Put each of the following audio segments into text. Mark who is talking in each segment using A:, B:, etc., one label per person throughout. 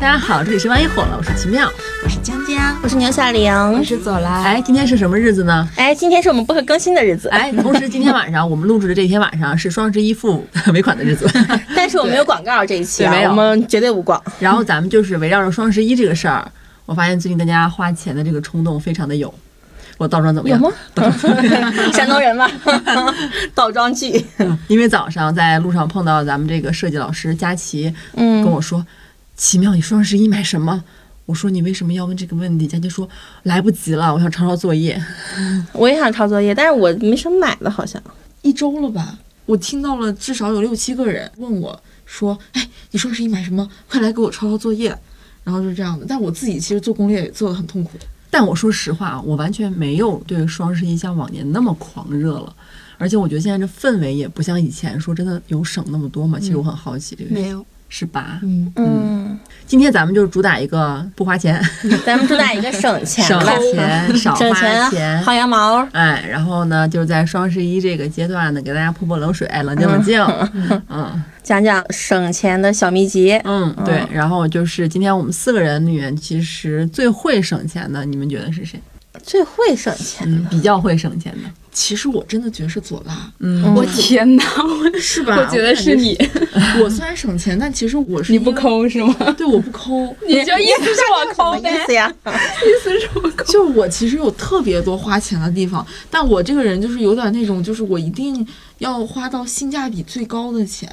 A: 家好，这里是万一火了，我是奇妙。
B: 我是江江，
C: 我是牛小玲。
B: 是左拉。
A: 哎，今天是什么日子呢？
C: 哎，今天是我们不可更新的日子，
A: 哎，同时今天晚上我们录制的这天晚上是双十一 付尾款的日子，
C: 但是我没有广告这一期
A: 对没
C: 啊，
A: 有
C: 我们绝对无广。
A: 然后咱们就是围绕着双十一这个事儿，我发现最近大家花钱的这个冲动非常的有。我倒装怎么样？？
C: 山东人嘛， 倒装句。
A: 因为早上在路上碰到咱们这个设计老师佳琪，跟
C: 嗯，
A: 我说：“奇妙，你双十一买什么？”我说：“你为什么要问这个问题？”佳琪说：“来不及了，我想抄抄作业，
C: 我也想抄作业，但是我没什么买的，好像。
A: 一周了吧。”
B: 我听到了至少有六七个人问我说：“哎，你双十一买什么？快来给我抄抄作业。”然后就是这样的。但我自己其实做攻略也做的很痛苦。
A: 但我说实话，啊我完全没有对双十一像往年那么狂热了，而且我觉得现在这氛围也不像以前说真的有省那么多嘛。其实我很好奇这个事
B: 有，
A: 是吧？
B: 嗯，
C: 嗯，
A: 今天咱们就主打一个不花钱、
C: 咱们主打一个省钱
A: 省
C: 吧，
A: 钱、啊少
C: 省
A: 花
C: 钱薅羊毛。
A: 哎，然后呢，就是在双十一这个阶段呢，给大家泼泼冷水，哎冷静冷静。嗯
C: 讲讲省钱的小秘籍。
A: 嗯，对。然后就是今天我们四个人里面，其实最会省钱的，你们觉得是谁？
C: 最会省钱
A: 嗯，比较会省钱的。
B: 其实我真的觉得是左拉，
A: 嗯，
D: 我天哪，
B: 是
D: 我
B: 吧？
D: 我觉得 是你，
B: 我。我虽然省钱，但其实我是
D: 你
B: 因
D: 不
B: 为，
D: 抠是吗？
B: 对，我不抠。
D: 你就意思是我抠
C: 什么意
D: 呗？
C: 思呀？
D: 意思是我抠。
B: 就我其实有特别多花钱的地方，但我这个人就是有点那种，就是我一定要花到性价比最高的钱，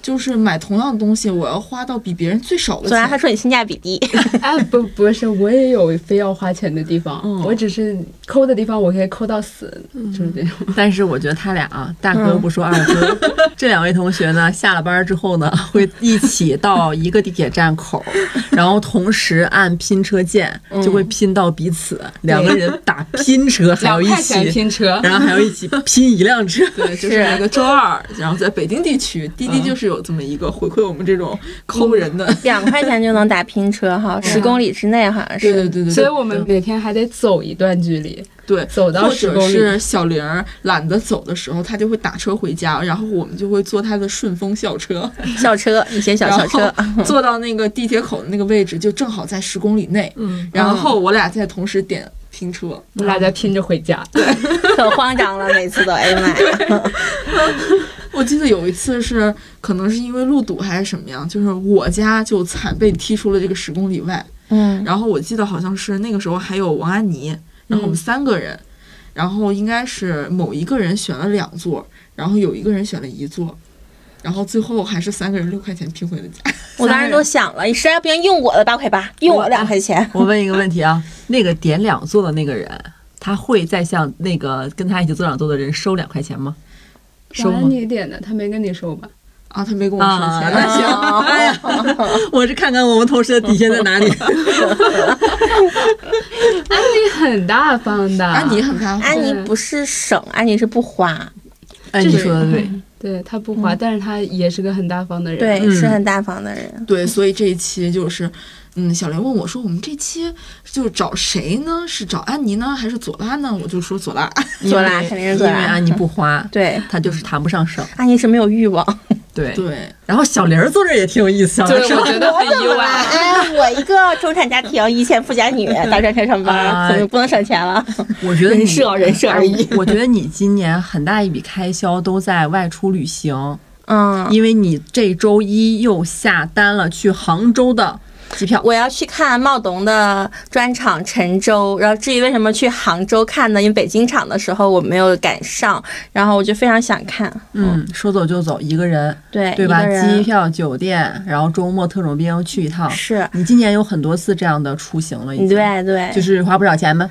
B: 就是买同样的东西，我要花到比别人最少的
C: 昨
B: 钱
C: 然。他说你性价比低，
D: 哎，不，不是，我也有非要花钱的地方，
B: 嗯
D: 我只是抠的地方，我可以抠到死，就是这种。
A: 但是我觉得他俩啊，大哥不说二 哥，这两位同学呢，下了班之后呢，会一起到一个地铁站 口，然后同时按拼车键，就会拼到彼此。两个人打拼车，还有一起，
D: 车
A: 然后还要一起拼一辆 车。
B: 对，就是
C: 是
B: 那个周二，然后在北京地区，滴滴就是有这么一个回馈我们这种抠人的。
C: 两块钱就能打拼车哈，十公里之内好像是
B: 对对。对对，
D: 所以我嗯们每天还得走一段距离。
B: 对
D: 走到
B: 或者
D: 10公里
B: 是小玲儿懒得走的时候，她就会打车回家，然后我们就会坐她的顺风校车，
C: 校车，一些小校车，
B: 然 后坐到那个地铁口的那个位置，就正好在十公里内。
A: 嗯，
B: 然后我俩再同时点拼车，
D: 我们俩在拼着回家，对，
C: 可慌张了，每次都哎呀妈呀！
B: 我记得有一次是，可能是因为路堵还是什么样，就是我家就惨被踢出了这个十公里外。
C: 嗯，
B: 然后我记得好像是那个时候还有王安妮，
C: 嗯
B: 然后我们三个人，然后应该是某一个人选了两座，然后有一个人选了一座，然后最后还是三个人六块钱拼回了家。
C: 我当时都想了，你实在不行用我的八块八，用我的两块 钱。
A: 我问一个问题啊，那个点两座的那个人，他会再向那个跟他一起坐两座的人收两块钱吗？收
D: 晚安
A: 吗？
D: 你点的，他没跟你说吧？
B: 啊，他没跟我说
A: 啊
C: 哦
B: 钱，
A: 那
B: 那 行，
A: 哎 呀， 我是看看我们同事的底线在哪里。
D: 安妮很大方的，
B: 安妮很大方，
C: 安妮不是省，安妮是不花，
A: 哎，你说的对。
D: 嗯对她不花，但是她也是个很大方的人。
C: 对，
A: 嗯
C: 是很大方的人。
B: 对，所以这一期就是，嗯，小玲问我说，我们这期就找谁呢？是找安妮呢，还是左拉呢？我就说左拉。
C: 左
A: 因
C: 拉
A: 为
C: 肯定是左拉
A: 因为安妮不 花，
C: 对，
A: 她就是谈不上省。
C: 安妮是没有欲望。
A: 对，
B: 对，
A: 然后小玲儿坐这儿也挺有意思，啊小玲
D: 对，
A: 儿
D: 我
A: 说
D: 觉得很意外。
C: 哎，我一个中产家庭一线富家女，大专生上
A: 哎
C: 班，怎么不能省钱了？
A: 我觉得
C: 人
A: 你哎
C: 设人设而已。
A: 我觉得你今年很大一笔开销都在外出旅行，
C: 嗯，
A: 因为你这周一又下单了去杭州的机票。
C: 我要去看茂董的专场陈州，然后至于为什么去杭州看呢？因为北京场的时候我没有赶上，然后我就非常想看。
A: 嗯，说走就走，一个人，
C: 对，
A: 对吧？
C: 一个
A: 机
C: 人
A: 票、酒店，然后周末特种兵去一趟。
C: 是，
A: 你今年有很多次这样的出行了，已经，
C: 对对，
A: 就是花不少钱呗。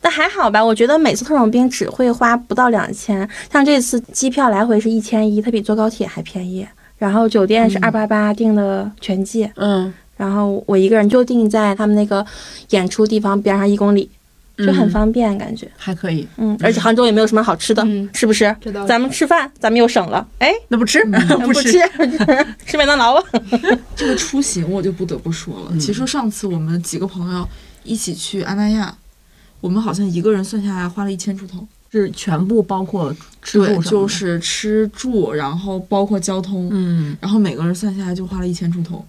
C: 但还好吧，我觉得每次特种兵只会花不到两千，像这次机票来回是一千一，它比坐高铁还便宜。然后酒店是二八八订的全季，
A: 嗯，
C: 然后我一个人就订在他们那个演出地方边上一公里，就很方便感觉。
A: 嗯还可以。
C: 嗯，而且杭州也没有什么好吃的，
D: 嗯
C: 是不是
D: 这倒？是
C: 咱们吃饭，咱们又省了，哎，
A: 那 不吃，
C: 不
A: 吃。
C: 吃吃 麦当劳啊吧。
B: 这个出行我就不得不说了。其
A: 嗯
B: 实上次我们几个朋友一起去阿那亚，我们好像一个人算下来花了一千出头。
A: 是全部包括吃住
B: 对，
A: 什么的
B: 就是吃住，然后包括交通，
A: 嗯，
B: 然后每个人算下来就花了一千出头。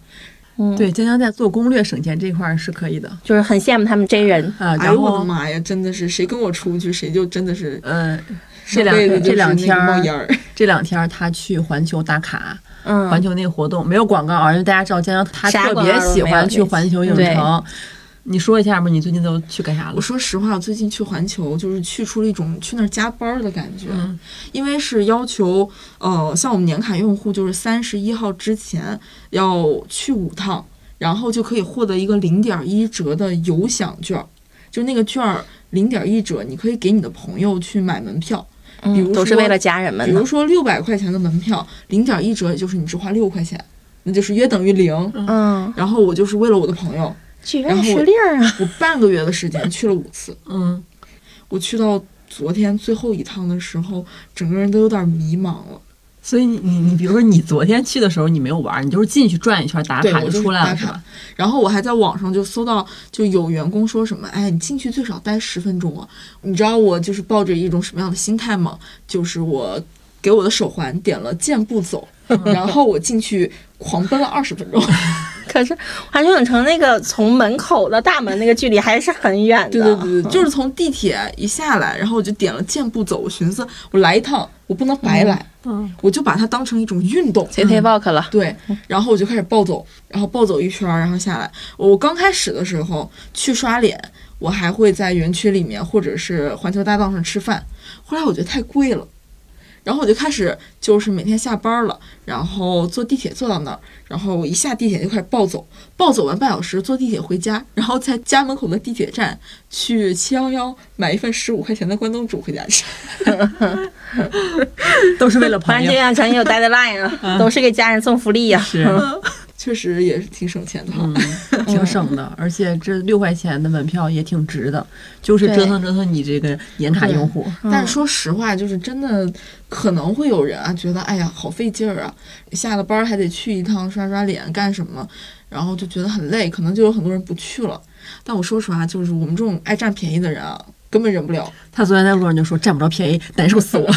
C: 嗯，，
A: 对，江江在做攻略省钱这块儿是可以的
C: 就是很羡慕他们 J 人。
A: 啊。
B: 哎呦
A: 然
B: 我的
A: 后，
B: 妈呀，真的是谁跟我出去，谁就真的是
A: 呃，
B: 上
A: 这两
B: 辈子就
A: 这
B: 是
A: 两
B: 那个
A: 天儿
B: 冒烟儿。
A: 这两天儿他去环球打卡，
C: 嗯，
A: 环球那个活动没有广告啊，因为大家知道江江他
C: 啥
A: 特
C: 广
A: 别
C: 告都
A: 喜
C: 没
A: 欢
C: 有
A: 去环球影
C: 对
A: 城。你说一下吧，你最近都去干啥
B: 我
A: 了？
B: 说实话，最近去环球就是去出了一种去那儿加班儿的感觉，
A: 嗯
B: 因为是要求呃，像我们年卡用户就是三十一号之前要去五趟，然后就可以获得一个零点一折的有享券儿，就那个券儿零点一折，你可以给你的朋友去买门票，比如
C: 嗯，
B: 说
C: 都是为了家人
B: 比
C: 们
B: 如
C: 的。
B: 说六百块钱的门票，零点一折也就是你只花六块钱，那就是约等于零。
C: 嗯，
B: 然后我就是为了我的朋友，
C: 举
B: 然
C: 人
B: 后
C: 识令儿啊。
B: 我半个月的时间去了五次。
A: 嗯，
B: 我去到昨天最后一趟的时候，整个人都有点迷茫了。
A: 所以你你你，比如说你昨天去的时候你没有玩儿，你就是进去转一圈打
B: 对
A: 卡
B: 我
A: 就
B: 就是
A: 出来
B: 打
A: 了，是
B: 卡
A: 吧？
B: 然后我还在网上就搜到，就有员工说什么：“哎，你进去最少待十分钟啊！”你知道我就是抱着一种什么样的心态吗？就是我给我的手环点了健步走，
A: 嗯
B: 然后我进去狂奔了二十分钟。
C: 可是环球影城那个从门口到大门那个距离还是很远的。嗯
B: 对对
A: 嗯
B: 对对，就是从地铁一下来，然后我就点了健步走，我寻思我来一趟，我不能白来，
A: 嗯，
B: 我就把它当成一种运动。
C: J T Walk 了。
B: 对，然后我就开始暴走，然后暴走一圈儿，然后下来。我刚开始的时候去刷脸，我还会在园区里面或者是环球大道上吃饭，后来我觉得太贵了。然后我就开始就是每天下班了，然后坐地铁坐到那儿，然后一下地铁就开始暴走，暴走完半小时坐地铁回家，然后在家门口的地铁站去七幺幺买一份十五块钱的关东煮回家吃。
A: 都是为了朋
C: 环球
A: 友。
C: 影城也有 deadline 啊，都是给家人送福利呀、
A: 是，
B: 确实也是挺省钱的哈。
A: 嗯，挺省的，而且这六块钱的门票也挺值的，就是折腾折腾你这个年卡用户。
C: 嗯
B: 但是说实话，就是真的可能会有人啊，觉得哎呀好费劲儿啊，下了班儿还得去一趟刷刷脸干什么，然后就觉得很累，可能就有很多人不去了。但我说实话，就是我们这种爱占便宜的人啊，根本忍 不了，
A: 他昨天在路上就说占不着 便宜，难受死我。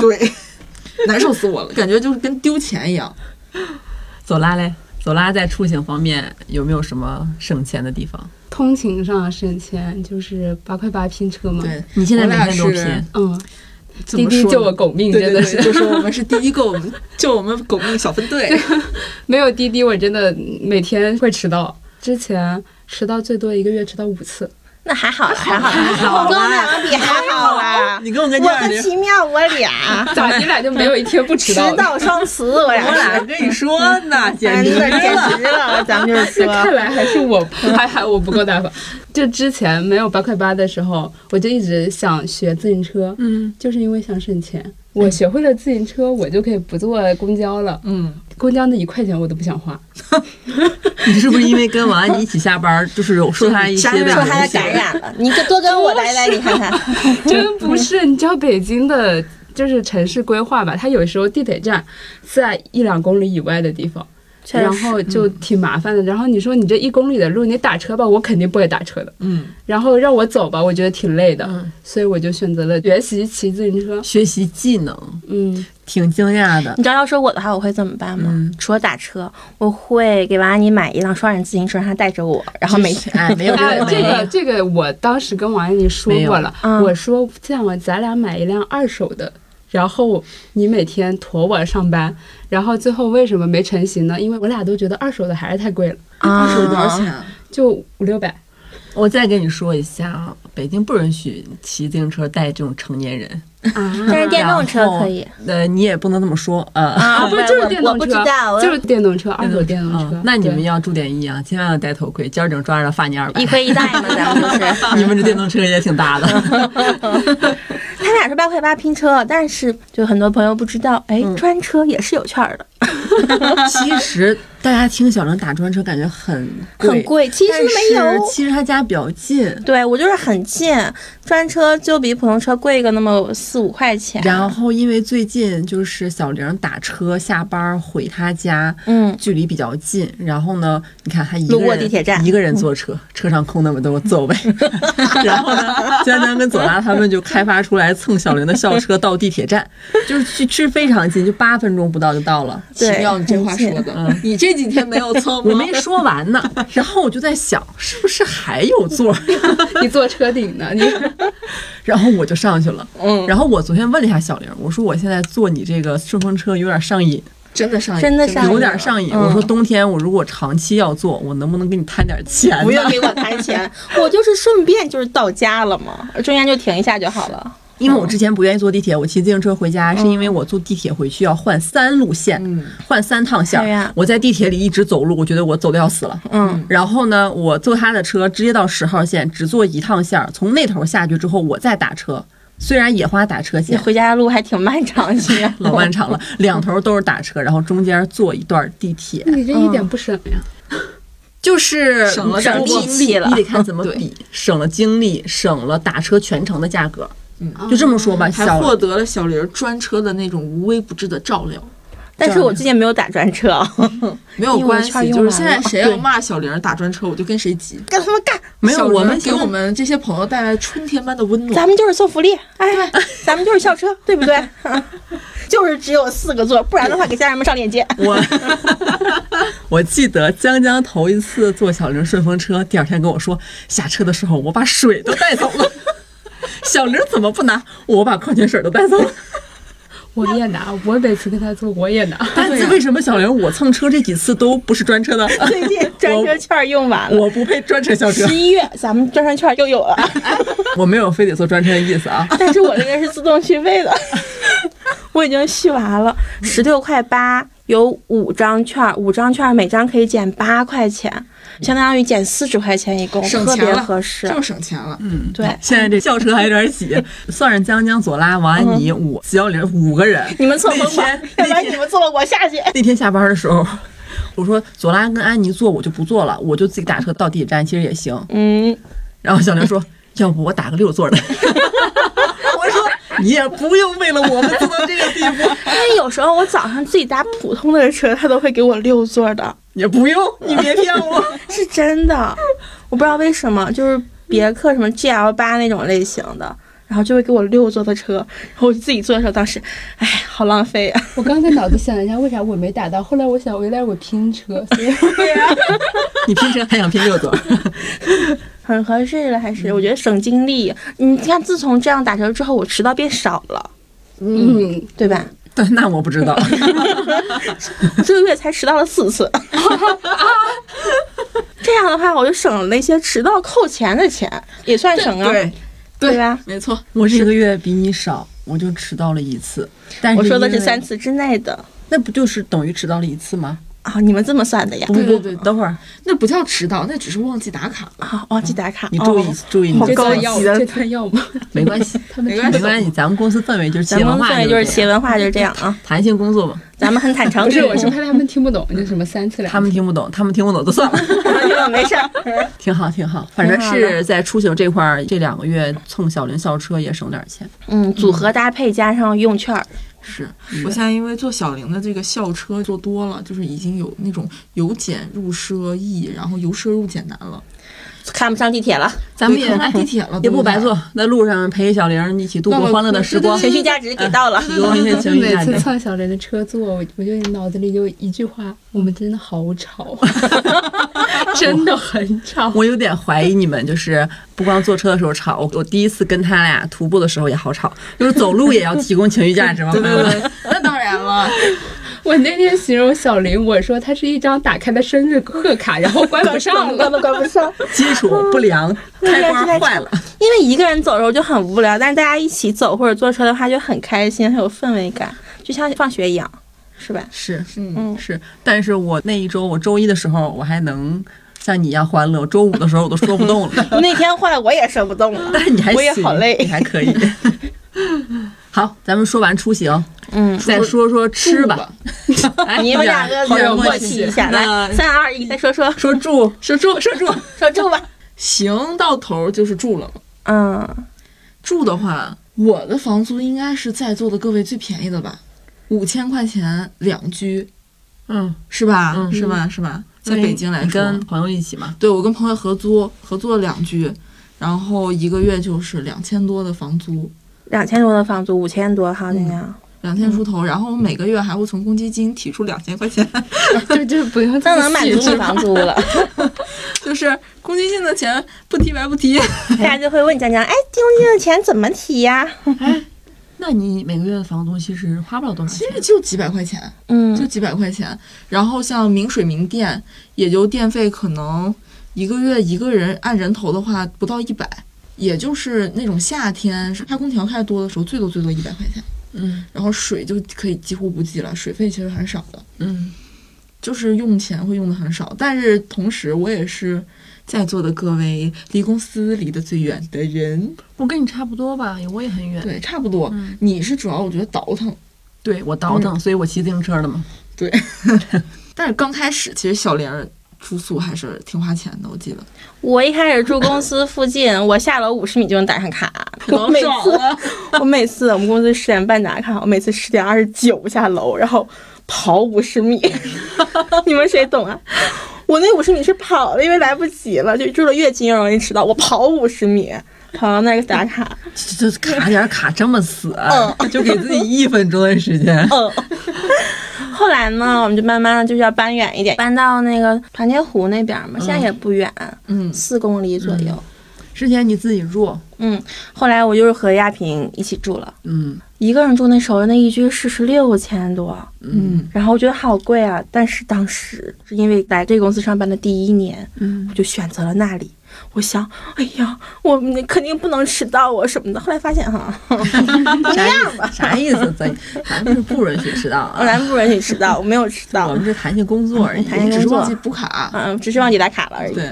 B: 对， 难受死我了，感觉就是跟丢钱一样。
A: 走拉嘞，走拉在出行方面有没有什么省钱的地方？
D: 通勤上省钱就是八块八拼车嘛。，
B: 对，
C: 嗯
A: 你现在
B: 我
A: 每
B: 俩
A: 天都
B: 是
A: 拼，
D: 嗯，
B: 怎
D: 滴
B: 么
D: 滴
B: 说
D: 救我
B: 呢。
D: 狗命，
B: 对
D: 真
B: 对
D: 的
B: 对，
D: 是
B: 就 说我们是第一个，我们就我们狗命小分队，
D: 没有滴滴，我真的每天会迟到。之前迟到最多一个月迟到五 次，
C: 那还好了，还好了，
A: 好
C: 我跟我两个比还好啦。
A: 你跟我跟
C: 我
A: 这样
C: 和
A: 的。
C: 奇妙我俩
B: 啊
D: 咋你俩就没有一天不迟
C: 迟
D: 到 的？
C: 到双词，我俩
A: 我俩跟你说呢， 简
C: 真
A: 直
C: 的哎简直了，咱们就是
D: 这看
C: 说，
D: 来还是我 还还我不够大方。就之前没有八块八的时候，我就一直想学自行车，
A: 嗯，
D: 就是因为想省钱。
B: 嗯
D: 我学会了自行车，我就可以不坐公交了。
B: 嗯，
D: 公交那一块钱我都不想花。
A: 你是不是因为跟王安妮一起下班，就是有受他一些的
B: 沾
C: 说
B: 染
C: 他
A: 影
C: 的感
A: 响？
C: 染了，你多跟我来来，你看看，
D: 真不是，你知道北京的就是城市规划吧？它有时候地铁站在一两公里以外的地方，
C: 确
D: 然
C: 实
D: 后就挺麻烦的。然后你说你这一公里的路，你打车吧，我肯定不会打车的。
B: 嗯，
D: 然后让我走吧，我觉得挺累的，
A: 嗯
D: 所以我就选择了学习骑自行车。
A: 学习技能，
D: 嗯，
A: 挺惊讶的
C: 你。知道要说我的话，我会怎么办吗？
A: 嗯
C: 除了打车，我会给王安妮买一辆双人自行车，让她带着我，然后每 天
A: 哎，没有
D: 啊
A: 没有，
D: 这
A: 没
D: 个
A: 有
D: 这个，我当时跟王安妮说过了，
C: 没有嗯
D: 我说这样吧，咱俩买一辆二手的。然后你每天驮我上班，然后最后为什么没成型呢？因为我俩都觉得二手的还是太贵了，
B: 二手多少
C: 啊
B: 钱啊？
D: 就五六百。
A: 我再跟你说一下啊，北京不允许骑自行车带这种成年人。
D: 啊
C: 但是电动车可以
A: 呃，你也不能这么说啊。
C: 啊，
D: 啊，不是，就是电
C: 我我嗯
D: 动
C: 不
D: 车，
C: 知道，
D: 就是 电动车，二手电动车
A: 啊。那你们
D: 嗯对
A: 要注点意啊，千万要戴头盔，交警抓着罚你二百
C: 一。盔一带嘛，咱们就是。
A: 你们这电动车也挺大的，
C: 他俩是八块八拼车，但是就很多朋友不知道，哎，专车也是有券儿的，
A: 其实大家听小玲打专车感觉很
C: 很贵，其实
A: 但
C: 没有
A: 是。其实他家比较近，
C: 对我就是很近，专车就比普通车贵个那么四五块钱。
A: 然后因为最近就是小玲打车下班回她家，
C: 嗯，
A: 距离比较近，然后呢，你看她一个
C: 路过
A: 人
C: 地铁站嗯
A: 一个人坐车，车上空那么多座 位，然后呢，江江跟左拉他们就开发出来蹭小玲的校车到地铁站，就是去是非常近，就八分钟不到就到了。
B: 奇
C: 对
B: 妙，你这话
C: 很近啊
B: 说的，你这几天没有蹭吗？
A: 我没说完 呢，然后我就在想，是不是还有座儿？
D: 你坐车顶呢，你
A: 然后我就上去了。
C: 嗯，
A: 然后我昨天问了一下小玲，我说我现在坐你这个顺风车有点上瘾，
B: 真的上瘾，
C: 真的上瘾
A: 有点上瘾。
C: 嗯
A: 我说冬天我如果长期要坐，我能不能给你摊点钱呢？
C: 不用给我 谈钱，我就是顺便就是到家了嘛，中间就停一下就好了。
A: 因为我之前不愿意坐地铁，我骑自行车回家，是因
C: 嗯
A: 为我坐地铁回去要换三路线，
B: 嗯
A: 换三趟线
C: 哎
A: 儿
C: 呀。
A: 我在地铁里一直走路，我觉得我走的要死了。
C: 嗯，
A: 然后呢，我坐他的车直接到十号线，只坐一趟线儿，从那头下去之后，我再打车，虽然也花打车
C: 你
A: 钱，。
C: 回家的路还挺漫长的
A: 老漫长了，两头都是打车，然后中间坐一段地铁，
D: 你这一点不省呀。
A: 就是
B: 省了
A: 省
B: 点
A: 力
C: 精力了
A: 你得看怎么
B: 对
A: 比，省了精力，省了打车全程的价格，
B: 嗯
A: 就这么说吧，
B: 还
A: 小
B: 获得了小玲专车的那种无微不至的照料。
C: 但是我最近没有打 专车，
B: 没有
C: 因为
B: 关
C: 我
B: 系
C: 圈，用
B: 就是
C: 完
B: 现在
C: 了
B: 谁要骂小玲打专车，我就跟谁急。
C: 跟他们干，
A: 没有
B: 小玲
A: 我们
B: 给
A: 现在
B: 我们这些朋友带来春天般的温暖
C: 咱。们就是送福利，哎，咱们就是校车，对 不对？就是只有四个座，不然的话给家人们上 链接。
A: 我我记得江江头一次坐小玲顺风车，第二天跟我说下车的时候我把水都带走了。 小玲怎么不拿？我把矿泉水都带走了。
D: 我也拿，我每次跟他坐我也拿。
A: 但是为什么小玲我蹭车这几次都不是专车呢？
C: 最近专车券用完 了，
A: 我不配专车校车，
C: 十一月咱们专车券又有了，
A: 我没有非得坐专车的意思啊。
C: 但是我这个是自动续费的，我已经续完了，
A: 嗯
C: 十六块八。有五张券，五张券每张可以减八块钱，
A: 嗯
C: 相当于减四十块钱一共，
B: 省
C: 特
B: 钱
C: 别
B: 了，
C: 合适。
B: 就省钱了。嗯，
C: 对，
A: 现在这校车还有点挤， 算是江江、左拉、王安妮、我、齐小玲五个人。
C: 你们错
A: 那
C: 峰吧
A: 天，
C: 要不然你们坐了我下去。
A: 那天下班的时候，我说左拉跟安妮坐，我就不坐了，我就自己打车到地铁站，其实也行。
C: 嗯，
A: 然后小玲说：“要不我打个六座的。” 我说：“你也不用为了我们做到这个地步，
C: 因为有时候我早上自己搭普通的车，他都会给我六座的，
A: 也不用，你别骗我。
C: 是真的。我不知道为什么，就是别
B: 嗯
C: 克什么 GL 八那种类型的，然后就会给我六座的车，然后我自己坐的时候，当时，哎，好浪费啊！
D: 我刚才脑子想了一下，为啥我没打到？后来我想，原来我拼车， 所以
B: 啊
A: 你拼车还想拼六 座？
C: 很合适了，还是
A: 嗯
C: 我觉得省精力。你看，自从这样打车之后，我迟到变少了，
D: 嗯，
C: 对吧？
A: 对，那我不知道。
C: 我这个月才迟到了四 次。这样的话，我就省了那些迟到扣钱的钱，也算省啊，
B: 对，
C: 对吧？
B: 没错，
A: 我这个月比你少，我就迟到了一次。但是
C: 我说的
A: 因
C: 是
A: 为
C: 三，次之内的
A: 那不就是等于迟到了一次吗？
C: 啊，你们这么算的呀
A: 不？不
B: 对
A: 不，
B: 对对
A: 等会儿
B: 那不叫迟到，那只是忘记打卡了。
C: 啊，忘记打卡，
A: 你注意、
C: 哦、
A: 注意你
C: 好
D: 这
A: 的，
C: 高
D: 段
C: 级
D: 要
C: 的
D: 这段要吗？
A: 没关系，
D: 他们
B: 没关系
A: 没关系，咱们公司氛围就是企
C: 咱
A: 业
C: 们
A: 文化
C: 氛围就是企
A: 这
C: 业
A: 样
C: 文化就是这样啊，
A: 弹性工作嘛，
C: 咱们很坦诚。
D: 不是，我是怕他们听不懂，就什么三次两次。
A: 他们听不懂，他们听不懂就算了。
C: 没事儿，
A: 挺好，挺好，反正
C: 挺好的
A: 是在出行这块儿，这两个月蹭小林校车也省点钱。
C: 嗯，组合搭配加上用券儿，
B: 是我现在因为坐小玲的这个校车坐多了，就是已经有那种由俭入奢易，然后由奢入俭难了，
C: 看不上地铁了，
A: 咱们
B: 对
A: 也
B: 看不上地铁了，
A: 也
B: 都
A: 不
B: 有
A: 白
B: 点儿
A: 坐，在路上陪小玲一起度过
B: 那我
A: 欢乐的时光，
B: 对
C: 情
B: 对
C: 绪价值给到了。
A: 提供一些情绪
D: 每
A: 价
D: 次
A: 值。
D: 蹭小林的车坐，我我就脑子里有一句话：我们真的好吵，真的很吵。
A: 我有点怀疑你们，就是不光坐车的时候吵，我我第一次跟他俩徒步的时候也好吵，就是走路也要提供情绪价值嘛。
B: 对对对，那当然了，
D: 我那天形容小林，我说他是一张打开的生日贺卡，然后关不上
C: 关
D: 了。
C: 都关不嗯上，
A: 基础不良，开关坏了。
C: 因为一个人走的时候就很无聊，但是大家一起走或者坐车的话就很开心，很有氛围感，就像放学一样，是吧？
A: 是
B: 嗯，
C: 嗯，
A: 是，但是我那一周，我周一的时候我还能像你一样欢乐，我周五的时候我都说不动 了。
C: 那天后来我也说不动了，
A: 但是你还
C: 我也
A: 行
C: 好累
A: 你还可 以。好，咱们说完出行，
C: 嗯，
A: 再说说吃吧。 哎
C: 你们两个
A: 好有
C: 有默
A: 默
C: 契嗯
A: 契
C: 一下，来，
A: 那
C: 三二一，再说说
A: 说住，
B: 说住说住，
C: 说住吧。
B: 行到头就是住了嘛。
C: 嗯，
B: 住的话，我的房租应该是在座的各位最便宜的吧，五千块钱两居，
A: 嗯，
B: 是吧？
A: 嗯
B: 是吧？是吧？在北京来
A: 你
B: 说，
A: 跟朋友一起嘛，
B: 对我跟朋友合租，合租了两居，然后一个月就是两千多的房租，
C: 两千多的房租，五千多好像样。
B: 两千出头，然后我每个月还会从公积金提出两千块钱，
D: 就就不用
C: 那
D: 这么
C: 能满
D: 细
C: 足
D: 致
C: 你房租 了，
B: 就是公积金的钱不提白不提。
C: 大家就会问江江，哎，定金的钱怎么提呀？
A: 那你每个月的房租其实花不了多少
B: 其实
A: 钱，
B: 就几百块钱，就
C: 嗯，
B: 几百块钱。然后像明水明电，也就电费可能一个月一个人按人头的话不到一百，也就是那种夏天是开空调开得多的时候，最多最多一百块钱。
A: 嗯
B: 然后水就可以几乎不计了，水费其实很少的，
A: 嗯，
B: 就是用钱会用的很少。但是同时，我也是在座的各位离公司离得最远的人，
A: 我跟你差不多吧，我也很远，
B: 对，差不多。
A: 嗯
B: 你是主要我觉得倒腾。
A: 对我倒腾，所以我骑自行车的嘛，
B: 但是刚开始，其实小玲儿住宿还是挺花钱的，我记得。
C: 我一开始住公司附近，我下楼五十米就能打上卡。我每
B: 爽
C: 次
B: 了，
C: 我每次我们公司十点半打卡，我每次十点二十九下楼，然后跑五十 米。你们谁懂啊？我那五十米是跑的，因为来不及了，就住的越近越容易迟到。我跑五十米，跑到那儿打卡。
A: 这这卡点儿卡这么死啊、
C: 嗯
A: 就给自己一分钟的时 间。
C: 嗯。后来呢，我们就慢慢的就是要搬远一点，搬到那个团结湖那边嘛，现在也不远，
B: 嗯，
C: 四公里左右。
A: 之前你自己住，
C: 嗯，后来我就是和亚萍一起住了。
A: 嗯，
C: 一个人住那时候那一居室是六千多，
B: 嗯，
C: 然后我觉得好贵啊。但是当时是因为来这个公司上班的第一年，
A: 嗯，
C: 我就选择了那里。我想，哎呀，我们肯定不能迟到啊什么的。后来发现哈，
A: 啥意思？啥意思？咱咱们是不允许迟到
C: 我
A: 啊，
C: 们不允许迟到，我没有迟
A: 我
C: 到，
A: 们是弹性工作而已。
C: 弹性
B: 只是
C: 工作
B: 忘记补卡。
C: 嗯，只是忘记打卡了而已。
B: 对，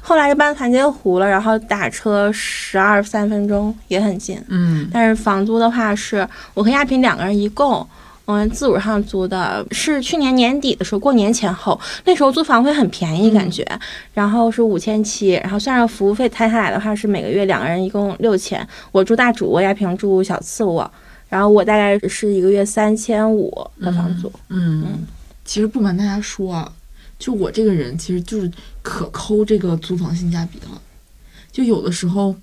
C: 后来就搬团结湖了，然后打车十二三分钟也很近。
A: 嗯
C: 但是房租的话是我和亚萍两个人一共。嗯，自主上租的是去年年底的时候，过年前后，那时候租房会很便宜，感觉。然后是五千七，然后算上服务费摊下来的话，是每个月两个人一共六千。我住大主卧，亚萍住小次卧，然后我大概是一个月三千五的房租。
A: 嗯，
B: 其实不瞒大家说啊，就我这个人其实就是可抠这个租房性价比了。就有的时候，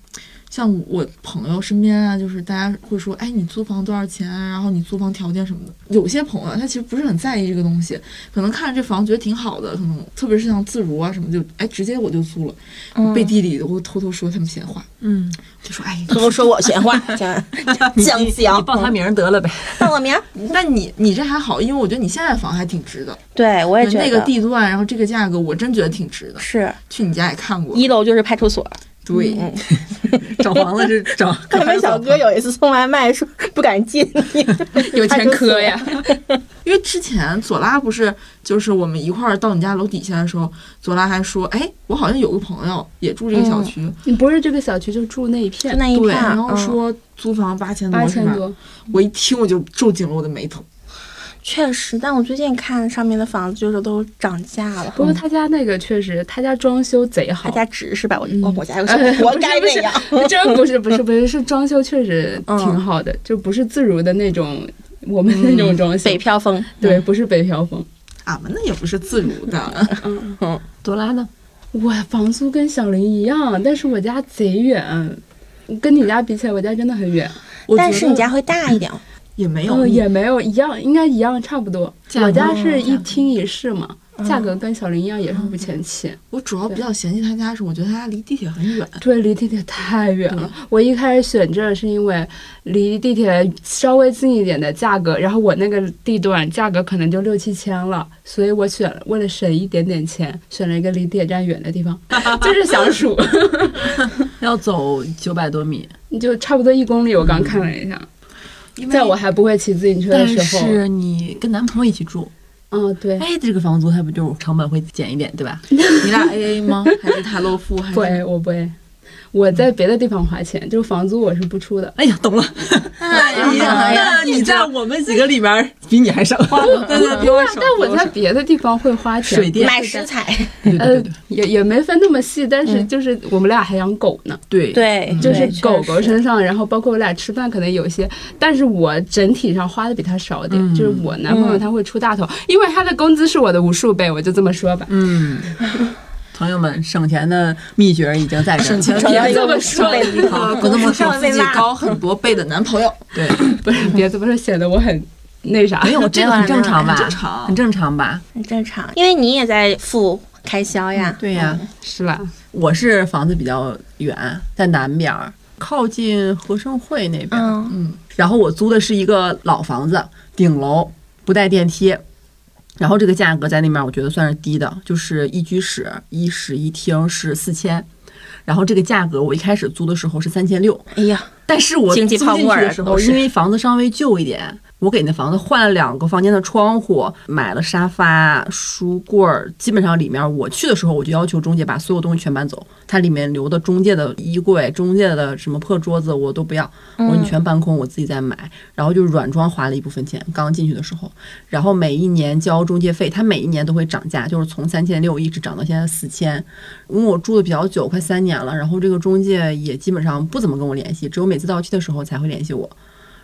B: 像我朋友身边啊，就是大家会说，哎，你租房多少钱啊？然后你租房条件什么的。有些朋友他其实不是很在意这个东西，可能看着这房觉得挺好的，可能特别是像自如啊什么，就哎直接我就租了。
C: 嗯
B: 背地里的我偷偷说他们闲话，
A: 嗯，
B: 就说哎，
C: 都说我 闲话，讲讲
A: 你
C: 讲，
A: 报他名儿得了呗。
C: 报我名。
B: 但你你这还好，因为我觉得你现在房还挺值的，
C: 对，我也觉得
B: 那个地段，然后这个价格，我真觉得挺值的。
C: 是
B: 去你家也看过，
C: 一楼就是派出所。
B: 对，
C: 嗯
A: 找房子是找，
C: 他们小哥有一次送外卖说不敢进，
D: 有前科呀，
B: 因为之前左拉不是就是我们一块儿到你家楼底下的时候，左拉还说，哎，我好像有个朋友也住这个小区，
D: 你不是这个小区就住那一
C: 就
D: 片，
C: 那一
B: 对，
C: 片儿，
B: 然后
C: 嗯
B: 说租房八千
D: 八
B: 多是
D: 千
B: 吧？
D: 多，
B: 我一听我就皱紧了我的眉头，
C: 确实，但我最近看上面的房子就是都涨价了。
D: 不过他家那个确实，他家装修贼
C: 他
D: 好。
C: 家值是吧？我哦我我家有个
D: 呃不是
C: 活该
D: 不
C: 那
D: 是
C: 样。
D: 真不是不是不是，是装修确实挺好的，就不是自如的那种我们那种装
C: 嗯
D: 修，
C: 北嗯漂风，
D: 对，不是北漂风。
B: 俺啊们那也不是自如的，
A: 朵拉呢？
D: 我房租跟小林一样，但是我家贼远，跟你家比起来，我家真的很远。
B: 我
C: 但
B: 觉
C: 是你
B: 得
C: 家会大一点。
B: 也没有，
D: 嗯，也没有一样，应该一样，差不多。
A: 价格
D: 我家是一厅一室嘛，价格跟小林一样，也是五千七。
B: 我主要比较嫌弃他家是，我觉得他家离地铁很远，
D: 对，离地铁太远了。我一开始选这是因为离地铁稍微近一点的价格，然后我那个地段价格可能就六七千了，所以我选为了省一点点钱，选了一个离地铁站远的地方，就是想数，
A: 要走九百多米，
D: 就差不多一公里。我刚看了一下，
B: 因为
D: 在我还不会骑自行车的
A: 嗯但
D: 时候，
A: 是你跟男朋友一起住，
D: 嗯，对，
A: 哎，这个房租它不就成本会减一点，对吧？
B: 你俩 A A 吗？还是他露富？还
A: 嗯
D: 不
B: 是
D: A，我不 A。我在别的地方花钱，就是房租我是不出的。
A: 哎呀，懂了。
B: 哎呀，
A: 那你在我们几个里边儿比你还少，
B: 对对，比我少
D: 但我在别的地方会花钱，
A: 水电
C: 买食材，
A: 对
D: 呃
A: 对对，
D: 也也没分那么细，但是
C: 嗯
D: 就是我们俩还养狗呢，
A: 对
C: 对，
D: 就是
C: 对
D: 狗狗
C: 确实
D: 身上，然后包括我俩吃饭可能有一些，但是我整体上花的比他少点，
A: 嗯
D: 就是我男朋友
C: 嗯
D: 他会出大头，因为他的工资是我的无数倍，我就这么说吧。
A: 嗯，朋友们，省钱的秘诀已经在这儿了。
B: 省钱
C: 找到一个
D: 这么
C: 五十
D: 说
C: 倍的地方
B: 啊，
A: 不那么
B: 工资
C: 说
B: 上自己高很多倍的 男朋友，
A: 对，
D: 不是，别这么说，显得我很那啥。
A: 没有这个很正常吧？
B: 很正常
A: 很正常吧？
C: 很正常，因为你也在付开销呀。
A: 对呀、
D: 是吧？
A: 我是房子比较远，在南边儿，靠近合生汇那边儿。
C: 嗯，
A: 然后我租的是一个老房子，顶楼，不带电梯。然后这个价格在那面我觉得算是低的，就是一居室、一室一厅是四千。然后这个价格我一开始租的时候是三千六，
C: 哎呀，
A: 但是我
C: 经济泡沫
A: 租进去
C: 儿
A: 的时
C: 都
A: 候，
C: 是
A: 因为房子稍微旧一点，我给那房子换了两个房间的窗户，买了沙发、书柜儿，基本上里面我去的时候我就要求中介把所有东西全搬走，它里面留的中介的衣柜、中介的什么破桌子我都不要，
C: 嗯
A: 我说你全搬空，我自己再买。然后就是软装花了一部分钱，刚进去的时候，然后每一年交中介费，它每一年都会涨价，就是从三千六一直涨到现在四千。因为我住的比较久，快三年了，然后这个中介也基本上不怎么跟我联系，只有每次到期的时候才会联系我。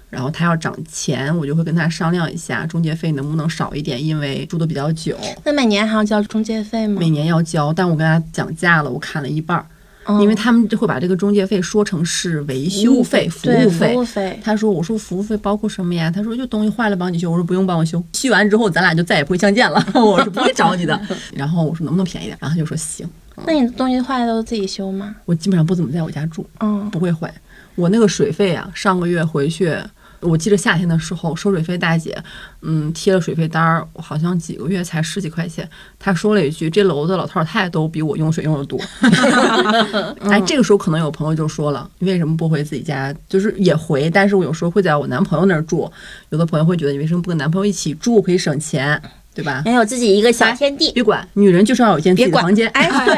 A: 然后他要涨钱，我就会跟他商量一下中介费能不能少一点，因为住的比较久，
C: 那每年还要交中介费吗
A: 每？年要交。但我跟他讲价了，我砍了一半儿，
C: 嗯
A: 因为他们就会把这个中介费说成是维修费、哦服
C: 对
A: 务
C: 服
A: 费。
C: 务费，
A: 他说：“我说服务费包括什么呀？”他说：“就东西坏了帮你修。”我说：“不用帮我修，修完之后咱俩就再也不会相见了。” 我是不会找你的。 然后我说：“能不能便宜点？”然后他就说：“行。
C: 那你的东西坏了都自己修吗？”
A: 我基本上不怎么在我家住，
C: 嗯，
A: 不会坏。我那个水费啊，上个月回去，我记得夏天的时候收水费大姐，嗯，贴了水费单儿，我好像几个月才十几块钱。她说了一句：“这楼的老头老太太都比我用水用的多。” 哎，这个时候可能有朋友就说了：“为什么不回自己家？就是也回，但是我有时候会在我男朋友那儿住。有的朋友会觉得你为什么不跟男朋友一起住，可以省钱，对 吧
C: 也有自己一个小天地，
A: 别管，女人就是要有一间自己的
C: 别
A: 哎
C: 管
A: 房间。
C: 哎，对，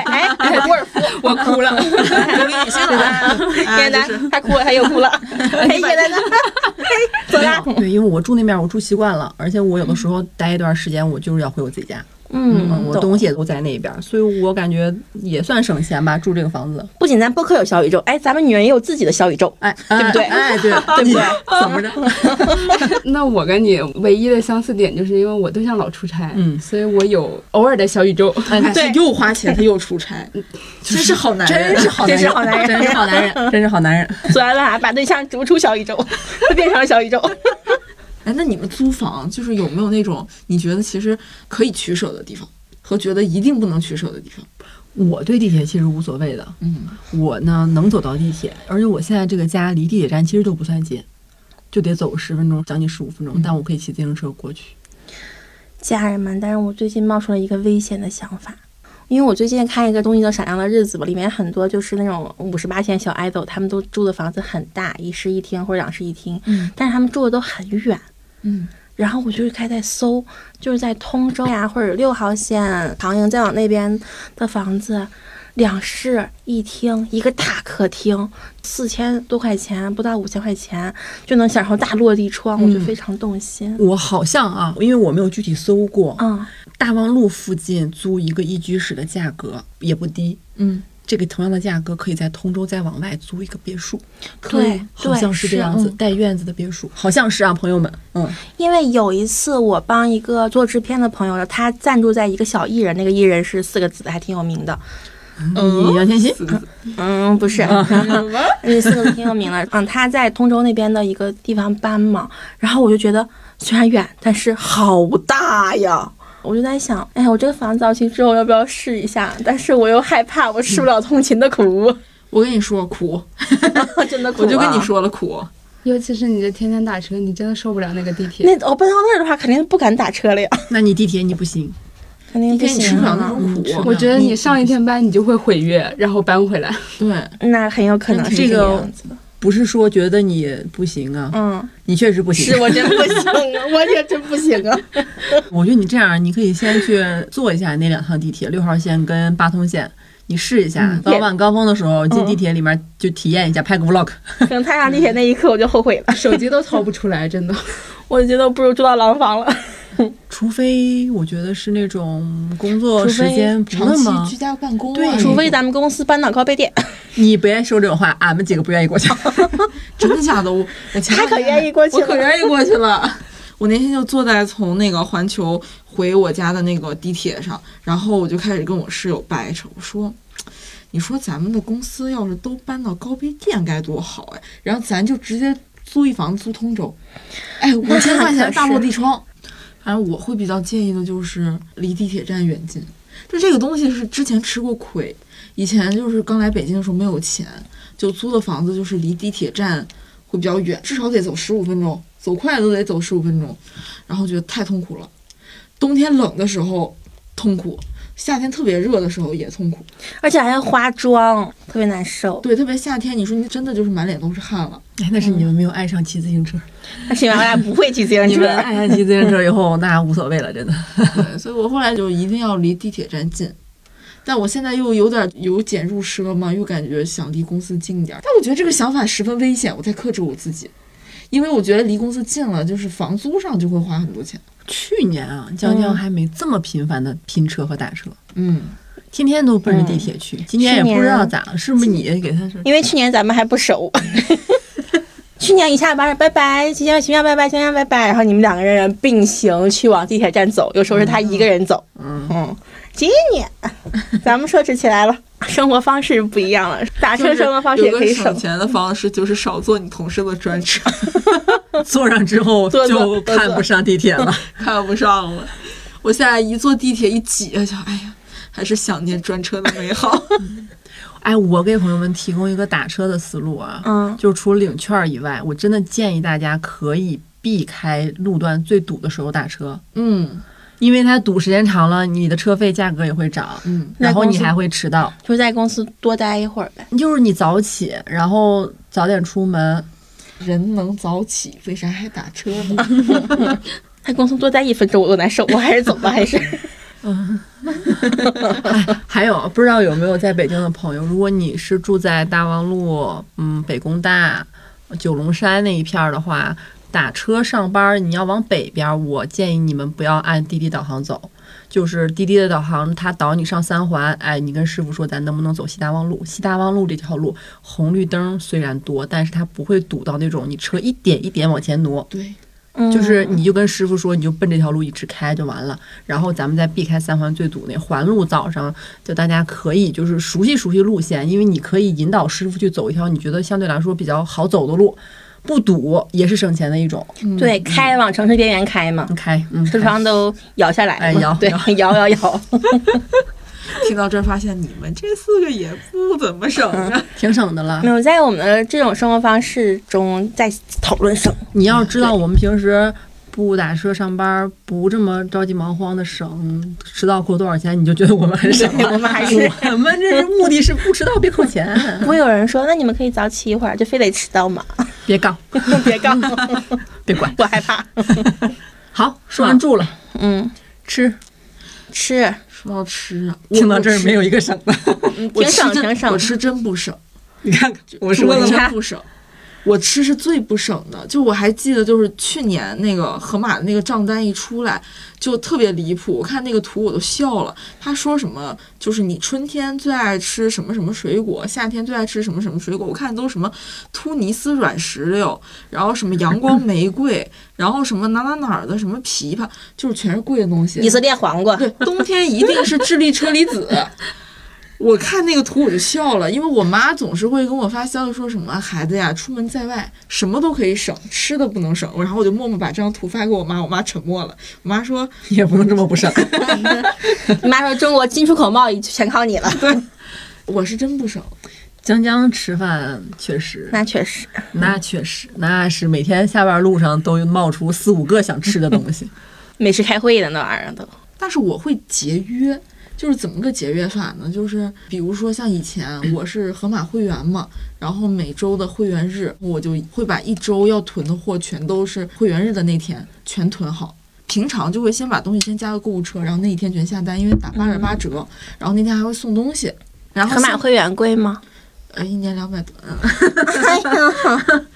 C: 哎，沃尔夫，
D: 我哭 了，
B: 女性了，
C: 叶楠他哭了，他又哭了，哎，叶楠呢？ 哎，走啦。
A: 对，因为我住那面儿我住习惯了，而且我有的时候待一段时间，我就是要回我自己家。 嗯，
C: 嗯，
A: 我
C: 懂。
A: 东西也都在那边儿，所以我感觉也算省钱吧，住这个房子。
C: 不仅咱播客有小宇宙，哎，咱们女人也有自己的小 宇宙。
A: 哎，对
C: 不对
A: 哎， 对，对不对？怎么着？
D: 那我跟你唯一的相似点就是因为我对象老出差，
A: 嗯
D: 所以我有偶尔的小宇宙。
B: 哎
C: 对
B: 他又花钱，他又出差，真是好男 人，
A: 真是好男人，
C: 真是好男人
A: 真是好男人，真是好男人。
C: 索完了，啊把对象逐出小宇宙， 就变成了小宇宙。
B: 哎，那你们租房就是有没有那种你觉得其实可以取舍的地方，和觉得一定不能取舍的地方？
A: 我对地铁其实无所谓的，
B: 嗯，
A: 我呢能走到地铁，而且我现在这个家离地铁站其实都不算近，就得走十分钟，将近十五分钟，但我可以骑自行车过去。
C: 家人们，但是我最近冒出了一个危险的想法，因为我最近看一个综艺叫《闪亮的日子》吧，里面很多就是那种五十八线小 idol，他们都住的房子很大，一室一厅或者两室一厅，
B: 嗯
C: 但是他们住的都很远。
B: 嗯，
C: 然后我就开始在搜，就是在通州呀、或者六号线长营再往那边的房子，两室一厅，一个大客厅，四千多块钱，不到五千块钱就能享受大落地窗，我就
A: 嗯
C: 非常动心。
A: 我好像啊，因为我没有具体搜过，
C: 嗯，
A: 大望路附近租一个一居室的价格也不低，
B: 嗯，
A: 这个同样的价格可以在通州再往外租一个别墅，
C: 对，
A: 好像是这样子，带院子的别墅，好像是啊，朋友们，嗯，
C: 因为有一次我帮一个做制片的朋友，他赞助在一个小艺人，那个艺人是四个字的，还挺有名的。
A: 你杨天心，
C: 嗯， 不是，那四个字挺有名的。嗯，他在通州那边的一个地方搬嘛，然后我就觉得虽然远，但是好大呀。我就在想，哎呀，我这个房子到期之后要不要试一下？但是我又害怕我吃不了通勤的 苦，
B: 我跟你说苦，
C: 真的苦、啊
B: 我就跟你，说了苦，
D: 尤其是你这天天打车，你真的受不了那个地铁。
C: 那我搬到那儿的话，肯定不敢打车了呀，
A: 那你地铁你不行，
C: 肯定
B: 一
C: 不
B: 天你吃
C: 行
B: 不了那
C: 啊。
B: 种苦，
D: 我觉得你上一天班，你就会毁约，然后搬回来。
B: 对，
C: 那很有可能是
A: 这
C: 个
A: 个
C: 样子的。
A: 不是说觉得你不行啊，
C: 嗯。
A: 你确实不行。
C: 是我真不行啊，我也真不行啊。
A: 我觉得你这样，你可以先去坐一下那两趟地铁，六号线跟八通线。你试一下，到晚高峰的时候进地铁里面就体验一下，拍个 vlog。
C: 等踏上地铁那一刻，我就后悔了，
D: 手机都掏不出来，真 的。
C: 我觉得不如住到廊坊了。
A: 除非我觉得是那种工作
C: 除
A: 时
C: 非
A: 间不
B: 长
A: 那么
B: 期居家办公啊，
A: 对
C: 除
B: 除
C: 非
B: 非
C: 咱们公司搬到高碑店，
A: 你别说这种话，俺们几个不愿意过去，
B: 真的假的，我我 前
C: 他
B: 两
C: 可
B: 天
C: 愿意过去
A: 我可
C: 了。
A: 愿意过去 了。
B: 我那天就坐在从那个环球回我家的那个地铁上，然后我就开始跟我室友掰扯，我说。你说咱们的公司要是都搬到高碑店该多好哎，然后咱就直接租一房租通州，哎，五千 块钱大落地窗。反正我会比较建议的就是离地铁站远近，就这个东西是之前吃过亏，以前就是刚来北京的时候没有钱，就租的房子就是离地铁站会比较远，至少得走十五分钟，走快都得走十五分钟，然后觉得太痛苦了。冬天冷的时候痛苦，夏天特别热的时候也痛苦。
C: 而且还要化妆，特别难受。
B: 对，特别夏天，你说你真的就是满脸都是汗了。
A: 哎那是你们没有爱上骑自行车，
C: 但是因为我俩不会骑自 行
A: 你
C: 车
A: 们，爱上骑自行车以后，那无所谓了，真的。
B: 对，所以我后来就一定要离地铁站近。但我现在又有点由俭入奢嘛，又感觉想离公司近点儿。但我觉得这个想法十分危险，我在克制我自己，因为我觉得离公司近了，就是房租上就会花很多钱。
A: 去年啊，江江还没这么频繁的拼车和打车，
B: 嗯，
A: 天天都奔着地铁去。今年也不知道咋了，是不是你给他是？
C: 因为去年咱们还不熟。 去年一下班，拜拜，今天今天拜拜，今天拜拜，然后你们两个人并行去往地铁站走，有时候是他一个人走。
A: 嗯，
C: 嗯，今 年咱们奢侈起来了，生活方式不一样了，打车生活方式也可以省。
B: 钱的方式就是少坐你同事的专车，
A: 坐上之后
C: 坐
A: 就
C: 坐 坐坐
A: 看不上地铁了。
B: 看不上了。我现在一坐地铁一挤，想哎呀，还是想念专车的美好。
A: 哎，我给朋友们提供一个打车的思路啊，
C: 嗯
A: 就除了领券儿以外，我真的建议大家可以避开路段最堵的时候打车，
B: 嗯
A: 因为它堵时间长了，你的车费价格也会涨，
B: 嗯，
A: 然后
C: 那公
A: 你
C: 司
A: 还会迟到。
C: 就在公司多待一会儿呗。
A: 就是你早起，然后早点出门，
B: 人能早起，为啥还打车呢？
C: 在公司多待一分钟我都难受，我还是走吧，还是
A: 还有，不知道有没有在北京的朋友，如果你是住在大望路、嗯北工大、九龙山那一片儿的话，打车上班儿你要往北边儿，我建议你们不要按滴滴导航走。就是滴滴的导航，它导你上三环，哎，你跟师傅说咱能不能走西大望路？西大望路这条路红绿灯虽然多，但是它不会堵到那种你车一点一点往前挪，
B: 对，
C: 嗯
A: 就是你就跟师傅说，你就奔这条路一直开就完了，然后咱们再避开三环最堵那环路。早上就大家可以就是熟悉熟悉路线，因为你可以引导师傅去走一条你觉得相对来说比较好走的路，不堵也是省钱的一种。
C: 对开往城市边缘开嘛，
A: 开，嗯，
C: 车窗都摇下来了嘛，
A: 哎摇
C: 对
A: 摇，
C: 摇摇摇，
B: 听到这儿发现你们这四个也不怎么省啊。
A: 挺省的了
C: 没。有在我们的这种生活方式中在讨论省。
A: 你要知道，我们平时不打车上班，不这么着急忙慌的省迟到扣多少钱，你就觉得我们很省了。
C: 哎我们还是
A: 我们 这是目的是不迟到别扣钱，
C: 不会有人说，那你们可以早起一会儿，就非得迟到吗？
A: 别杠，
C: 别 杠，
A: 别管。啊
C: 我害怕。
A: 好，说完住了，
C: 嗯，
A: 吃。
C: 吃，
B: 说到吃啊，我
A: 听到这儿没有一个省的，
C: 嗯，
B: 我
C: 挺
B: 吃
C: 省
B: 真
C: 挺省
B: 我。吃真不省，
A: 你看看，我
B: 我
A: 说了
B: 是
A: 吗？
B: 真不省。我吃是最不省的，就我还记得，就是去年那个盒马的那个账单一出来，就特别离谱。我看那个图我都笑了。他说什么，就是你春天最爱吃什么什么水果，夏天最爱吃什么什么水果。我看都什么突尼斯软石榴，然后什么阳光玫瑰，然后什么哪哪哪儿的什么枇杷，就是全是贵的东西。
C: 以色列黄瓜，
B: 对， 冬天一定是智利车厘子。我看那个图我就笑了，因为我妈总是会跟我发消息说什么孩子呀，出门在外什么都可以省，吃的不能省。然后我就默默把这张图发给我妈，我妈沉默了。我妈说
A: 也不能这么不省。
C: 你妈说中国进出口贸易全靠你了，
B: 我是真不省，
A: 江江吃饭确实，
C: 那确实。
A: 那确实，那是每天下班路上都冒出四五个想吃的东西。
C: 美食开会的那玩意儿都，
B: 但是我会节约。就是怎么个节约法呢？就是比如说像以前 我是盒马会员嘛，然后每周的会员日，我就会把一周要囤的货全都是会员日的那天全囤好。平常就会先把东西先加到购物车，然后那一天全下单，因为打八点八折，然后那天还会送东西。然
C: 嗯
B: 后
C: 盒哦马
B: 像
C: 会员贵吗？
B: 呃一年两百多，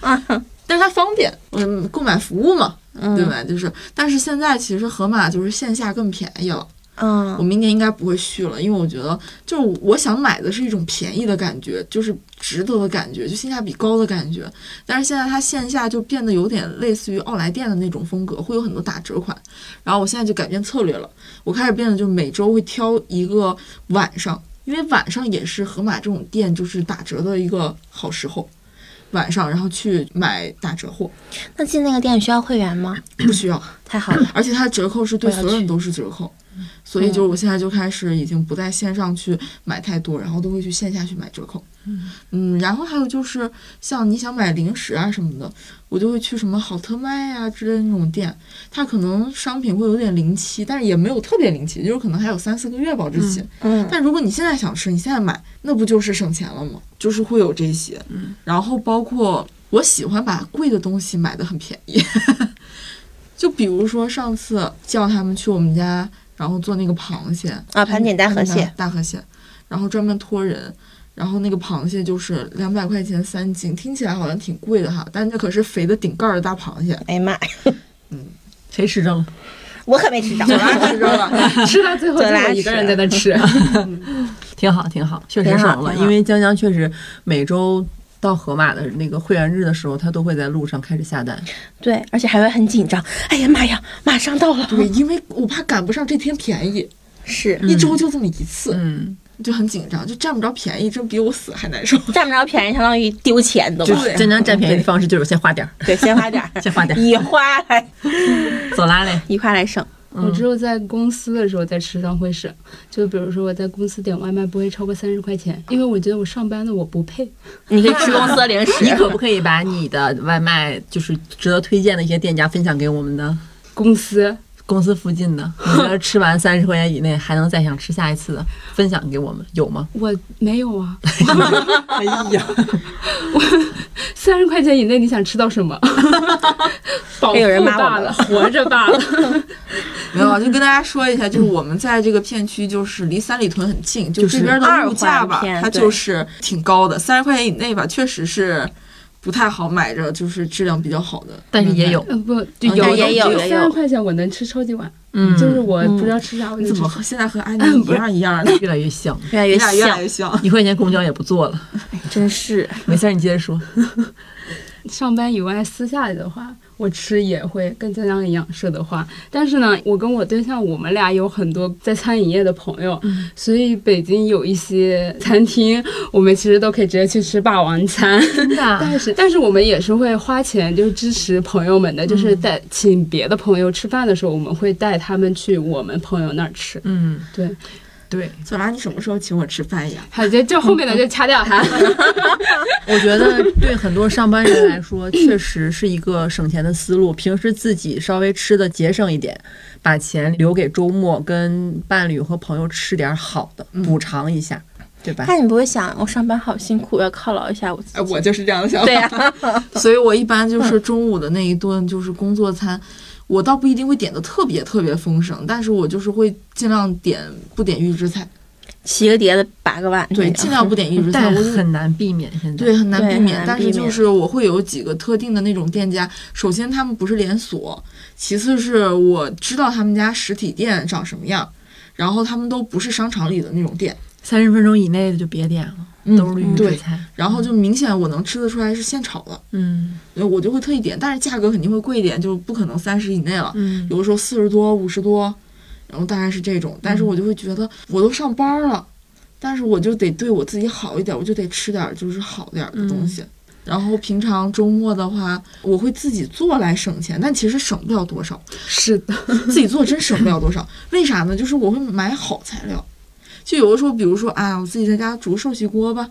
C: 哎
B: 但是它方便，嗯，购买服务嘛，
C: 嗯
B: 对吧？就是，但是现在其实盒马就是线下更便宜了。我
C: 嗯，
B: 明年应该不会续了，因为我觉得就是我想买的是一种便宜的感觉，就是值得的感觉，就性价比高的感觉。但是现在它线下就变得有点类似于奥莱店的那种风格，会有很多打折款。然后我现在就改变策略了，我开始变得就每周会挑一个晚上，因为晚上也是盒马这种店就是打折的一个好时候。晚上，然后去买打折货，
C: 那进那个店需要会员吗？
B: 不需要。
C: 太好了，
B: 而且它的折扣是对
C: 我要
B: 所有人
C: 去嗯
B: 都是折扣，所以就是我现在就开始已经不在线上去买太多，然后都会去线下去买折扣。嗯，然后还有就是像你想买零食啊什么的，我就会去什么好特卖啊之类的那种店，它可能商品会有点临期，但是也没有特别临期，就是可能还有三四个月保质期。
C: 嗯，
B: 但如果你现在想吃，你现在买，那不就是省钱了吗？就是会有这些，
C: 嗯
B: 然后包括我喜欢把贵的东西买的很便宜， 就比如说上次叫他们去我们家，然后做那个螃蟹嗯
C: 啊盘点大河蟹，
B: 大河蟹，然后专门托人。然后那个螃蟹就是两百块钱三斤，听起来好像挺贵的哈，但那可是肥的顶盖儿的大螃蟹，
C: 哎呀妈呀，
A: 谁吃正了？
C: 我可没吃着。
B: 我让吃着了。
D: 吃到最后就
C: 对拉
D: 我一个人在那吃。
A: 挺好，挺好，确实
C: 挺好
A: 省了。
C: 挺好
A: 因为江江确实每周到盒马的那个会员日的时候，他都会在路上开始下单。
C: 对，而且还会很紧张。哎呀妈呀，马上到了。
B: 对，因为我怕赶不上这天便宜，
C: 是
B: 一周就这么一次，
A: 嗯，
B: 就很紧张，就占不着便宜，这比我死还难受。
C: 占不着便宜，相当于丢钱的
A: 就
C: 嘛。
A: 是江江占便宜的方式就是先花点儿，
C: 对，先花 点儿，
A: 先花点儿，
C: 以花来
A: 走啦嘞。
C: 以花来省。
A: 嗯
D: 我只有在公司的时候在吃上会省，就比如说我在公司点外卖不会超过三十块钱，因为我觉得我上班的我不配。
C: 你可以吃公司的零 食。
A: 你可不可以把你的外卖就是值得推荐的一些店家分享给我们的
D: 公司
A: 公司附近的？你觉得吃完三十块钱以内还能再想吃下一次的，分享给我们有吗？
D: 我没有啊，
A: 哎呀，
D: 三十块钱以内你想吃到什么？ 饱
C: 还有人
D: 腹
C: 骂我
D: 罢
C: 们
D: 了，活着罢了。
B: 没有，啊，就跟大家说一下，就是我们在这个片区，就是离三里屯很近，就
A: 就是
B: 这边的物
C: 二
B: 价
C: 环
B: 吧
C: 片，
B: 它
C: 对
B: 就是挺高的，三十块钱以内吧，确实是不太好买着，就是质量比较好的。
A: 但是也有，
D: 呃不，
B: 嗯
D: 有
B: 也有
C: 也有
D: 三十块钱我能吃超级碗，
A: 嗯，
D: 就是我不知道吃啥，我
B: 你
D: 就
B: 怎么
D: 吃
B: 和现在和安
C: 嗯
B: 妮一样一样的？
A: 越来越像。
C: 越来
B: 你
C: 越
B: 俩越来
C: 像，
B: 越像。
A: 一块钱公交也不坐了，
C: 哎真是
A: 没事儿，你接着说。
D: 上班以外，私下里的话，我吃也会跟江江一样说的话。但是呢，我跟我对象，我们俩有很多在餐饮业的朋友，所以北京有一些餐厅，我们其实都可以直接去吃霸王餐。
A: 真的啊
D: 但是，但是我们也是会花钱，就是支持朋友们的，就是带请别的朋友吃饭的时候，我们会带他们去我们朋友那儿吃。
A: 嗯，
D: 对，
A: 对，
B: 左拉，你什么时候请我吃饭呀？
D: 还就就后面的就掐掉 它。
A: 我觉得对很多上班人来 说，确实是一个省钱的思路。平时自己稍微吃的节省一点，把钱留给周末跟伴侣和朋友吃点好的，
C: 嗯
A: 补偿一下，对吧？
C: 但你不会想，我上班好辛苦，我要犒劳一下我自己。
B: 哎，我就是这样的想法。
C: 对呀、啊 嗯
B: 所以我一般就是中午的那一顿就是工作餐，我倒不一定会点的特别特别丰盛，但是我就是会尽量点不点预制菜，
C: 七个碟子八个碗，
B: 对，
C: 那种
B: 尽量不点预制菜，
A: 但
B: 我就
A: 很难避免现在。
B: 对，很难
C: 对
B: 避
C: 很
B: 免。
C: 难
B: 但
C: 避
B: 是就
C: 免
B: 是我会有几个特定的那种店家，首先他们不是连锁，其次是我知道他们家实体店长什么样，然后他们都不是商场里的那种店，嗯
A: 三十分钟以内的就别点了，都是预制
B: 对
A: 菜。
B: 然后就明显我能吃得出来是现炒的，
A: 嗯
B: 呃我就会特意点，但是价格肯定会贵一点，就不可能三十以内了，
A: 嗯，
B: 有的时候四十多、五十多，然后大概是这种。但是我就会觉得我都上班了，但是我就得对我自己好一点，我就得吃点儿就是好点儿的东西。然后平常周末的话，我会自己做来省钱，但其实省不了多少，
D: 是的，
B: 自己做真省不了多少。为啥呢？就是我会买好材料，就有的时候，比如说啊，我自己在家煮寿喜锅吧，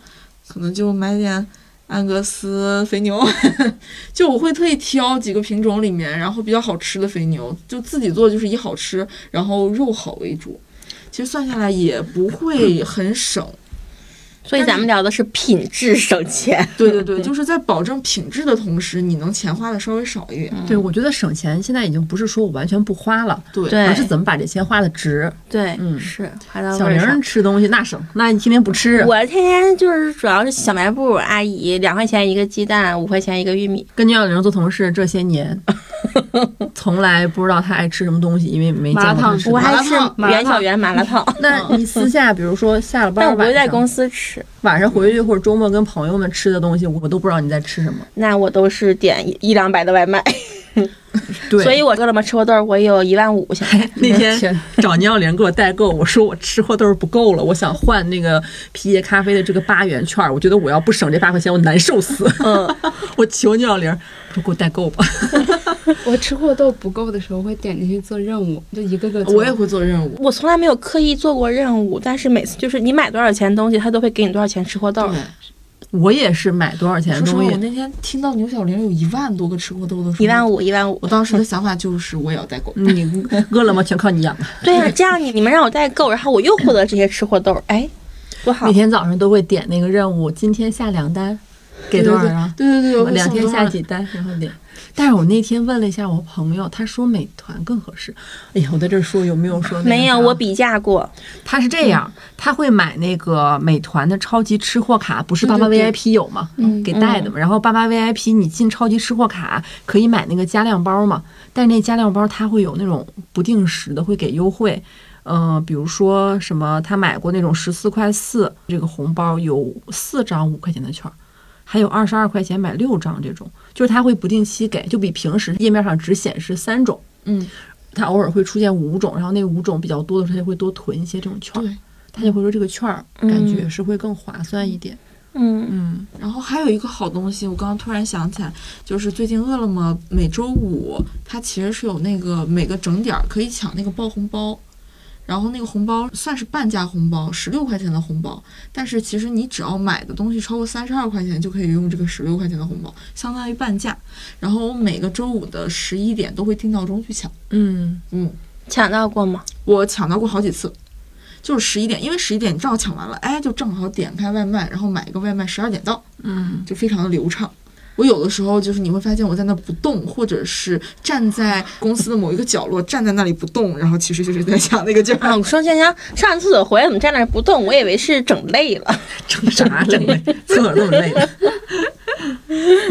B: 可能就买点安格斯肥牛， 就我会特意挑几个品种里面，然后比较好吃的肥牛，就自己做就是以好吃，然后肉好为主。其实算下来也不会很省，
C: 所以咱们聊的是品质省钱。
B: 对对对，就是在保证品质的同时，你能钱花的稍微少一点。
A: 对，我觉得省钱现在已经不是说我完全不花了，
B: 对
C: 对
A: 而是怎么把这钱花的值。
C: 对，
A: 嗯
C: 是花到
A: 小
C: 位
A: 玲
C: 儿上
A: 儿吃东西那省，那你天天不吃，
C: 我天天就是主要是小卖部阿姨，两块钱一个鸡蛋，五块钱一个玉米，
A: 跟尿玲做同事这些年，从来不知道她爱吃什么东西，因为没见过
D: 麻辣
A: 她
D: 烫
A: 吃过。
C: 我还吃
B: 麻辣烫
C: 袁小袁麻辣烫，
A: 那你私下，比如说下了班
C: 但
A: 儿
C: 我
A: 晚上，
C: 不会在公司吃，
A: 晚上回去或者周末跟朋友们吃的东西，我都不知道你在吃什么。
C: 那我都是点一一两百的外卖，
A: 对，
C: 所以我饿了么吃过豆儿，我有一万五 现在。
A: 那天
D: 天
A: 找尿玲给我代购，我说我吃货豆儿不够了，我想换那个皮爷咖啡的这个八元券儿，我觉得我要不省这八块钱，我难受死。
C: 嗯，
A: 我求尿玲，我说给我代购吧。
D: 我吃货豆不够的时候会点进去做任务，就一个个做。
B: 我也会做任务，
C: 我从来没有刻意做过任务，但是每次就是你买多少钱东西，他都会给你多少钱吃货豆儿，
A: 我也是买多少钱的
B: 说实话，
A: 东
B: 我
A: 西，
B: 那天听到牛小玲有一万多个吃货豆的时候，
C: 一万
B: 五，嗯
C: 五，一万五
B: 我。当时的想法就是我也要代购。
A: 你饿了么全靠你养。
C: 对 呀、这样你你们让我代购，然后我又获得这些吃货豆儿，哎，多好
A: 每！天早上都会点那个任务，今天下两单，给多少啊？
B: 对对对，我会
A: 两
B: 送
A: 天
B: 多
A: 下
B: 少
A: 几单，然后点。但是我那天问了一下我朋友，他说美团更合适。哎呀，我在这儿说有没有说那个
C: 没有，
A: 啥
C: 我比价过，
A: 他是这样，他会买那个美团的超级吃货卡，不是八八 VIP 有吗？
D: 嗯
A: 给带的嘛。然后八八 VIP 你进超级吃货卡可以买那个加量包嘛，但是那加量包它会有那种不定时的会给优惠。呃，比如说什么，他买过那种十四块四这个红包，有四张五块钱的券儿，还有二十二块钱买六张这种，就是他会不定期给，就比平时页面上只显示三种，
B: 嗯，
A: 它偶尔会出现五种，然后那五种比较多的时候，他就会多囤一些这种券儿。
B: 对
A: 他就会说这个券儿感觉是会更划算一点。
C: 嗯，
A: 嗯，
B: 然后还有一个好东西，我刚刚突然想起来，就是最近饿了么每周五它其实是有那个每个整点儿可以抢那个爆红包，然后那个红包算是半价红包，十六块钱的红包，但是其实你只要买的东西超过三十二块钱就可以用这个十六块钱的红包，相当于半价。然后我每个周五的十一点都会定闹钟去抢，
A: 嗯，
B: 嗯，
C: 抢到过吗？
B: 我抢到过好几次。就是十一点，因为十一点正好抢完了，哎，就正好点开外卖，然后买一个外卖，十二点到，
A: 嗯，
B: 就非常的流畅。我有的时候就是你会发现我在那不动，或者是站在公司的某一个角落，站在那里不动，然后其实就是在想那 个劲
C: 啊，
B: 儿。
C: 我说香香上完厕所回来怎么站那儿不动？我以为是整累了。
A: 整啥整累，厕所这么累 的。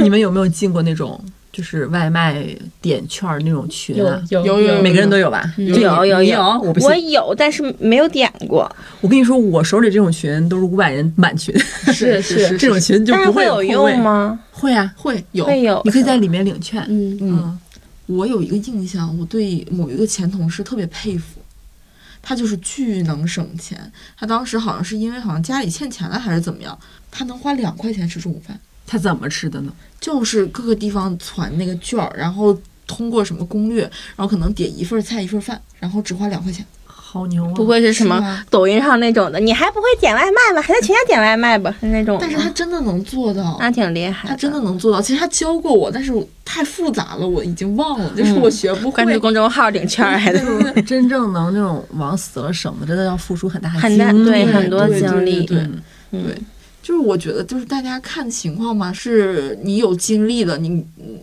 A: 你们有没有进过那种就是外卖点券儿那种群啊？
D: 有
B: 有有
A: 每个人都有吧？
D: 嗯
A: 就你
C: 有有
A: 你
C: 有
A: 有，我不信
C: 我。有，但是没有点过，
A: 我跟你说，我手里这种群都是五百人满群，
D: 是是
A: 这种群就
C: 但是
A: 不会
C: 有
A: 空位
C: 用？吗？
A: 会啊，
B: 会有，
C: 会有，
A: 你可以在里面领券。
D: 嗯，
B: 嗯，
A: 嗯，
B: 我有一个印象，我对某一个前同事特别佩服，他就是巨能省钱。他当时好像是因为好像家里欠钱了还是怎么样，他能花两块钱吃中午饭，
A: 他怎么吃的呢？
B: 就是各个地方攒那个券儿，然后通过什么攻略，然后可能点一份菜一份饭，然后只花两块钱。
A: 好牛啊！
C: 不会是什
B: 是
C: 么
B: 吗
C: 抖音上那种的，你还不会点外卖吗？还在群下点外卖吧，是那种吗。
B: 但是他真的能做到，
C: 那挺厉害，
B: 他真的能做到。其实他教过我，但是我太复杂了，我已经忘了，就是我学不
C: 嗯
B: 会。
C: 关注公众号领券儿还得。
A: 真正能那种往死了省的，真的要付出很大的
C: 很大
A: 精力
C: 对
B: 对
C: 很多
B: 对对
C: 精力
B: 对对
A: 嗯
C: 嗯
B: 对就是我觉得，就是大家看情况嘛，是你有精力的，你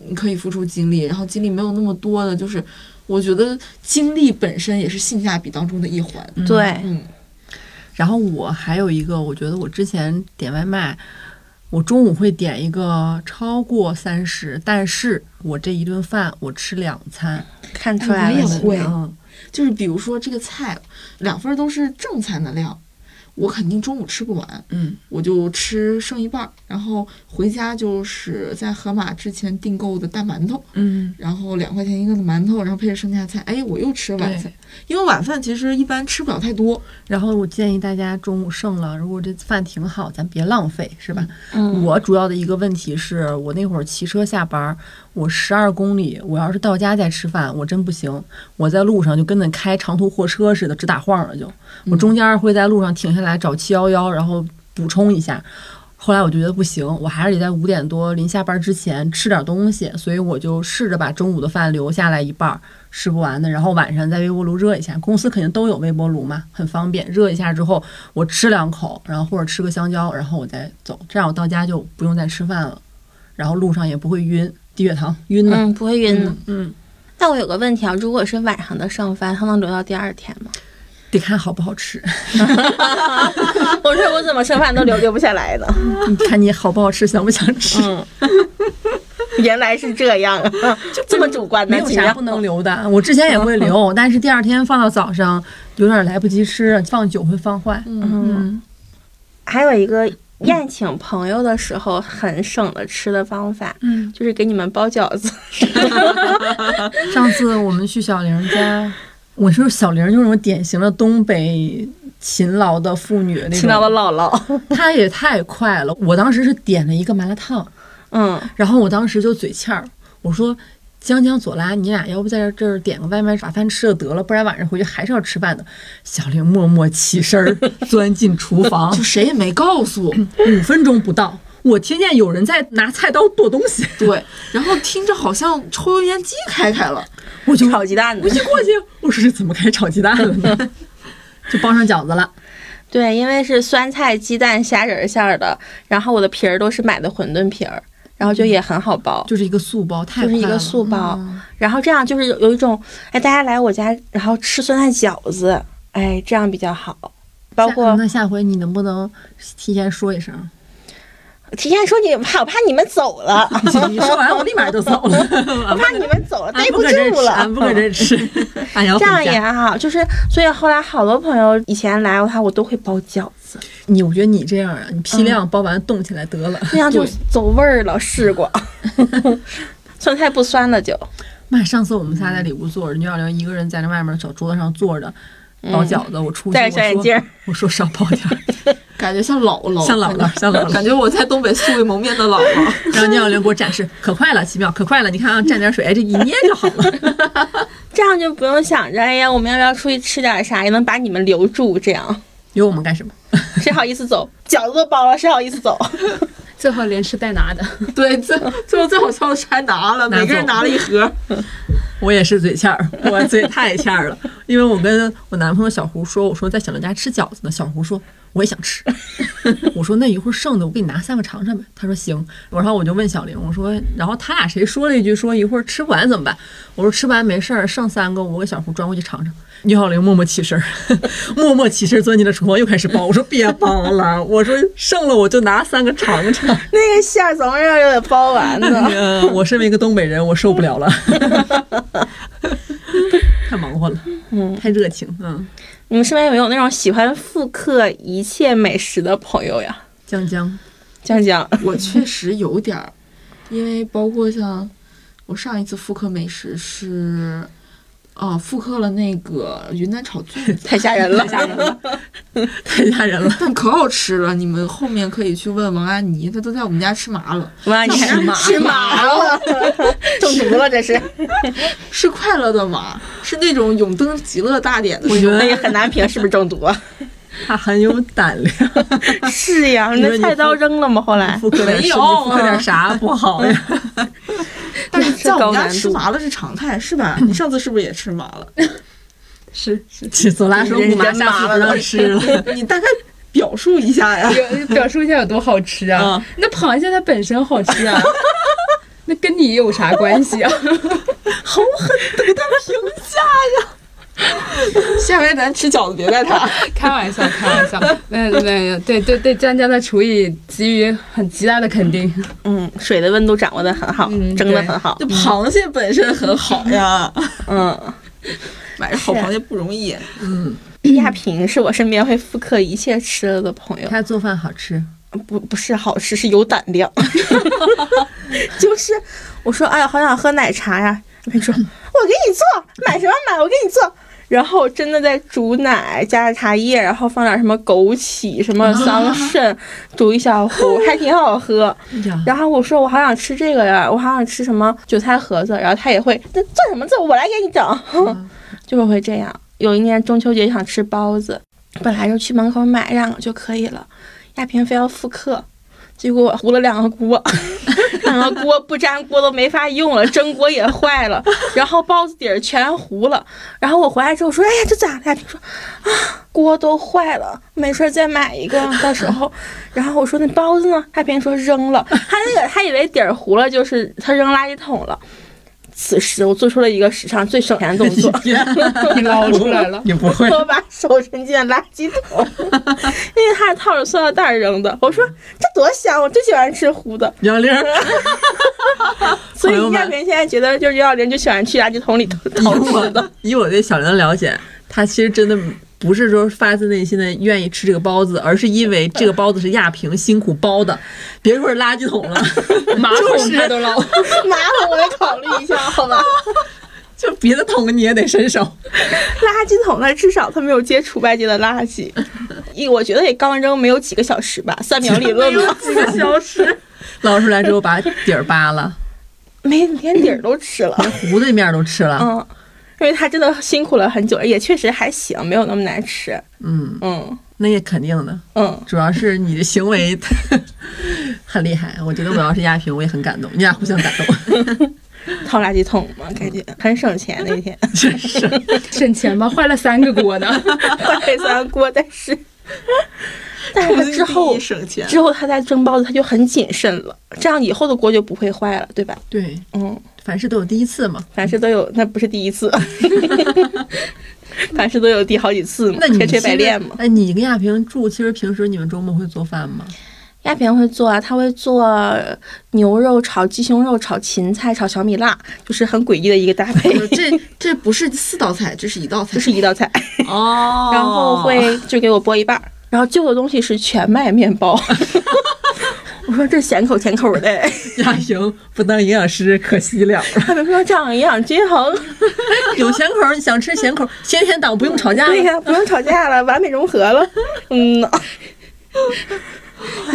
B: 你可以付出精力，然后精力没有那么多的，就是我觉得精力本身也是性价比当中的一环。
A: 嗯
C: 对，
B: 嗯，
A: 然后我还有一个，我觉得我之前点外卖，我中午会点一个超过三十，但是我这一顿饭我吃两餐，
C: 看出来
B: 哎我也
C: 了
B: 会。
A: 嗯，
B: 就是比如说这个菜，两份儿都是正餐的量，我肯定中午吃不完，
A: 嗯，
B: 我就吃剩一半儿，然后回家就是在盒马之前订购的大馒头，
A: 嗯，
B: 然后两块钱一个的馒头，然后配着剩下菜，哎，我又吃晚
A: 对
B: 饭，因为晚饭其实一般吃不了太多，
A: 然后我建议大家中午剩了，如果这饭挺好，咱别浪费，是吧？
C: 嗯
A: 我主要的一个问题是我那会儿骑车下班儿，我十二公里，我要是到家再吃饭，我真不行。我在路上就跟那开长途货车似的，直打晃了就。我中间会在路上停下来找七幺幺，然后补充一下。后来我就觉得不行，我还是得在五点多临下班之前吃点东西，所以我就试着把中午的饭留下来一半儿吃不完的，然后晚上在微波炉热一下。公司肯定都有微波炉嘛，很方便，热一下之后我吃两口，然后或者吃个香蕉，然后我再走，这样我到家就不用再吃饭了，然后路上也不会晕，低血糖晕呢。
C: 嗯，不会晕的。
A: 嗯，
C: 但我有个问题啊，如果是晚上的剩饭，它能留到第二天 吗？
A: 得看好不好 吃，
C: 我说我怎么剩饭都留留不下来呢？
A: 你看你好不好吃，想不想吃？
C: 嗯， 原来是这样啊，这么主 观
A: 没
C: 的，
A: 有
C: 尽
A: 啥
C: 量嗯
A: 不能留的，我之前也会留， 但是第二天放到早上有点来不及吃，放久会放坏。
C: 嗯，还有一个宴请朋友的时候很省的吃的方法，
D: 嗯，
C: 就是给你们包饺 子。
A: 上次我们去小玲家，我说小玲就是那种典型的东北勤劳的妇女那
C: 亲到
A: 种，
C: 了姥姥，
A: 她也太快了。我当时是点了一个麻辣烫，
C: 嗯，
A: 然后我当时就嘴欠儿，我说。江江、左拉，你俩要不在这儿点个外卖，把饭吃了得了，不然晚上回去还是要吃饭的。小玲默默起身 儿，钻进厨房，
B: 就谁也没告诉，
A: 五分钟不到，我听见有人在拿菜刀剁东西，
B: 对，然后听着好像抽油烟机开开了，
A: 我 就
C: 炒鸡蛋
A: 我
C: 的。
A: 就过去，我说这怎么开始炒鸡蛋了呢？ 就包上饺子了，
C: 对，因为是酸菜、鸡蛋、虾仁儿馅儿的，然后我的皮儿都是买的馄饨皮儿，然后就也很好包。
A: 就是一个素包，太
C: 就是一
A: 快
C: 个
A: 了
C: 素包，然后这样就是有一种，哎，大家来我家，然后吃酸菜饺子，哎，这样比较好。包
A: 下
C: 括
A: 那下回你能不能提前说一 声？
C: 提前说你，我怕我怕你们走了，
A: 你说完我立马就走 了，
C: 我怕你们走了，
A: 俺
C: 对
A: 啊不搁这
C: 住
A: 吃，
C: 了，
A: 俺不搁这 吃，俺要
C: 这
A: 回
C: 样也
A: 家。
C: 好，就是所以后来好多朋友以前来的话，我都会包饺 子，
A: 你我觉得你这样啊，你
C: 嗯
A: 批量包完冻起来得 了。
C: 那样就
B: 对
C: 走味儿了。试过，酸菜不酸了就
A: 妈，上次我们仨在里屋坐着，牛小玲一个人在那外面小桌子上坐着包饺子，我出去
C: 嗯戴
A: 我
C: 着小眼镜
A: 说
C: 儿，
A: 我说少包 点儿，
B: 感觉像姥姥，
A: 像姥姥，像姥姥。
B: 感觉我在东北素未谋面的姥姥。
A: 然后聂小玲给我展示，可快了，奇妙，可快了！你看啊，蘸点 水，哎，这一捏就好了。
C: 这样就不用想着哎呀，我们要不要出去吃点啥，也能把你们留住。这样
A: 有我们干什么？
C: 谁好意思走？饺子都包了，谁好意思走？
D: 最后连吃带拿的，
B: 对，最最后最好笑的是还拿了，
A: 拿
B: 每个人
A: 走
B: 拿了一盒。
A: 我也是嘴欠 儿，我嘴太欠儿了，因为我跟我男朋友小胡说，我说在小玲家吃饺子呢，小胡说我也想 吃，我说那一会儿剩的我给你拿三个尝尝呗，他说行，然后我就问小玲，我说，然后他俩谁说了一句说一会儿吃不完怎么办？我说吃不完没事儿，剩三个我给小胡转过去 尝尝。聂小玲默默起身儿，默默起身儿钻进了厨房，又开始包。我说别包了，我说剩了我就拿三个尝尝。
C: 那个馅儿总是要有包完的。
A: 呃，我身为一个东北人，我受不了 了，太忙活了，嗯，太热情，嗯，
C: 你们身边有没有那种喜欢复刻一切美食的朋友呀？
A: 江江，
C: 江江，
B: 我确实有点儿，因为包括像我上一次复刻美食是，哦、复刻了那个云南炒菌子，
C: 太吓人了，
A: 太吓人了，
B: 但可好吃了。你们后面可以去问王安妮，她都在我们家吃麻了，
C: 哇，你还
A: 吃麻
C: 吃麻了， 中毒了，这是。
B: 是快乐的麻，是那种永登极乐大典的。
A: 我觉
C: 那也
A: 得哎
C: 很难评是不是中毒啊？
A: 他很有胆量，
C: 是呀，
A: 说
C: 那
A: 你
C: 菜刀
A: 不
C: 扔了吗？后来啊
A: 复刻点
B: 没
A: 什
B: 有
A: 么，复刻点啥不好 呀？
B: 但是在我们
C: 高
B: 家
C: 难
B: 吃
C: 度
B: 麻了是常态，是吧？你上次是不是也吃麻了？
A: 是是，左拉说不麻，
C: 人家
A: 下次
C: 麻
A: 不
C: 了
A: 让吃了，
B: 你大概表述一下呀。
D: 有 表述一下有多好吃啊
A: 嗯！
D: 那螃蟹它本身好吃 啊，那跟你有啥关系啊？
A: 好狠的给他评价呀！
B: 下回咱吃饺子别带 它。
D: 开玩笑，开玩笑，没有没有，对对对，江江的厨艺给予很极大的肯 定。
C: 嗯，水的温度掌握的很好，
D: 嗯
C: 蒸的
D: 对
C: 很好
B: 这，螃蟹本身很好呀，
C: 嗯。
B: 买着好螃蟹不容 易。
C: 亚萍是我身边会复刻一切吃的的朋友，
A: 他做饭好吃，
C: 不不是好吃，是有胆量。 就是我说，哎呀，好想喝奶茶呀！亚萍说，我给你做，买什么买，我给你做。然后真的在煮奶，加点茶叶，然后放点什么枸杞、什么桑葚，煮一小壶，还挺好喝。
A: 呀，
C: 然后我说我好想吃这个呀，我好想吃什么韭菜盒子，然后他也会这做什么做，我来给你整， 就是会这样。有一年中秋节想吃包子，本来就去门口买两个就可以了，亚萍非要复刻，结果糊了两个锅， 两个锅不粘锅都没法用了，蒸锅也坏了，然后包子底儿全糊了。然后我回来之后说：“哎呀，这咋的呀？”他说：“啊，锅都坏了，没事儿再买一个，到时候。” 然后我说：“那包子呢？”他平时说扔了，他那个他以为底儿糊了，就是他扔垃圾桶了。此时我做出了一个史上最省钱的动作，
D: 你捞出来了
A: 。你不 会
C: 我把手伸进垃圾桶， 因为他是套着塑料袋扔的。我说这多香，我最喜欢吃糊的。
A: 幺 零儿
C: 所以
A: 朋友们
C: 亚萍现在觉得就是幺幺零就喜欢去垃圾桶里头
A: 以
C: 掏
A: 我的以我对小玲的了解，她其实真的不是说发自内心的愿意吃这个包子，而是因为这个包子是亚萍辛苦包的，别说是垃圾桶了，
D: 马桶他都捞，
C: 麻烦我来考虑一下，好吧？
A: 就别的桶你也得伸 手。
C: 垃圾桶那至少它没有接触外界的垃圾，一我觉得也刚扔没有几个小时吧，三秒理论嘛，
B: 几个小时，
A: 捞出来之后把底儿扒了，
C: 没连底儿都吃了，
A: 糊的面都吃了。
C: 嗯，因为他真的辛苦了很久，也确实还行，没有那么难吃，
A: 嗯，
C: 嗯
A: 那也肯定的，
C: 嗯，
A: 主要是你的行为 很厉害。我觉得我要是亚萍，我也很感动，你俩互相感动。
C: 掏垃圾桶嘛，感觉很省钱那天，
A: 真 是，
D: 省钱吧，坏了三个锅呢。
C: 坏三锅，但是。但是他之
B: 冲进
C: 后
B: 第一省钱，
C: 之后他再蒸包子，他就很谨慎了，这样以后的锅就不会坏了，对吧？
A: 对，
C: 嗯，
A: 凡事都有第一次嘛。
C: 凡事都有，那不是第一次， 凡事都有第好几次嘛
A: 那，你
C: 千锤
A: 现
C: 百
A: 在
C: 炼嘛。
A: 哎，你跟亚萍住，其实平时你们周末会做饭 吗？
C: 亚萍会做啊，她会做牛肉炒鸡胸肉、炒芹菜、炒小米辣，就是很诡异的一个搭配，
B: 这这不是四道菜，这是一道 菜
C: 就，是一道菜，
B: 哦
C: 然后会就给我剥一半儿。然后就的东西是全麦面包， 我说这咸口甜口 的，哎
A: 亚萍不当营养师可惜 了，
C: 他们说这样营养均衡，
A: 有咸口儿你想吃咸口儿，咸甜党不用吵架了。
C: 对哎呀、不用吵架了，完美融合了。嗯 呐，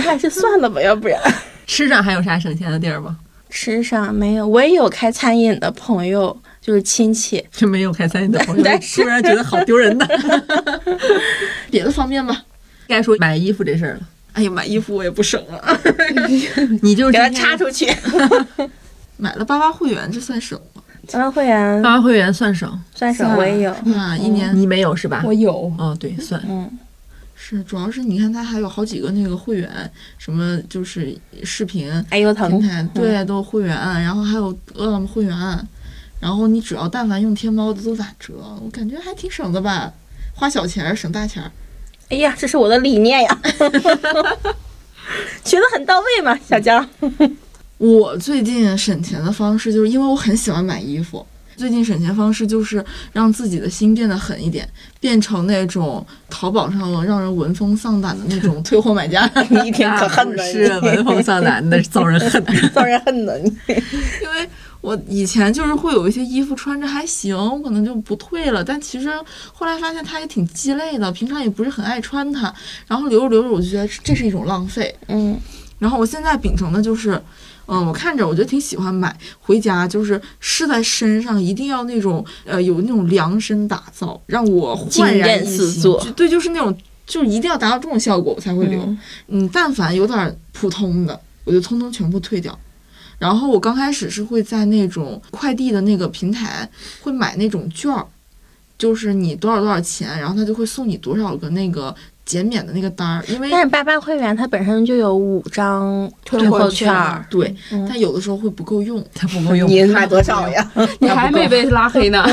C: 还是算了吧，要不然
A: 吃上还有啥省钱的地儿吗？
C: 吃上没有。我也有开餐饮的朋友，就是亲戚，
A: 就没有开餐饮的 朋友，
C: 但是
A: 突然觉得好丢人的。
B: 别的方面吧。
A: 该说买衣服这事儿了，
B: 哎呀，买衣服我也不省啊，
A: 你就是
C: 给他
A: 今天
C: 插出去。
B: 买了八八会员，这算省吗？
C: 咱们会员
A: 八会员算省，
C: 算省我也有，
B: 啊，一年
A: 你没有是吧？
D: 我有，
A: 哦，对，算
C: 嗯，
B: 是主要是你看它还有好几个那个会员，什么就是视频
C: 哎呦
B: 平
C: 疼，
B: 台，对，都有会员，然后还有饿了么会员，然后你只要但凡用天猫的都打折，我感觉还挺省的吧，花小钱儿省大钱儿。
C: 哎呀，这是我的理念呀， 学的很到位嘛，小江。
B: 我最近省钱的方式，就是因为我很喜欢买衣服。最近省钱方式就是让自己的心变得狠一点，变成那种淘宝上让人闻风丧胆的那种退货买家。
C: 你挺可恨
A: 不
C: 的，
A: 是
C: 你
A: 闻风丧胆的，遭人恨。
C: 遭人恨的你。
B: 因为我以前就是会有一些衣服穿着还行，我可能就不退了，但其实后来发现它也挺鸡肋的，平常也不是很爱穿它，然后留着留着，我就觉得这是一种浪费。
C: 嗯，
B: 然后我现在秉承的就是，嗯，我看着我觉得挺喜欢买，回家就是试在身上，一定要那种呃有那种量身打造，让我焕然一
C: 惊艳四
B: 新。
C: 座
B: 就对，就是那种就是一定要达到这种效果，我才会留。
C: 嗯
B: 嗯，但凡有点普通的，我就通通全部退掉。然后我刚开始是会在那种快递的那个平台会买那种券儿，就是你多少多少钱，然后他就会送你多少个那个减免的那个单儿，因为
C: 但是八八会员它本身就有五张退货券儿，
B: 对，
C: 嗯
B: 但有的时候会不够用。
A: 他不够用，
C: 你买多少呀？
D: 你还没被拉黑呢。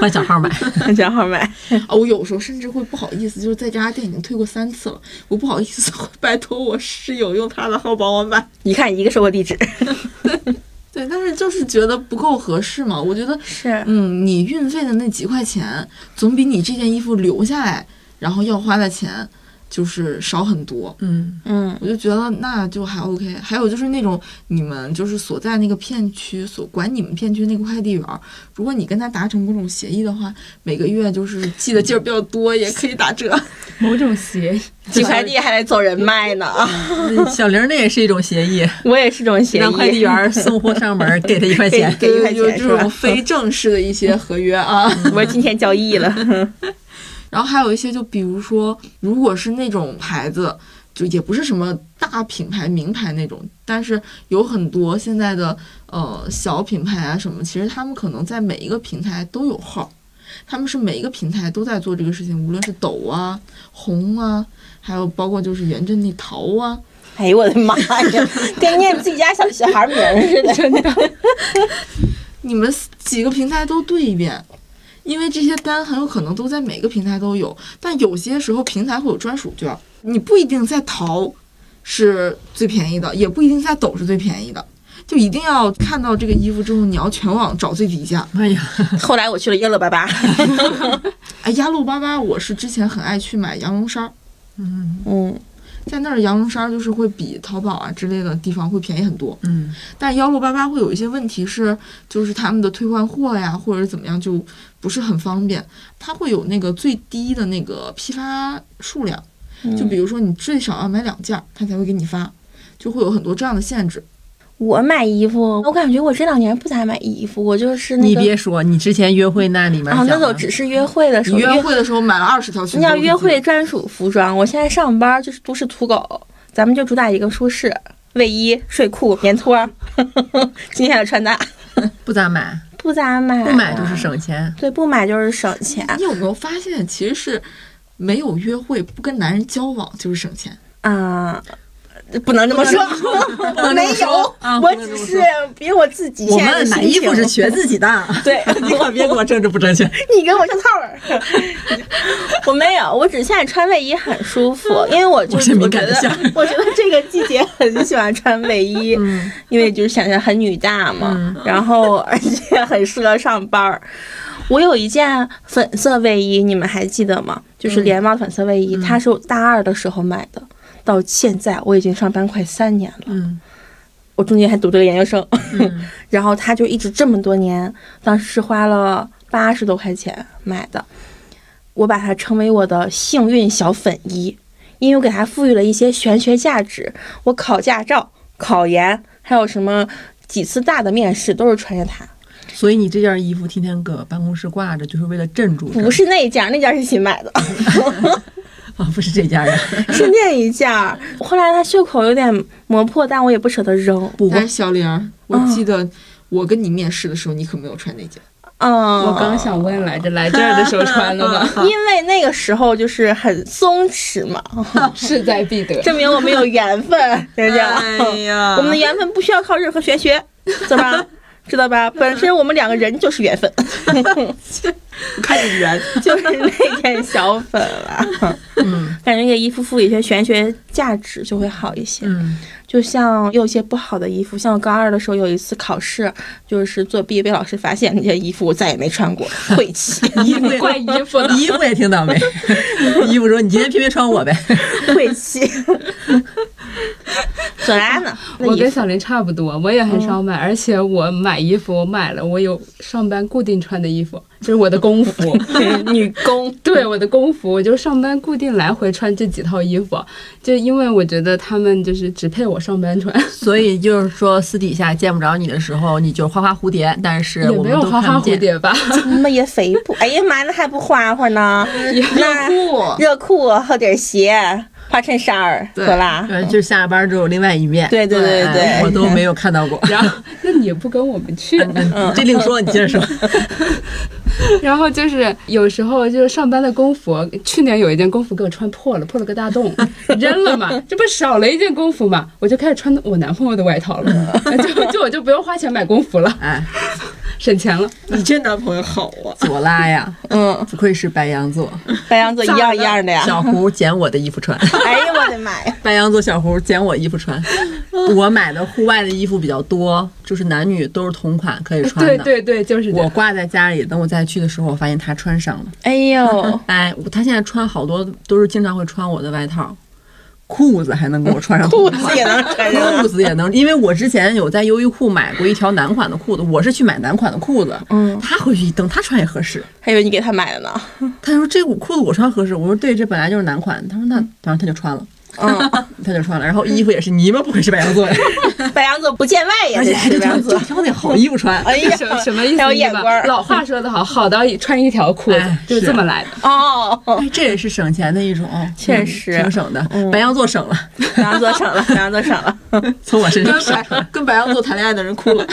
A: 换小号买。
C: 正好买。
B: 啊，我有时候甚至会不好意思，就是在这家店已经退过三次了，我不好意思拜托我室友用他的号帮我买。
C: 一看一个收货 地址，
B: 对，但是就是觉得不够合适嘛。我觉得，
C: 是
B: 嗯，你运费的那几块钱，总比你这件衣服留下来，然后要花的钱，就是少很多。
A: 嗯，
C: 嗯，
B: 我就觉得那就还 OK。还有就是那种你们就是所在那个片区所管你们片区那个快递员儿，如果你跟他达成某种协议的话，每个月就是 寄的件儿比较多，也可以打折。
D: 某种鞋，
C: 寄快递还得走人脉呢，啊
A: 嗯小玲儿那也是一种协议，
C: 我也是这种协
A: 让快递
C: 议。
A: 员儿送货上 门儿，给他一块钱。
C: 给一块
B: 对，有
C: 钱是
B: 这
C: 吧
B: 种非正式的一些合约啊。
C: 我今天交易了，
B: 然后还有一些，就比如说，如果是那种牌子，就也不是什么大品牌、名牌那种，但是有很多现在的呃小品牌啊什么，其实他们可能在每一个平台都有号，他们是每一个平台都在做这个事情，无论是抖啊、红啊，还有包括就是袁振丽、淘啊，
C: 哎呦我的妈 呀，跟念自己家小小孩名儿似的。
B: 你们几个平台都对一遍，因为这些单很有可能都在每个平台都有，但有些时候平台会有专属券，你不一定在淘是最便宜的，也不一定在抖是最便宜的，就一定要看到这个衣服之后，你要全网找最低价。
A: 哎呀，
C: 后来我去了幺六八八，
B: 哎，鸭六八八，我是之前很爱去买羊绒衫儿，
C: 嗯，
B: 在那儿羊绒衫儿就是会比淘宝啊之类的地方会便宜很多，
A: 嗯，
B: 但幺六八八会有一些问题是，就是他们的退换货呀，或者是怎么样，就不是很方便。它会有那个最低的那个批发数量，
C: 嗯
B: 就比如说你最少要买两件儿，它才会给你发，就会有很多这样的限制。
C: 我买衣服，我感觉我这两年不咋买衣服，我就是那
A: 你
C: 个
A: 别说，你之前约会那里面
C: 啊，那
A: 讲
C: 种
A: 的
C: 只是约会的时
B: 你
C: 候，
B: 约会的时候买了二十条裙
C: 你
B: 子，
C: 要
B: 我
C: 约
B: 估计
C: 会专属服装，我现在上班就是都市土狗，咱们就主打一个舒适，卫衣、睡裤、棉拖儿， 今天的穿搭，
A: 不咋买，
C: 不咋买，啊
A: 不买就是，省钱。
C: 对，不买就是省钱
B: 你有没有发现，其实是没有约会不跟男人交往就是省钱。
C: 啊、不能这么说，
A: 能这
C: 没
A: 么说
C: 有，
A: 啊不
C: 我
A: 能这
C: 只
A: 么
C: 是比我自己
A: 我
C: 现在的
A: 们
C: 心
A: 买衣服
C: 情
A: 是学自己的，
C: 对
A: 你可别给我政治不正确。
C: 你给我上套儿， 我没有，我只现在穿卫衣很舒 服，因为我就
A: 我是敏感的
C: 我觉
A: 象
C: 得 我觉得这个季节很喜欢穿 卫衣，
A: 嗯
C: 因为就是显得很女大嘛，然后而且很适合上班儿。我有一件粉色卫衣，你们还记得吗？就是
A: 嗯
C: 连帽粉色卫衣，它是我大二的时候买的，到现在我已经上班快三年了。
A: 嗯
C: 我中间还读这个研究生，
A: 嗯
C: 然后他就一直这么多年，当时是花了八十多块钱买的，我把它称为我的幸运小粉衣，因为我给它赋予了一些玄学价值。我考驾照、考研，还有什么几次大的面试都是穿着它，
A: 所以你这件衣服天天搁办公室挂着，就是为了镇住。
C: 不是那一件儿，那件儿是新买的。
A: 啊，不是这件呀，
C: 是那一件儿，后来它袖口有点磨破，但我也不舍得扔。
A: 补吧
B: 但是哎小玲儿，我记得我跟你面试的时候，你可没有穿那件。
C: 嗯，
D: 我刚想问来着，来这儿的时候穿了吗？
C: 因为那个时候就是很松弛嘛，
D: 势在必得。
C: 证明我们有 缘分，对不对？
A: 呀
C: 我们的缘分不需要靠任何玄学，走吧，知道吧？本身我们两个人就是缘分，
B: 看你圆，
C: 就是那件小粉了。
A: 嗯
C: 感觉给衣服赋予一些玄学价值就会好一 些。
A: 嗯
C: 就像有一些不好的衣服，像我高二的时候有一次考试，就是作弊被老师发现，那件衣服我再也没穿过，晦气，
A: 衣 服也，
D: 怪衣服了
A: 衣服也挺倒 霉。衣服说你今天偏偏穿我呗，
C: 晦气。 索拉呢？那
D: 我
C: 衣
D: 跟
C: 服
D: 小林差不多，我
A: 嗯
D: 也很少买，而且我买衣服，我买了我有上班固定穿的衣服，就是我的 工服。
C: 女工，
D: 对我的工服，我就上班固定来回穿这几套衣服，就因为我觉得他们就是只配我上班穿，
A: 所以就是说私底下见不着你的时候，你就花花蝴蝶，但是
D: 也
A: 我
D: 没
A: 们
D: 有
A: 都
D: 花
A: 看
D: 花
A: 不见
D: 蝴。蝶吧。。
C: 他妈也肥不？哎呀妈，那还不花花呢？那
B: 酷。
C: 热裤、厚底鞋、花衬衫儿，
B: 对
C: 走啦。
A: 呃，就是下了班之后另外一面。
C: 对对对
A: 哎
C: 对
A: 我都没有看到过
D: 然后，那你也不跟我 们去呢？
A: 嗯这另说，你接着说。
D: 然后就是有时候就是上班的工服，去年有一件工服给我穿破了，破了个大洞，扔了嘛，这不少了一件工服嘛，我就开始穿我男朋友的外套了，就就我就不用花钱买工服了，
A: 哎，
D: 省钱了。
B: 你这男朋友好啊！
A: 左拉呀，
C: 嗯，
A: 不愧是白羊座，
C: 白羊座一样一样的呀。
A: 小胡捡我的衣服穿。
C: 哎呀，我的妈呀！
A: 白羊座小胡捡我衣服穿，
C: 嗯
A: 我买的户外的衣服比较多，就是男女都是同款可以穿的。
D: 对对对，就是这
A: 我
D: 样。
A: 挂在家里，等我再去的时候，我发现他穿上了。
C: 哎呦，
A: 哎，他现在穿好多都是经常会穿我的外套，裤子还能跟我穿上同
C: 裤
A: 款
C: 子也能
B: 嗯
C: 穿上啊
A: 裤。子也能，因为我之前有在优衣库买过一条男款的裤子，我是去买男款的裤子，
C: 嗯，
A: 他回去一蹬，他穿也合适。
C: 还以为你给他买的呢。
A: 他说这我裤子我穿合适，我说对，这本来就是男款，他说那，然后他就穿了，
C: 嗯，
A: 他就穿了。然后衣服也是，你们不会是白羊座呀？
C: 白羊座不见外 也
A: 而
C: 得
A: 且还
C: 是
A: 得
C: 白羊
A: 穿，
C: 座
A: 就。挑那好衣服穿。
C: 哎呀
D: 什么，什么意思？
C: 还有眼光儿
D: 老话说得好，好到一穿一条裤子
A: 哎，
D: 就是
A: 是
D: 这么来的。
C: 哦，
A: 哎，这也是省钱的一种，
C: 确实
A: 挺省的。
B: 嗯
A: 白羊座省了，
C: 白羊座省了，白羊座省了。
A: 从我身上
B: 跟
A: 省。
B: 白 跟白羊座谈恋爱的人哭了，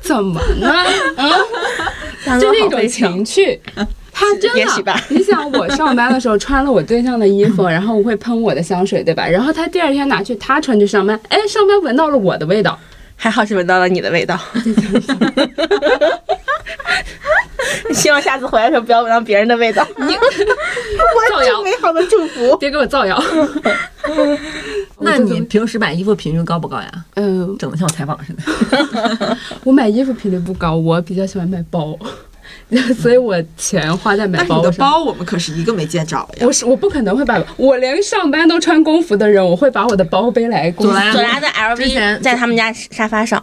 D: 怎么呢？ 嗯，
C: 白羊
D: 就
C: 座
D: 那
C: 好
D: 种
C: 悲伤啊
D: 情趣。 他真的，
C: 也许吧
D: 你想我上班的时候穿了我对象的衣 服，然后我会喷我的香水，对吧？然后他第二天拿去他穿去上班，哎，上班闻到了我的味道，
C: 还好是闻到了你的味 道。希望下次回来的时候不要闻到别人的味道。你我
D: 造
C: 最
D: 谣
C: 美好的祝福。
D: 别给 我造谣。
A: 那你平时买衣服频率高不高呀？
D: 嗯、
A: 整的像我采访似的。
D: 我买衣服频率不高，我比较喜欢买包， 所以我钱花在买
B: 但是你
D: 包
B: 的
D: 上。
B: 包我们可是一个没见着呀。
D: 我是我不可能会把我连上班都穿工服的人，我会把我的包背来公
A: 朵
D: 司。
A: 拉
C: 左拉的
A: 之
C: LV
A: 前
C: 在他们家沙发上，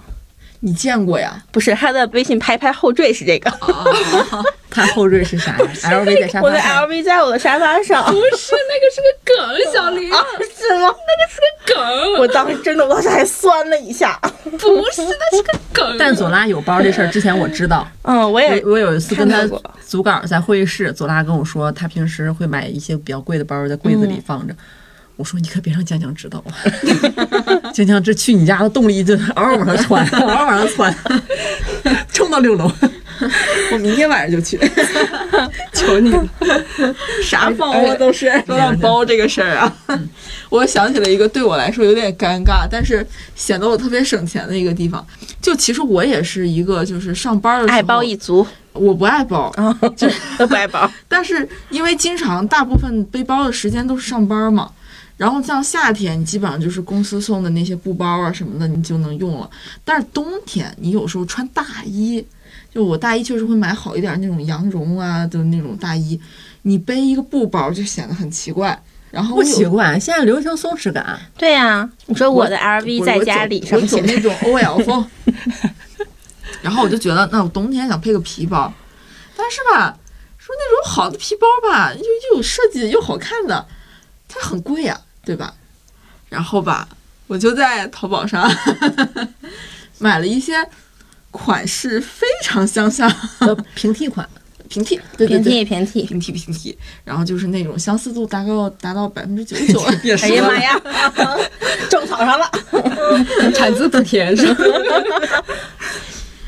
B: 你见过呀？
C: 不是他的微信拍拍后缀是这个。
A: 他后缀是 啥呀？LV 在沙
C: 我的
A: 发上。
C: LV 在我的沙发上。
D: 不是那个是个梗，小 林，
C: 啊，是吗？
D: 那个
C: 我
D: 是个梗，
C: 当时真的，我当时还酸了一下。
D: 不是，那是个梗。
A: 但左拉有包这事儿之前我知道，
C: 嗯，我也
A: 我我有一次跟他
C: 看到过
A: 组稿在会议室，左拉跟我说他平时会买一些比较贵的包在柜子里放着。我说你可别让江江知道啊！ 江江这去你家的动力就嗷嗷往上 窜，嗷嗷往上窜，冲到六楼。
B: 我明天晚上就去，
D: 求你了，
B: 啥包
C: 哎
B: 啊都是。说到包这个事儿啊，我想起了一个对我来说有点尴尬，但是显得我特别省钱的一个地方。就其实我也是一个，就是上班的时候
C: 爱包一，嗯族，
B: 我不爱包，
C: 都不爱包。
B: 但是因为经常大部分背包的时间都是上班嘛，然后像夏天，你基本上就是公司送的那些布包啊什么的，你就能用了。但是冬天，你有时候穿大衣，就我大衣确实会买好一点那种羊绒啊的那种大衣，你背一个布包就显得很奇怪。然后
A: 不
B: 我有
A: 奇怪，现在流行松弛感，
C: 对呀、你说我的 LV
B: 我
C: 在
B: 我
C: 家
B: 走
C: 里
B: 我
C: 上
B: 走
C: 写
B: 那种 OL 风。 然后我就觉得，那我冬天想配个皮包，但是吧，说那种好的皮包吧，又又有设计又好看的，它很贵呀、对吧？然后吧，我就在淘宝上 买了一些款式非常相像，
A: 叫平替款。
B: 平替，对对
C: 平
B: 对，
C: 替平替。
B: 平替平替，然后就是那种相似度达到达到百分之九十 九，
C: 哎呀妈呀， 种草 上了！
D: 产自莆田是吧？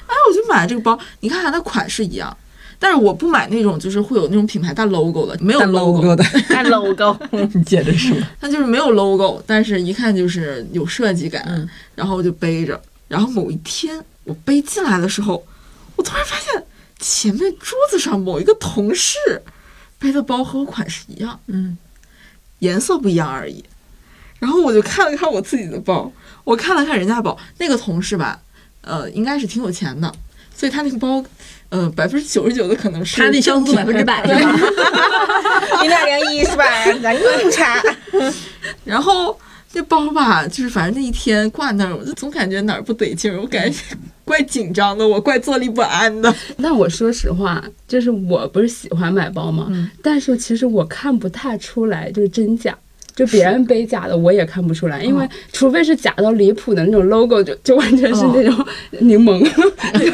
B: 哎，我就买了这个包，你看它的款式一样，但是我不买那种就是会有那种品牌带 logo 的，没有
A: 带
B: logo，
A: logo 的，
C: 看 logo，
A: 你接着说。
B: 它就是没有 logo，但是一看就是有设计感。
A: 嗯
B: 然后我就背着，然后某一天我背进来的时候，我突然发现前面桌子上某一个同事背的包和我款式一样，
A: 嗯，
B: 颜色不一样而已。然后我就看了看我自己的包，我看了看人家包，那个同事吧，呃，应该是挺有钱的，所以他那个包，呃，百分之九十九的可能是
A: 他那相似度百分之百是 吧？
C: 零点零一是吧？咱又不差。
B: 然后那包吧，就是反正那一天挂那儿，我就总感觉哪儿不得劲儿，我感觉 怪紧张的，我怪坐立不安的。
D: 但我说实话，就是我不是喜欢买包吗？但是其实我看不太出来，就是真假。就别人背假的，我也看不出来，因为除非是假到离谱的那种 logo，就就完全是那种柠檬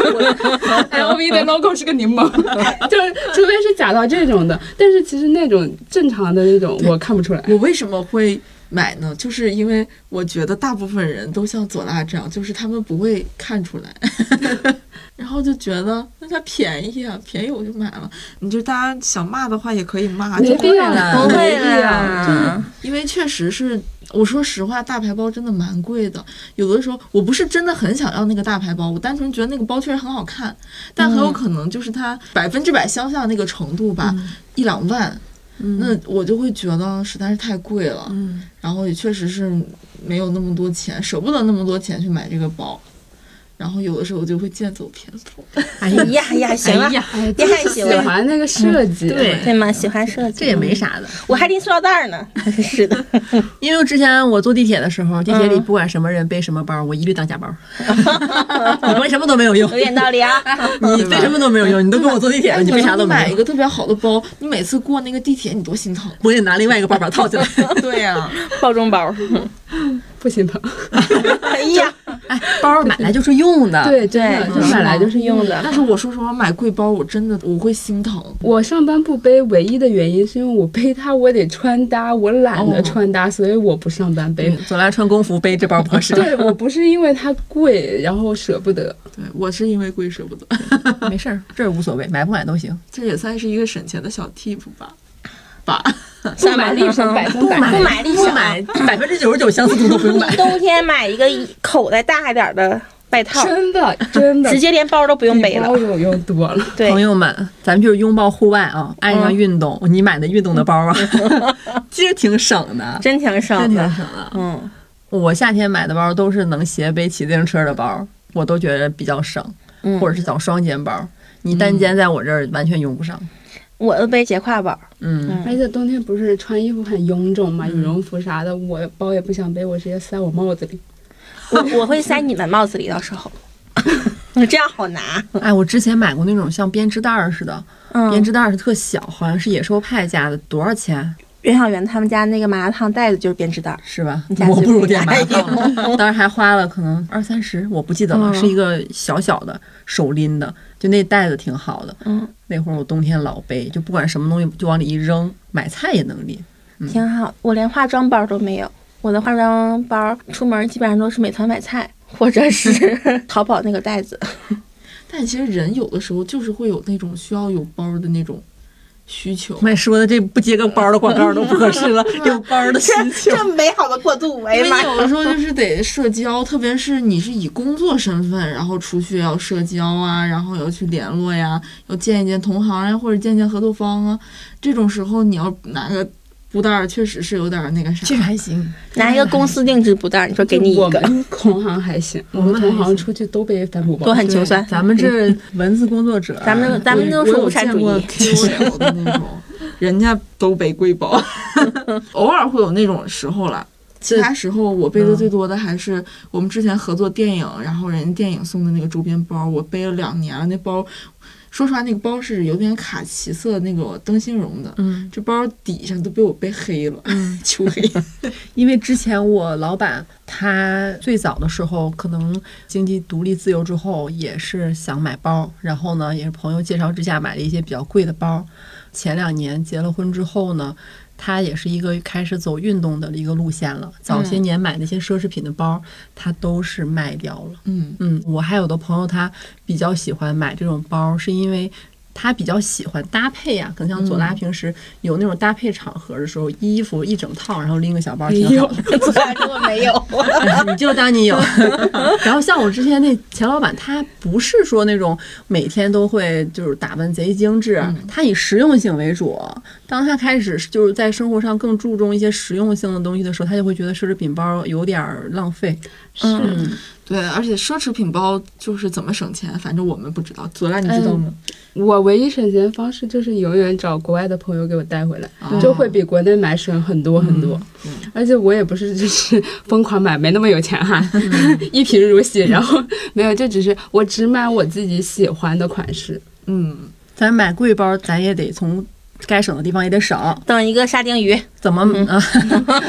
D: ，LV 的 logo 是个柠檬，就是除非是假到这种的，但是其实那种正常的那种我看不出来。
B: 我为什么会买呢？就是因为我觉得大部分人都像左拉这样，就是他们不会看出来， 然后就觉得那它便宜啊，便宜我就买了。你就大家想骂的话也可以骂，
D: 没
B: 啊就
D: 必要，
A: 不
D: 没
C: 会
D: 必要
C: 啦，
B: 因为确实是。我说实话，大牌包真的蛮贵的。有的时候我不是真的很想要那个大牌包，我单纯觉得那个包确实很好看，但很
A: 嗯
B: 有可能就是它百分之百相像那个程度吧，一两万，那我就会觉得实在是太贵了。
A: 嗯，
B: 然后也确实是没有那么多钱，舍不得那么多钱去买这个包。然后有的时候就会剑走偏锋。
C: 哎呀呀，行
A: 啊
C: 了，
E: 哎呀，
D: 哎，
C: 也还
D: 就是
C: 行
D: 喜欢那个设计，
A: 嗯
E: 对
C: 对吗？喜欢设计，
E: 这也没啥的。
C: 我还拎塑料袋儿呢。 是的，
A: 因为之前我坐地铁的时候，地铁
C: 嗯
A: 里不管什么人背什么包，我一律当假包。 你背什么都没有用
C: 有，点道理啊。
A: 你背什么都没有用，你都 跟我坐地铁了，
B: 哎
A: 你
B: 比
A: 背
B: 如
A: 啥
B: 说
A: 都
B: 你买
A: 没
B: 一
A: 有。
B: 个特别好的包，你每次过那个地铁，你多心疼。
A: 我得拿另外一个包把它套 起来。
B: 对呀、
C: 包中包。
D: 不心疼。
C: 哎呀，
A: 哎，包买来就是用的，
D: 对，真的
C: 啊对嗯
D: 就是买来就是用的。
B: 但是我说实话，买贵包我真的我会心疼。
D: 我上班不背，唯一的原因是因为我背它，我得穿搭，我懒得
B: 哦
D: 穿搭，所以我不上班
C: 嗯
D: 背。
A: 总来穿工服背这包不合适。
D: 对我不是因为它贵，然后舍不 得。
B: 对我是因为贵舍不得，
A: 没事儿，这无所谓，买不买都行。
B: 这也算是一个省钱的小 tip 吧。吧，
D: 不买立省，百分
C: 不
D: 百。
C: 买立
A: 不
C: 省，
A: 买百分之九十九相似度都不用买。
C: 冬天买一个口袋大一点的外套，
D: 真的，真的，
C: 直接连包都不用背
D: 比
C: 了
D: 包。有用多了。
C: 对，嗯
A: 朋友们，咱们就是拥抱户外啊，爱上运动。你买的运动的包啊， 其实挺省的，
C: 真挺省
A: 真挺
C: 的。
A: 省的。
C: 嗯，
A: 我夏天买的包都是能斜背骑自行车的包，我都觉得比较省，
C: 嗯
A: 或者是小双肩包。你单肩在我这儿完全用不上。
C: 我都背斜挎包。
A: 嗯，
D: 而且冬天不是穿衣服很臃肿嘛，羽绒服啥
C: 嗯
D: 的，我包也不想背，我直接塞我帽子里。
C: 我 我会塞你们帽子里，到时候 这样好拿。
A: 哎，我之前买过那种像编织袋儿似的，编
C: 嗯，
A: 织袋儿是特小，好像是野兽派家的，多少钱
C: 袁小元他们家那个麻辣烫袋子就是编织袋儿，
A: 是吧
C: 你？下
A: 我
C: 次
A: 不如
C: 回
A: 点麻
C: 来
A: 辣烫 了，当时还花了可能二三十，我不记得
C: 嗯
A: 了，是一个小小的手拎的，就那袋子挺好的。
C: 嗯，
A: 那会儿我冬天老背，就不管什么东西就往里一扔，买菜也能拎。
C: 挺好。我连化妆包都没有，我的化妆包出门基本上都是美团买菜或者是 淘宝那个袋子。
B: 但其实人有的时候就是会有那种需要有包的那种需求。
A: 麦说的这不接个包的广告都不合适 了，有包的需 求。
C: 美好的过渡，哎
B: 因为你有的时候就是得社交，特别是你是以工作身份，然后出去要社交啊，然后要去联络呀，要见一见同行呀，或者见见合作方啊。这种时候你要拿个布袋儿，确实是有点儿那个啥。
A: 实还行，
C: 拿一个公司定制布袋儿，你说给你
D: 我
C: 一个，
D: 们同行还行，我们同行出去都背帆布包，
C: 都很穷酸。
A: 咱们这文字工作者，
C: 咱们咱们都
B: 我
C: 是
B: 有
C: 无产
B: 见
C: 主
B: 过
C: 义，
B: KOL 的那种，人家都背贵 包，偶尔会有那种时候了。其他时候我背的最多的还是我们之前合作电影，然后人家电影送的那个周边包，我背了两年了。那包，说实话，那个包是有点卡其色那个灯芯绒的，
A: 嗯，
B: 这包底下都被我背黑了，秋黑。
A: 因为之前我老板他最早的时候，可能经济独立自由之后，也是想买包，然后呢，也是朋友介绍之下买了一些比较贵的包。前两年结了婚之后呢，他也是一个开始走运动的一个路线了。早些年买那些奢侈品的包，他都是卖掉了。
B: 嗯，
A: 嗯，我还有的朋友他比较喜欢买这种包，是因为他比较喜欢搭配呀、可能像左拉平时有那种搭配场合的时候，衣服一整套，然后拎个小包挺好 的。
C: 虽然说没有，
A: 你就当你有。 然后像我之前那钱老板，他不是说那种每天都会就是打扮贼精致，他以实用性为主。当他开始就是在生活上更注重一些实用性的东西的时候，他就会觉得奢侈品包有点儿浪费。
D: 是
B: 对，而且奢侈品包就是怎么省钱，反正我们不知道。左拉，你知道吗？
D: 我唯一省钱方式就是永远找国外的朋友给我带回来，
B: 哦
D: 就会比国内买省很多很多。而且我也不是就是疯狂买，没那么有钱哈， 一贫如洗。然后没有，就只是我只买我自己喜欢的款式。
B: 嗯，
A: 咱买贵包，咱也得从该省的地方也得省。
C: 等一个沙丁鱼，
A: 怎么、啊？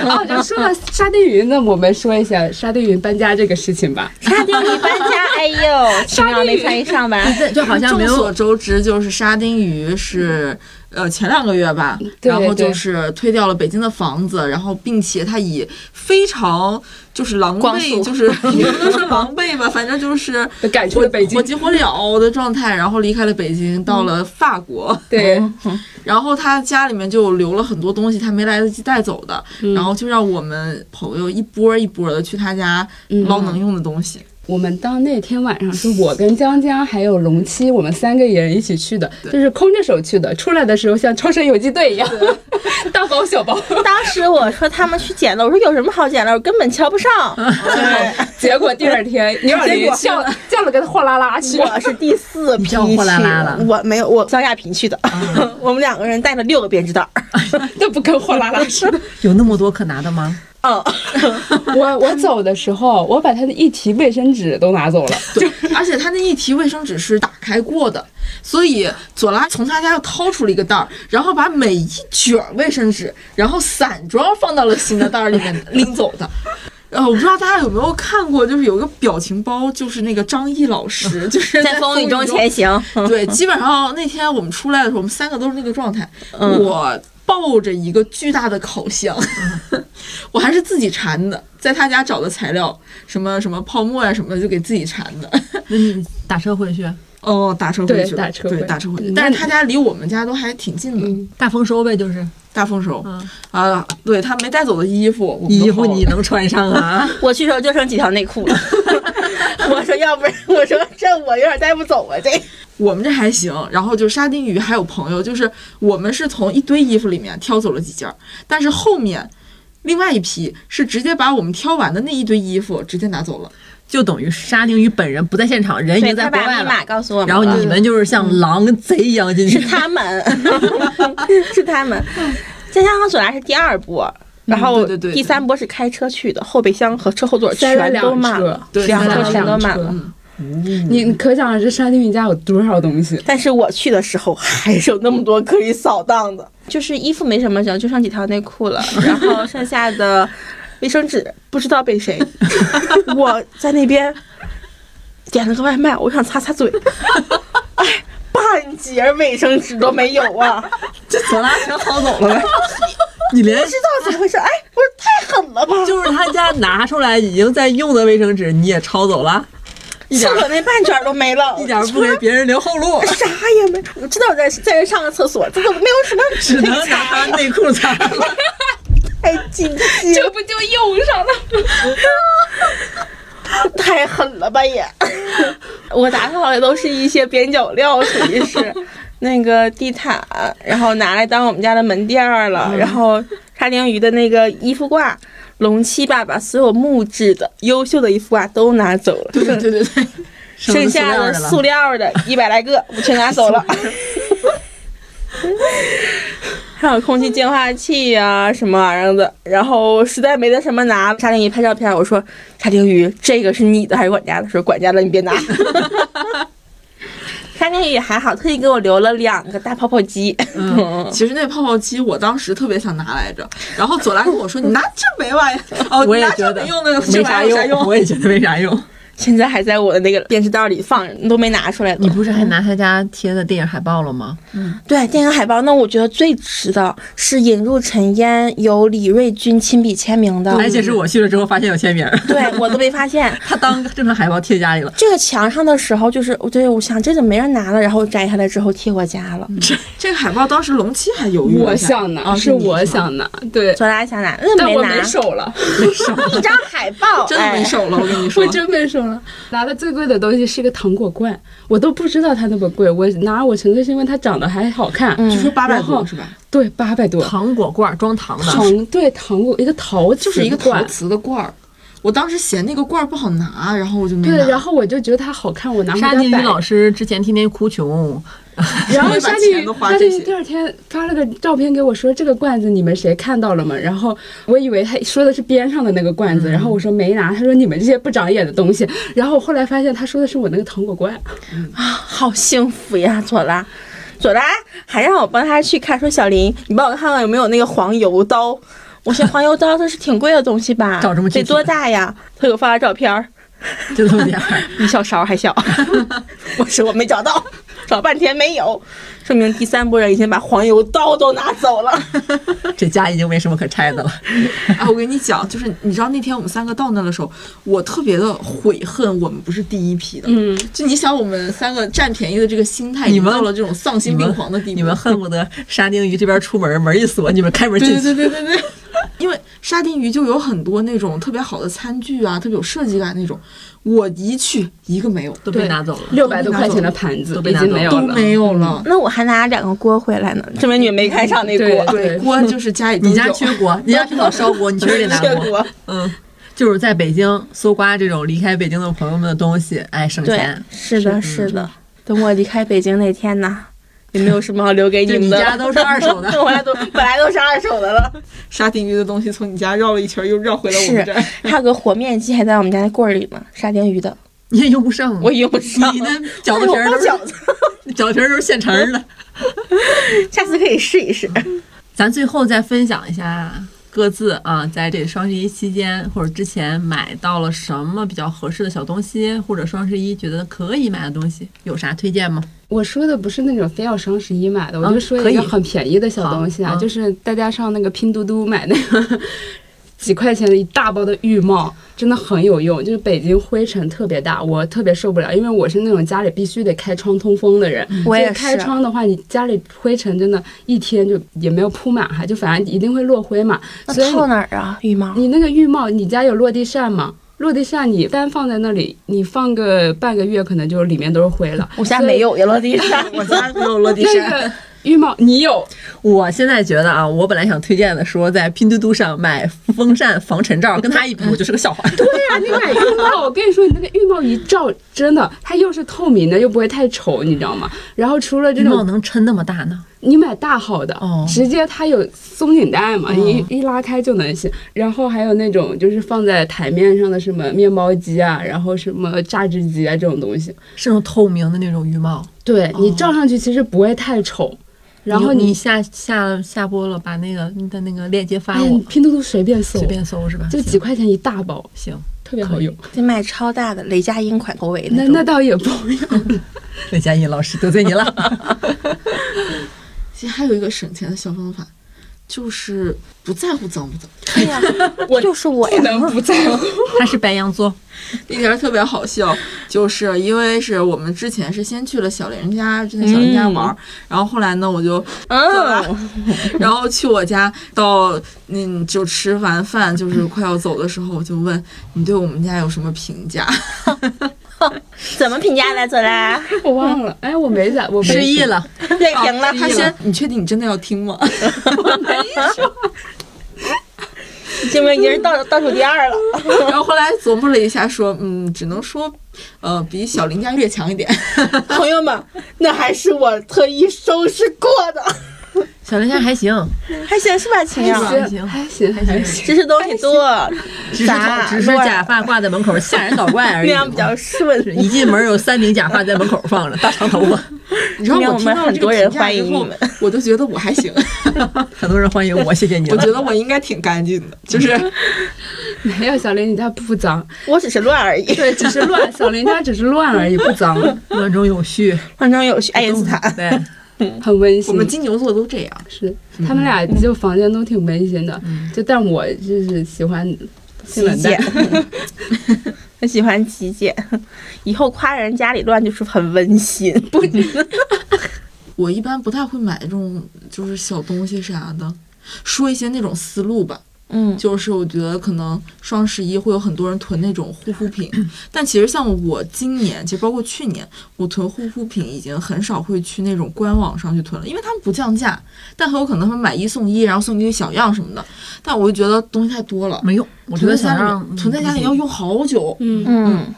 D: 哦，就说到沙丁鱼，那我们说一下沙丁鱼搬家这个事情吧。
C: 沙丁鱼搬家，哎呦， 奇妙那餐一上完，
A: 这就好像没
B: 嗯众所
A: 有
B: 周知，就是沙丁鱼是，呃，前两个月吧，
D: 对
B: 然后就
D: 对
B: 是推掉了北京的房子，然后并且他以非常就是狼
C: 光速
B: 狈，就是也不能说狼狈吧，反正就是
D: 赶去
B: 火
D: 了北京
B: 火，急火燎的状态，然后离开了北京，到了法国，
D: 对，
B: 然后他家里面就留了很多东西，他没来得及带走的，然后就让我们朋友一波一波的去他家捞能用的东西，
D: 我们当那天晚上是我跟江江还有龙七，我们三个人一起去的，就是空着手去的。出来的时候像超神游击队一样， 大包小包。
C: 当时我说他们去捡漏，我说有什么好捡漏，根本瞧不上。 对，
D: 结果 第二天牛小林叫了叫了个货拉拉去，
C: 我是第四批去，
A: 叫货拉拉了
C: 我没有，我张亚平去的， 我们两个人带了六个编织袋儿。
D: 那不跟货拉拉似的。
A: 有那么多可拿的吗？
C: 嗯，
D: 我我走的时候，我把他的一提卫生纸都拿走了。
B: 对，而且他那一提卫生纸是打开过的，所以左拉从他家又掏出了一个袋儿，然后把每一卷儿卫生纸，然后散装放到了新的袋儿 里面拎走的。呃，我不知道大家有没有看过，就是有一个表情包，就是那个张译老 师，就 是
C: 在
B: 风
C: 风雨中前行。
B: 对，基本上那天我们出来的时候，我们三个都是那个状态。
C: 嗯
B: 我抱着一个巨大的烤箱，
C: 嗯
B: 我还是自己缠的，在他家找的材料，什么什么泡沫呀、什么的，就给自己缠的。
A: 那你打车回去，
B: 哦，打车回
D: 对
B: 去了，
D: 打车
B: 对
D: 回
B: 打车回去
D: 嗯。
B: 但是
D: 那
B: 他家离我们家都还挺近的，
D: 嗯
A: 大丰收呗，就是
B: 大丰收
A: 嗯
B: 啊，对他没带走的衣服，我们都
A: 衣服
B: 薅了
A: 你能穿上 啊？
C: 我去时候就剩几条内裤了。我说，要不然我说这我有点带不走啊，这
B: 我们这还行，然后就沙丁鱼还有朋友，就是我们是从一堆衣服里面挑走了几件儿，但是后面另外一批是直接把我们挑完的那一堆衣服直接拿走了。
A: 就等于沙丁鱼本人不在现场，人已
C: 对
A: 经
C: 他
A: 在国
C: 把
A: 外
C: 密
A: 了
C: 码。告诉我们
A: 然后
C: 了
A: 你们就是像狼跟贼一样进去
C: 是，他们，是他们。家乡和左拉是第二波，然后
B: 对对对
C: 第三波是开车去的，后备箱和车后座
D: 塞了
C: 全
D: 两
C: 都满
D: 车
C: 了，
B: 对
C: 两
B: 塞了
C: 车全都
D: 两
C: 满
D: 车
C: 了。
D: 你你可想而知沙丁鱼家有多少东西。
C: 但是我去的时候还是有那么多可以扫荡的，就是衣服没什么剩，就剩几条内裤 了，然后剩下的卫生纸不知道被 谁。我在那边点了个外卖，我想擦擦嘴， 哎，半截卫生纸都没有 啊！
A: 这左拉全薅走了呗。你连
C: 不知道怎么回事，哎，我说太狠了吧！
A: 就是他家拿出来已经在用的卫生纸，你也抄走了，一点
C: 厕
A: 儿
C: 所那半卷都没了，，
A: 一点儿不 给别人留后路
C: 啥也没，我知道我在在这上个厕所，这怎么没有什么哎纸
A: 只
C: 可
A: 能
C: 以擦？
A: 拿内裤擦。
C: 太进去，
D: 这不就用上了？
C: 太狠了吧也！ 我打扫的都是一些边角料，属于 是那个地毯，然后拿来当我们家的门垫儿了，然后沙丁鱼的那个衣服挂。龙七爸把所有木质的优秀的衣服挂都拿走了，
B: 对对对对，
C: 剩下的
A: 的
C: 塑料的一百来个，我全拿走了。 还有空气净化器呀、什么玩意儿的，然后实在没得什么拿，沙丁鱼拍照片，我说沙丁鱼，这个是你的还是管家的？说管家的，你别拿。 沙丁鱼也还好，特意给我留了两个大泡泡机。 嗯
B: 其实那泡泡机我当时特别想拿来着，然后左拉跟 我说：“你拿这没玩意儿，哦，
A: 我也
B: 你拿
A: 觉
B: 这
A: 得
B: 没用的，这
A: 没
B: 玩
A: 啥
B: 意儿有啥
A: 用，我也觉得没啥 用。
C: 现在还在我的那个编织袋里放着，都没拿出来。
A: 你不是还拿他家贴的电影海报了吗？
C: 对电影海报，那我觉得最值的是《引入尘烟》，由李瑞军亲笔签名的。
A: 而且是我去了之后发现有签名儿，
C: 对我都没发现。
A: 他当正常海报贴家里了。
C: 这个墙上的时候，就是我对我想这怎么没人拿了，然后摘下来之后贴我家了。
B: 这个海报当时龙七还犹豫了
D: 我
B: 一下，
D: 想拿，
B: 啊
D: 是
B: 你
D: 我
B: 吗
D: 想拿，对，
C: 左拉想拿，那
D: 但
C: 没
D: 我
C: 拿，
D: 没手了，
C: 一张海 报，哎
B: 真的没手了，我跟你说
D: 我，真没手了。拿的最贵的东西是一个糖果罐，我都不知道它那么贵。我拿我纯粹是因为它长得还好看，
A: 哎
B: 就说八百
D: 然后
B: 多是吧？
D: 对，八百多。
A: 糖果罐儿装糖的，
D: 糖对糖果一个陶瓷
B: 就是一个陶
D: 罐。
B: 瓷的罐儿。我当时嫌那个罐儿不好拿，然后我就没
D: 对
B: 拿。，
D: 然后我就觉得它好看，我拿回
A: 沙
D: 家
A: 丁鱼
D: 摆。
A: 老师之前天天哭穷，
D: 然后
B: 把
D: 沙
B: 钱
D: 丁
B: 都
D: 鱼，
B: 花
D: 沙
B: 这
D: 丁鱼
B: 些
D: 第二天发了个照片给我说，这个罐子你们谁看到了吗？然后我以为他说的是边上的那个罐子，
B: 嗯
D: 然后我说没拿，他说你们这些不长眼的东西。然后我后来发现他说的是我那个糖果罐，
C: 好幸福呀，左拉。左拉还让我帮他去看，说小林，你帮我看看有没有那个黄油刀。我说黄油刀这是挺贵的东西吧？
A: 找这么具
C: 得
A: 体
C: 多大呀？他给我发了照片儿，
A: 就这么点 儿。
C: 比小勺还小。 我说我没找到，找半天没有，说明第三波人已经把黄油刀都拿走了。
A: 这家已经没什么可拆的了。
B: 啊，我跟你讲，就是你知道那天我们三个到那的时候，我特别的悔恨，我们不是第一批的。
D: 嗯，
B: 就你想，我们三个占便宜的这个心态，
A: 你们
B: 到了这种丧心病狂的地步。
A: 你们恨不得沙丁鱼这边出门，门一锁，你们开门
B: 对
A: 进
B: 对
A: 去。
B: 对对对对，因为沙丁鱼就有很多那种特别好的餐具啊，特别有设计感那种，我一去一个没有，
A: 都被拿走了。
D: 六百多块钱的盘子
A: 都被
D: 已
A: 拿
D: 经
A: 走
D: 没有
B: 都
D: 了。
B: 没有
A: 嗯
B: 了。
C: 那我还拿两个锅回来呢，证明你们没看上那
D: 对
C: 锅。
B: 对，
D: 对
B: 锅就是家里 都
A: 你家
B: 有
A: 缺 锅，你家缺少烧 锅，你确实得拿
C: 这
A: 锅。
C: 锅
A: 嗯，就是在北京搜刮这种离开北京的朋友们的东西，哎，省
C: 对
A: 钱。，
C: 是的，是的。
A: 嗯
C: 等我离开北京那天呢，也没有什么好留给
A: 对
C: 你们
A: 你
C: 的。
A: 家都是二手的
C: 我家都本来都是二手的了。
B: 沙丁鱼的东西从你家绕了一圈，又绕回了我
C: 是
B: 们这儿。，
C: 还有个和面机还在我们家柜儿里呢，沙丁鱼的，
A: 你也用不上啊，
C: 我用不上。
A: 你那
C: 但
A: 饺子
C: 是我
A: 皮儿
C: 包
A: 都是
C: 饺子，
A: 饺子皮儿都是现成儿的。
C: 下次可以 试一试。
A: 咱最后再分享一下各自啊，在这双十一期间或者之前买到了什么比较合适的小东西，或者双十一觉得可以买的东西，有啥推荐吗？
D: 我说的不是那种非要双十一买的，
C: 嗯
D: 我
A: 啊
D: 就说
A: 可
D: 一
A: 以
D: 个很便宜的小东西啊，
A: 好嗯
D: 就是大家上那个拼多多买那个 几块钱的一大包的浴帽，真的很有用。就是北京灰尘特别大，我特别受不了，因为我是那种家里必须得开窗通风的人。
C: 嗯我也
D: 所以开
C: 是，
D: 窗的话，你家里灰尘真的，一天就也没有铺满，还就反正一定会落灰嘛。
C: 那
D: 所以
C: 套哪儿啊？浴帽？
D: 你那个浴帽，你家有落地扇吗？落地扇你单放在那里，你放个半个月，可能就里面都是灰了。
C: 我家没有呀，落地上。
B: 我家没有落地
D: 那个浴帽你有，
A: 我现在觉得啊，我本来想推荐的说在拼多多上买风扇防尘罩，跟他一比我就是个笑话。
D: 对呀、你买浴 帽，我跟你说，你那个浴帽一罩，真的，它又是透明的，又不会太丑，你知道吗？然后除了 这
A: 这帽
D: 种，
A: 能撑那么大呢？
D: 你买大号的，
A: 哦
D: 直接它有松紧带嘛，
A: 哦
D: 你一拉开就能行。然后还有那种就是放在台面上的什么面包机啊，然后什么榨汁机啊这种东西，
A: 是那种透明的那种浴帽。
D: 对你罩上去其实不会太丑。然后
A: 你
D: 你，
A: 下下下播了，把那个你的那个链接发
D: 哎呀
A: 我，，
D: 拼多多随便搜，
A: 随便搜是吧？
D: 就几块钱一大包，
A: 行，
D: 特别好用。
C: 得买超大的，雷佳音款头围
D: 那
C: 种。
D: 那倒也不用。
A: 魏佳音老师得罪你了。
B: 其实还有一个省钱的小方法，就是不在乎脏不脏。
C: 对 呀，就是我呀
D: 不。能不在乎。
A: 他是白羊座，
B: 那天儿特别好笑，就是因为是我们之前是先去了小玲家，就在小玲家玩儿，然后后来呢，我就
C: 嗯，
B: 然后去我家，到嗯就吃完饭，就是快要走的时候，我就问你对我们家有什么评价？
C: 怎么评价来 着啦？
D: 我忘了，哎，我没在，我没
A: 失忆
D: 说。
A: 了。
C: 点 评了，
B: 他先，你确定你真的要听吗？
C: 证明已经是 倒倒数第二了。
B: 然后后来琢磨了一下，说嗯，只能说，呃，比小林家略强一点。
C: 朋友们，那还是我特意收拾过的，
A: 小林家还行，
C: 还行是吧，秦
A: 是
C: 阳？
A: 还行
D: 还哎行，还行，
C: 知识东西多，
A: 只是
C: 杂
A: 只是假发挂在门口吓人倒怪而
C: 那
A: 已。
C: 样比较顺。
A: 一进门有三顶假发在门口放着，大长头发，
B: 你知道
C: 因为
B: 我
C: 我
B: 听
C: 们
B: 到
C: 很
B: 这个
C: 多
B: 评
C: 人
B: 价
C: 欢
B: 之
C: 迎
B: 后
C: 你们，
B: 我就觉得我还行，
A: 很多人欢迎我，谢谢你
B: 我
A: 了
B: 觉。得我应该挺干净的， 就是
C: 嗯
D: 没有小林，你家不脏，
C: 我只是乱而已。
D: 对，只是乱， 小林家只是乱而已，不 脏，
A: 乱中有序，
C: 换装有序，哎爱因斯坦。
A: 对，
D: 很温馨。
B: 我
C: 嗯
B: 们金牛座都这样。
D: 是他们俩就房间都挺温馨的，就但我就是喜欢性
C: 极
D: 冷淡
C: 简， 很喜欢极简。以后夸人家里乱就是很温馨，不
B: 我一般不太会买这种就是小东西啥的，说一些那种思路吧。
C: 嗯，
B: 就是我觉得可能双十一会有很多人囤那种护肤品，但其实像我今年，其实包括去年，我囤护肤品已经很少会去那种官网上去囤了，因为他们不降价，但很有可能他们买一送一，然后送你一个小样什么的。但我就觉得东西太多了，
A: 没用。我觉
B: 囤
A: 得
B: 在
A: 想
B: 家
A: 让
B: 里囤在家里要用好久。
D: 嗯，
C: 嗯，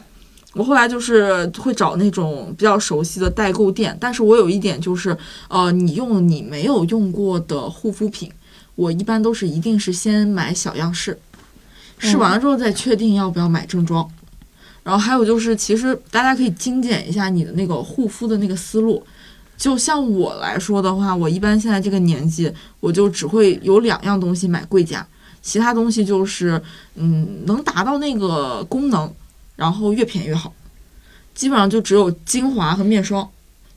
B: 我后来就是会找那种比较熟悉的代购店，但是我有一点就是，呃，你用你没有用过的护肤品，我一般都是一定是先买小样试，试完了之后再确定要不要买正装。然后还有就是，其实大家可以精简一下你的那个护肤的那个思路。就像我来说的话，我一般现在这个年纪，我就只会有两样东西买贵价，其他东西就是，嗯，能达到那个功能，然后越便宜越好。基本上就只有精华和面霜，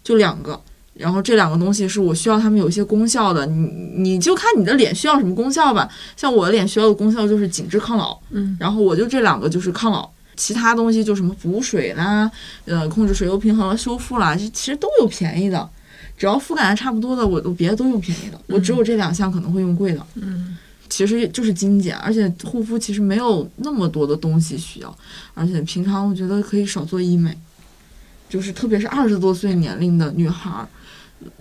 B: 就两个。然后这两个东西是我需要它们有一些功效的，你你就看你的脸需要什么功效吧。像我的脸需要的功效就是紧致抗老，
A: 嗯，
B: 然后我就这两个就是抗老，其他东西就什么补水啦，呃，控制水油平衡啦、修复啦，其实都有便宜的，只要肤感还差不多的，我都别的都用便宜的，我只有这两项可能会用贵的。
A: 嗯，
B: 其实就是精简，而且护肤其实没有那么多的东西需要，而且平常我觉得可以少做医美，就是特别是二十多岁年龄的女孩儿，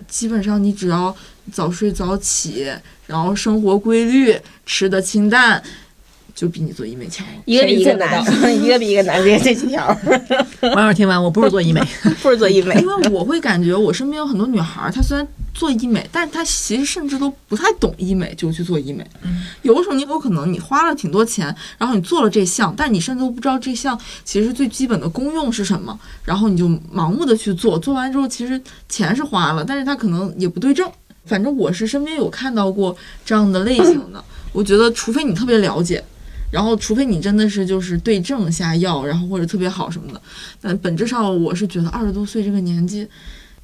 B: 基本上你只要早睡早起，然后生活规律，吃的清淡，就比你做医美强了。
C: 一个比一个难
A: 谁，
C: 一个比一个难，直接这几条，
A: 网友听完，我不是做 医美，
C: 不是做医美。
B: 因为我会感觉我身边有很多女孩儿，她虽然做医美，但她其实甚至都不太懂医美就去做医美。有的时候你有可能你花了挺多钱，然后你做了这项，但你甚至都不知道这项其实最基本的功用是什么，然后你就盲目的去做，做完之后其实钱是花了，但是她可能也不对症。反正我是身边有看到过这样的类型的，我觉得除非你特别了解。然后，除非你真的是就是对症下药，然后或者特别好什么的，但呃本质上我是觉得二十多岁这个年纪，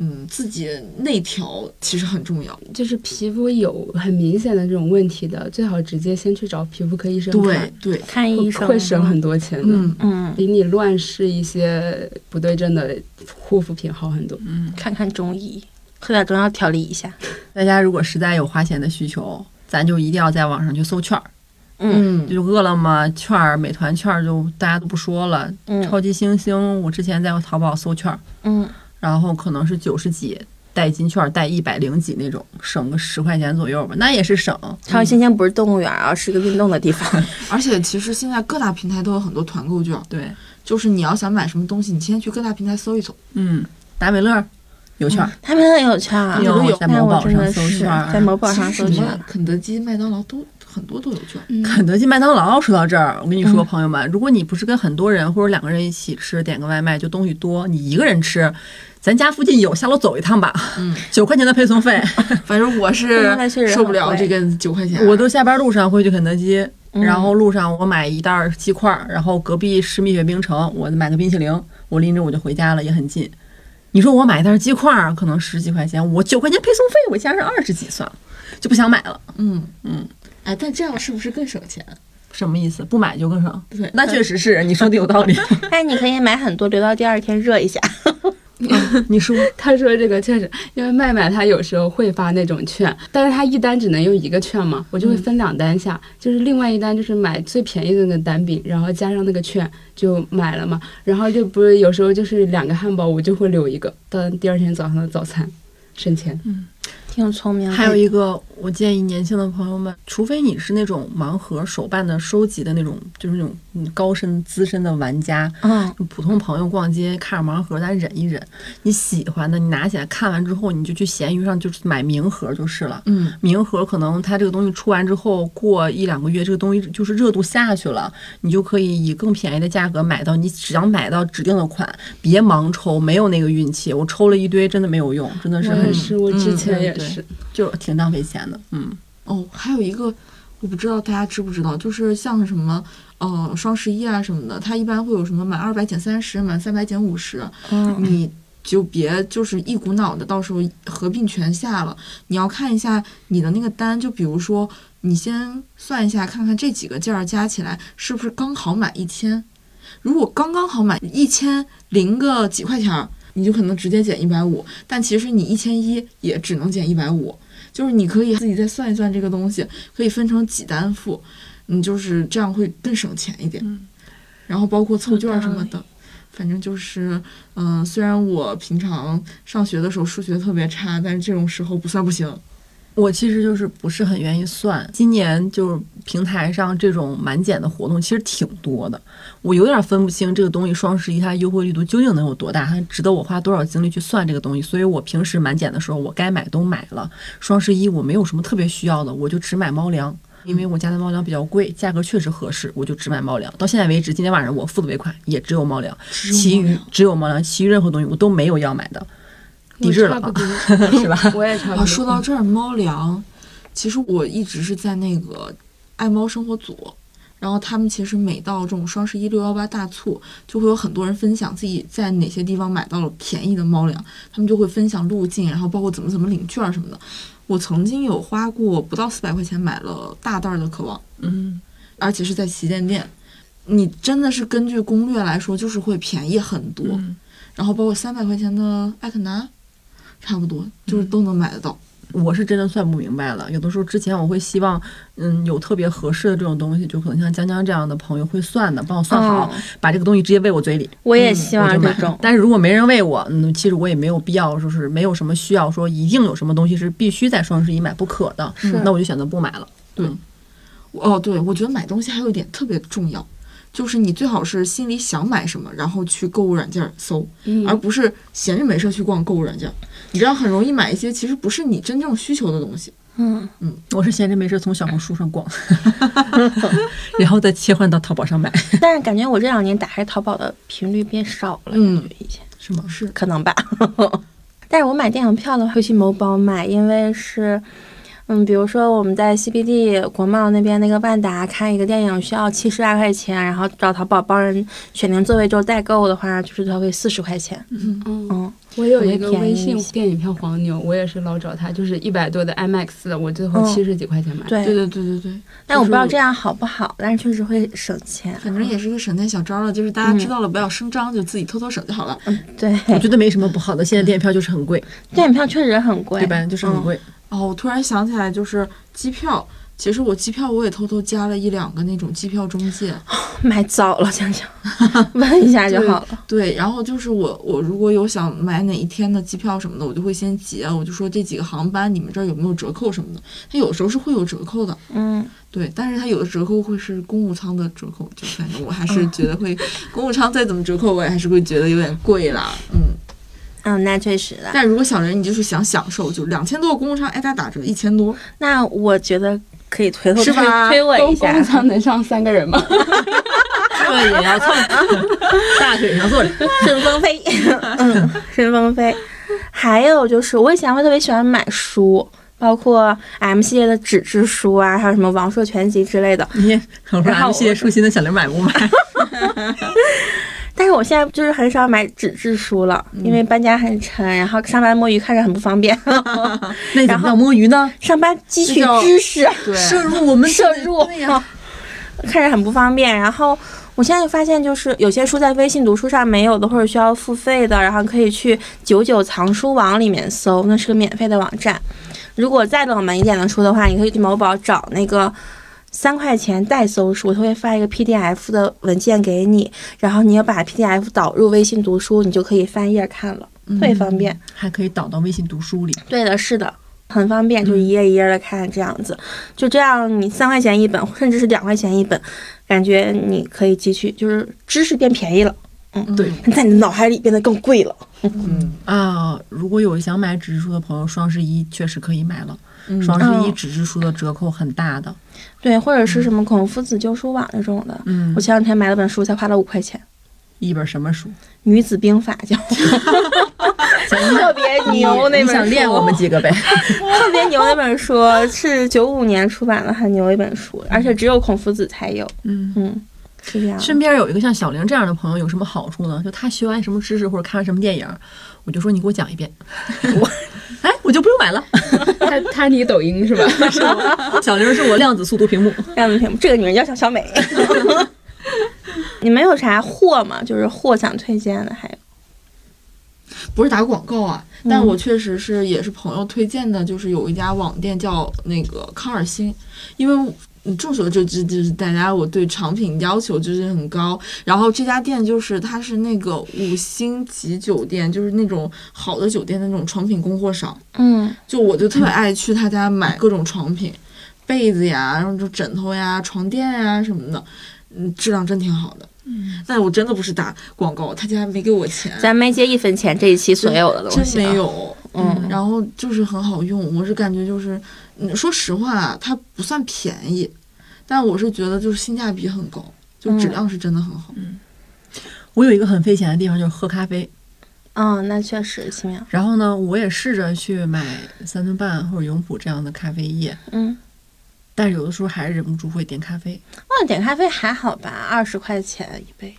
B: 嗯，自己内调其实很重要。
D: 就是皮肤有很明显的这种问题的，最好直接先去找皮肤科医生
B: 对
D: 看，
B: 对，
C: 看
D: 会
C: 医生
D: 会省很多钱的。
B: 嗯，
C: 嗯，
D: 比你乱试一些不对症的护肤品好很多。
C: 看看中医，喝点中药调理一下。
A: 大家如果实在有花钱的需求，咱就一定要在网上去搜券儿，
B: 嗯，
A: 就饿了么券儿、美团券儿，就大家都不说了。
C: 嗯
A: 超级星星，我之前在淘宝搜券儿，
C: 嗯，
A: 然后可能是九十几带金券儿，带一百零几那种，省个十块钱左右吧，那也是省。
C: 超级星星不是动物园啊，是个运动的地方。
A: 嗯
B: 而且其实现在各大平台都有很多团购券，
A: 对，
B: 就是你要想买什么东西，你先去各大平台搜一搜。
A: 嗯，达美乐有券儿，
C: 他们很有趣啊，
B: 嗯有有哎
A: 在某
C: 我
A: 宝
C: 真
A: 上
C: 的
A: 搜
C: 是
A: 券儿，
C: 在某宝 上
B: 其
C: 搜
B: 实什
C: 券
B: 么
C: 儿。
B: 肯德基、麦当劳都很多都有券。
A: 肯德基、麦当劳。说到这儿，我跟你说，
C: 嗯
A: 朋友们，如果你不是跟很多人或者两个人一起吃，点个外卖就东西多，你一个人吃，咱家附近有，下楼走一趟吧，
B: 嗯，
A: 九块钱的配送费，
B: 反正我
C: 现在确实
B: 是
C: 很
B: 受不了
C: 贵
B: 这个九块钱，
A: 我都下班路上会去肯德基。
C: 嗯
A: 然后路上我买一袋儿鸡块儿，然后隔壁是蜜雪冰城，我买个冰淇淋，我拎着我就回家了，也很近。你说我买一袋儿鸡块儿可能十几块钱，我九块钱配送费，我加上二十几算了，就不想买了。
B: 嗯
A: 嗯。
B: 哎，但这样是不是更省钱？啊
A: 什么意思？不买就更省？
B: 对，
A: 那确实是，你说的有道理。
C: 但哎你可以买很多，留到第二天热一下。
A: 你说
D: 他说这个确实，因为麦麦他有时候会发那种券，但是他一单只能用一个券嘛，我就会分两单下，就是另外一单就是买最便宜的那个单饼，然后加上那个券就买了嘛，然后就不是有时候就是两个汉堡我就会留一个当第二天早上的早餐，省钱。
C: 挺聪明的，
A: 还有一个，我建议年轻的朋友们，除非你是那种盲盒手办的收集的那种，就是那种嗯高深资深的玩家，
C: 嗯，
A: 普通朋友逛街看着盲盒，咱忍一忍。你喜欢的，你拿起来看完之后，你就去闲鱼上就是买名盒就是了。
B: 嗯，
A: 名盒可能它这个东西出完之后，过一两个月，这个东西就是热度下去了，你就可以以更便宜的价格买到你只想买到指定的款，别盲抽，没有那个运气。我抽了一堆，真的没有用，真的是
D: 我
A: 很
D: 也是，我之前也
A: 对
D: 是，
A: 就挺浪费钱的。嗯，
B: 哦，还有一个，我不知道大家知不知道，就是像什么，呃，双十一啊什么的，它一般会有什么满二百减三十，满三百减五十，
C: 嗯
B: 你就别就是一股脑的，到时候合并全下了。你要看一下你的那个单，就比如说你先算一下，看看这几个件儿加起来是不是刚好满一千。如果刚刚好满一千零个几块钱儿，你就可能直接减一百五，但其实你一千一也只能减一百五。就是你可以自己再算一算这个东西，可以分成几单付，你就是这样会更省钱一点。然后包括凑券儿什么的，反正就是，嗯、虽然我平常上学的时候数学特别差，但是这种时候不算不行。
A: 我其实就是不是很愿意算。今年就是平台上这种满减的活动其实挺多的，我有点分不清这个东西双十一它优惠力度究竟能有多大，它值得我花多少精力去算这个东西。所以我平时满减的时候，我该买都买了。双十一我没有什么特别需要的，我就只买猫粮。因为我家的猫粮比较贵，价格确实合适，我就只买猫粮。到现在为止，今天晚上我付的尾款也只有猫粮，其余只有猫粮，其余任何东西我都没有要买的，抵制了
D: 嗯我差
A: 啊
D: 不，多嗯
A: 是吧？
D: 我也差不
B: 啊，
D: 多。
B: 说到这儿，猫粮，其实我一直是在那个爱猫生活组，然后他们其实每到这种双十一、六幺八大促，就会有很多人分享自己在哪些地方买到了便宜的猫粮，他们就会分享路径，然后包括怎么怎么领券儿什么的。我曾经有花过不到四百块钱买了大袋儿的渴望，
A: 嗯，
B: 而且是在旗舰店。你真的是根据攻略来说，就是会便宜很多，然后包括三百块钱的艾肯达，差不多就是都能买得到。
A: 我是真的算不明白了。有的时候之前我会希望，嗯，有特别合适的这种东西，就可能像江江这样的朋友会算的，帮我算好，把这个东西直接喂我嘴里，
C: 我也嗯希
A: 嗯我
C: 望
A: 就
C: 这
A: 买
C: 种。。
A: 但是如果没人喂我，嗯，其实我也没有必要，说是没有什么需要说一定有什么东西是必须在双十一买不可的，那我就选择不买了。
B: 哦，对，我觉得买东西还有一点特别重要，就是你最好是心里想买什么，然后去购物软件儿搜，而不是闲着没事儿去逛购物软件儿。你这样很容易买一些其实不是你真正需求的东西。
C: 嗯，
A: 我是闲着没事从小红书上 逛， 然后再切换到淘宝上买，
C: 但是感觉我这两年打开淘宝的频率变少了，
B: 嗯
C: 感觉以前
A: 是吗？
B: 是，
C: 可能吧。但是我买电影票的话，会去某宝买，因为是，嗯，比如说我们在 CBD 国贸那边那个万达看一个电影需要七十来块钱，然后找淘宝帮人选定座位之后代购的话，就是它会四十块钱。
D: 嗯
C: 嗯，
D: 我有
C: 特别
D: 一个
C: 便宜
D: 微
C: 一
D: 信
C: 些
D: 电影票黄牛，我也是老找他，就是一百多的 IMAX 的，我最后
C: 嗯
D: 七十几块钱买。
C: 对。
B: 哎对对对对对，
C: 但我不知道
D: 就是
C: 这样好不好，但是确实会省钱。
B: 反正也是一个省钱小招儿了，就是大家知
C: 嗯
B: 道了不要声张，就自己偷偷省就好了。
C: 对，
A: 我觉得没什么不好的，现在电影票就是很贵，
C: 电影票确实很贵
A: 对。吧？就是
C: 嗯
A: 很贵。
B: 哦，我突然想起来，就是机票。其实我机票我也偷偷加了一两个那种机票中介，
C: 买早了，想想问一下就好了。
B: 对，然后就是我我如果有想买哪一天的机票什么的，我就会先结，我就说这几个航班你们这儿有没有折扣什么的，它有时候是会有折扣的，
C: 嗯，
B: 对，但是它有的折扣会是公务舱的折扣，就反正我还是觉得会，公务舱再怎么折扣，我也还是会觉得有点贵啦，嗯。
C: 嗯，那确实的。
B: 但如果想着你就是想享受，就两千多的公务舱，哎，它打折一千多，
C: 那我觉得可以推推
B: 是
C: 推
B: 吧
C: 推我一
D: 公
C: 下
D: 公。舱能上三个人吗？
A: 这也要蹭，大腿上坐着。
C: 顺风飞，嗯，顺风飞。还有就是，我以前会特别喜欢买书，包括 M 系列的纸质书啊，还有什么王朔全集之类的。
A: 你我说
C: 然后
A: M 系列舒心的小玲买不买？
C: 但是我现在就是很少买纸质书了，因为搬家很沉，然后上班摸鱼看着很不方便。
A: 那你怎么叫摸鱼呢？
C: 上班汲取
B: 这叫
C: 知识，
B: 对，
A: 入我们
C: 摄入， 看着很不方便。然后我现在就发现，就是有些书在微信读书上没有的，或者需要付费的，然后可以去九九藏书网里面搜，那是个免费的网站。如果再冷门一点的书的话，你可以去某宝找那个。三块钱代搜书，它会发一个 PDF 的文件给你，然后你要把 PDF 导入微信读书，你就可以翻页看了，
B: 嗯
C: 特别方便。
A: 还可以导到微信读书里。
C: 对的，是的，很方便，就一页一页的看这样子，就这样，你三块钱一本，甚至是两块钱一本，感觉你可以汲取，就是知识变便宜了，
A: 对
C: 在你的脑海里变得更贵了。
B: 嗯，
A: 啊，如果有想买纸质书的朋友，双十一确实可以买了。
B: 嗯
A: 双十一
C: 嗯
A: 纸质书的折扣很大的。
C: 对，或者是什么孔夫子旧书网那种的，
A: 嗯
C: 我，前两天买了本书，才花了五块钱，《
A: 一本什么书？
C: 女子兵法》叫，特别牛那
A: 你
C: 本书，
A: 想练我们几 个呗？
C: 特别牛那本书是九五年出版的，很牛一本书，而且只有孔夫子才有，
A: 嗯。
C: 嗯，是这样的。
A: 身边有一个像小玲这样的朋友有什么好处呢？就他学完什么知识或者看完什么电影，我就说你给我讲 一遍，我哎我就不用买了。
D: 他他理抖音 是吧？
A: 小玲是我量子速读屏幕，
C: 让子屏幕，这个女人叫小小美。 你们有啥货吗？就是货想推荐的，还有
B: 不是打广告啊，但
C: 嗯
B: 我确实是也是朋友推荐的，就是有一家网店叫那个康尔新，因为。嗯众所周知，就是大家我对产品要求就是很高。然后这家店就是它是那个五星级酒店，就是那种好的酒店的那种床品供货商。
C: 嗯
B: 就我就特别爱去他家买各种床品，被子呀，然后就枕头呀、床垫呀什么的，嗯，质量真挺好的。嗯，但我真的不是打广告，他家没给我钱。
C: 咱没接一分钱这一期所有的东
B: 真
C: 西、啊
B: 没。有，
C: 嗯
B: 然后就是很好用，我是感觉就是，嗯，说实话啊，它不算便宜，但我是觉得就是性价比很高，就质
C: 嗯
B: 量是真的很好。
A: 我有一个很费钱的地方就是喝咖啡。
C: 嗯，那确实奇妙。
A: 然后呢，我也试着去买三顿半或者永璞这样的咖啡液，
C: 嗯，
A: 但是有的时候还是忍不住会点咖啡。
C: 那点咖啡还好吧，二十块钱一杯，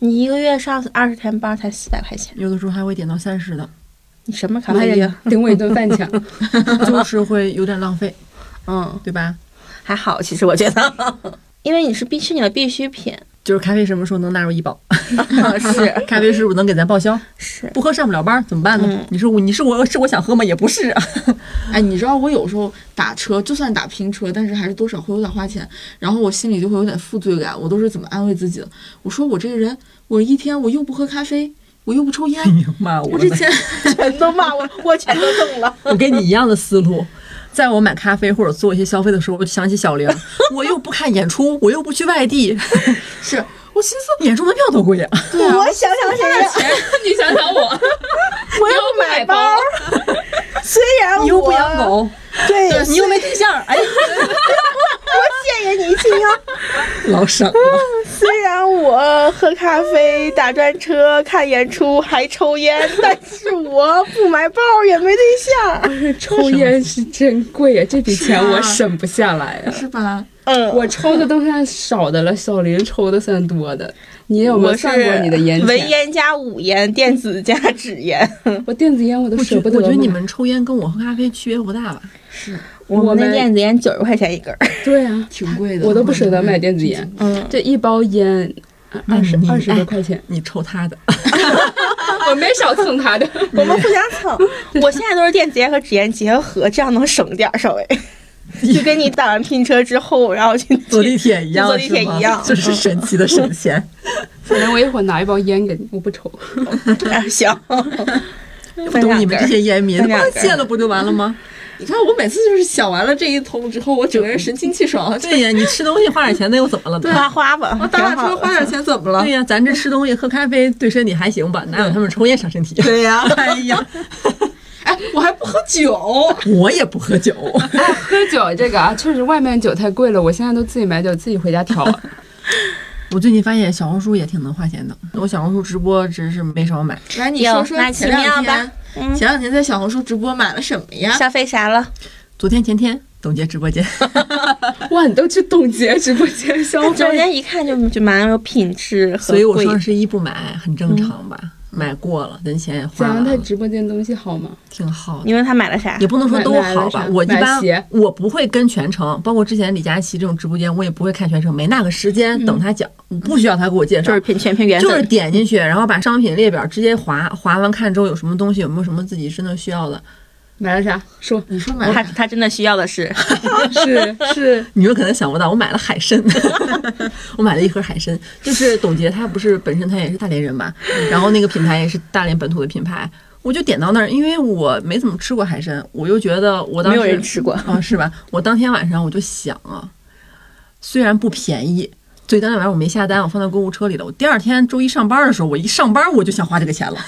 C: 你一个月上二十天班才四百块钱，
A: 有的时候还会点到三十的，
C: 你什么咖
D: 妈
C: 啡
D: 哎呀
C: 呀？，
D: 顶我一顿饭钱。
A: 就是会有点浪费，
C: 嗯，
A: 对吧？
C: 还好，其实我觉得，因为你是必是你的必需品。
A: 就是咖啡什么时候能纳入医 保？
C: 是
A: 咖啡是不是能给咱报销？
C: 是，
A: 不喝上不了班怎么办呢？
C: 嗯
A: 你说我，你是我是我想喝吗？也不是啊。
B: 哎，你知道我有时候打车，就算打拼车，但是还是多少会有点花钱，然后我心里就会有点负罪感。我都是怎么安慰自己的？我说我这个人，我一天我又不喝咖啡，我又不抽烟，
A: 骂我
B: 我
A: 呢
B: 这钱
C: 全都骂我，我全都中了。
A: 我跟你一样的思路。在我买咖啡或者做一些消费的时候，我就想起小 玲，我又不看演出，我又不去外地，
B: 是我心思
A: 演出门票多贵啊！
B: 对啊，
C: 我想想谁呀？
D: 你想想我，
C: 我又不买包儿，虽然我
A: 你又不养，狗，
C: 对，
A: 你又没对象，哎，
C: 我谢谢你，亲娘。
A: 老省了。
C: 虽然我喝咖啡、打专车、看演出还抽烟，但是我不买包儿也没对象。
D: 抽烟是真贵呀，这笔钱我省不下来啊呀。
B: 是吧？
C: 嗯，
D: 啊我抽的都算少的了，小林抽的算多的。你有没有
C: 我
D: 算过
C: 是
D: 你的烟
C: 文
D: 钱？
C: 烟加武烟，电子加纸烟。
D: 我电子烟我都
A: 我觉
D: 舍不
A: 得
D: 得
A: 我觉得你
D: 买
A: 们抽烟跟我喝咖啡区别不大吧？
D: 我
C: 那
D: 们
C: 电子烟九十块钱一根儿。
D: 对啊，
B: 挺贵的，
D: 我都不舍得买电子烟。
C: 嗯，
D: 这一包烟二十
A: 嗯
D: 二十多块钱，
A: 你抽他的，
D: 哎 我没少蹭他 的。
C: 我们互相蹭。我现在都是电子烟和纸烟结合，这样能省点儿稍微。就跟你打完拼车之后，然后去
A: 坐地铁一样，
C: 坐地铁
A: 是吗
C: 一样
A: 这是神奇的省钱。
D: 小林，我一会儿拿一包烟给你，我不抽。
C: 啊行，
A: 不
C: 嗯分
A: 懂
C: 两
A: 你们
C: 根
A: 这
C: 儿
A: 些烟民，
C: 分两
A: 光
C: 根儿
A: 戒了不就完了吗？
B: 你看我每次就是想完了这一通之后，我整个人神清气爽。这
A: 对呀，你吃东西花点钱，那又怎么了呢？啊
C: 花花吧，
B: 我
C: 挺
B: 打打
C: 好
B: 车
C: 的。
B: 花点钱怎么了
A: 对？呀，咱这吃东西喝咖啡对身体还行吧？哪有他们抽烟伤身体？
B: 对呀、
A: 哎呀，
B: 哎，我还不喝酒，
A: 我也不喝 酒，
D: 哎，喝酒这个啊，确实外面酒太贵了，我现在都自己买酒，自己回家调啊了。
A: 我最近发现小红书也挺能花钱的，我小红书直播真是没少买。
B: 来你
C: 有
B: 说说
C: 那
B: 前
C: 奇
B: 两
C: 妙
A: 啊
C: 吧
B: 天，
C: 嗯
B: 前两天在小红书直播买了什么呀？
C: 消费啥了？
A: 昨天前天，董洁直播 间，
D: 哇，你都去董洁直播 间消
C: 中
D: 费？
C: 间一看就就蛮有品质和
A: 所以我
C: 贵
A: 双十一不买很正常吧？买过了，咱钱也
D: 小
A: 花
D: 杨嗯他
A: 了，
D: 直播间东西好吗？
A: 挺好的。
C: 你问他买了啥
A: 也？不能说都
D: 买买
A: 好
D: 了
A: 吧
D: 啥，
A: 我一
D: 买
A: 般
D: 鞋
A: 我不会跟全程，包括之前李佳琦这种直播间，我也不会看全程，没那个时间等他讲，
D: 嗯
A: 不需要他给我介绍，
C: 就是凭全凭缘
A: 就
C: 分。
A: 是点进去，然后把商品列表直接划划完，看之后有什么东西，有没有什么自己真的需要的。
D: 买了啥？说
B: 你说买了
C: 他他真的需要的是，
D: 是 是，
A: 你们可能想不到，我买了海 参，我买了一盒海参，就是董洁，她不是本身她也是大连人嘛，然后那个品牌也是大连本土的品牌，我就点到那儿，因为我没怎么吃过海参，我又觉得我当
C: 没
A: 时
C: 有人吃过。
A: 啊，是吧？我当天晚上我就想啊，虽然不便宜。所以当天晚上我没下单，我放在购物车里了。我第二天周一上班的时候，我一上班我就想花这个钱了，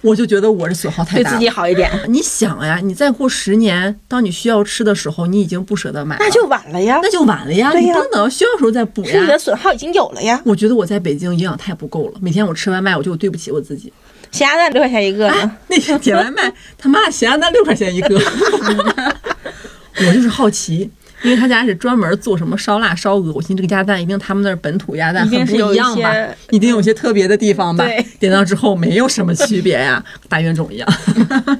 A: 我就觉得我这损耗太
C: 对
A: 大了。
C: 自己好一点，
A: 你想呀，你再过十年，当你需要吃的时候，你已经不舍得买了，
C: 那就晚了呀
A: 那。就晚了呀。
C: 对呀
A: 你不能等到需要的时候再补
C: 是你
A: 呀
C: 的。损耗已经有了呀，
A: 我觉得我在北京营养太不够了，每天我吃外卖，我觉得我对不起我自己。哎
C: 咸鸭蛋六块钱一个呢，
A: 那天点外卖，他妈咸鸭蛋六块钱一 个，我就是好奇。因为他家是专门做什么烧腊、烧鹅，我寻思这个鸭蛋一定他们那儿本土鸭蛋
C: 一定
A: 很
C: 是有
A: 不一样吧
C: 一些，
A: 一定有些特别的地方吧
C: 对。
A: 点到之后没有什么区别呀，大冤种一样。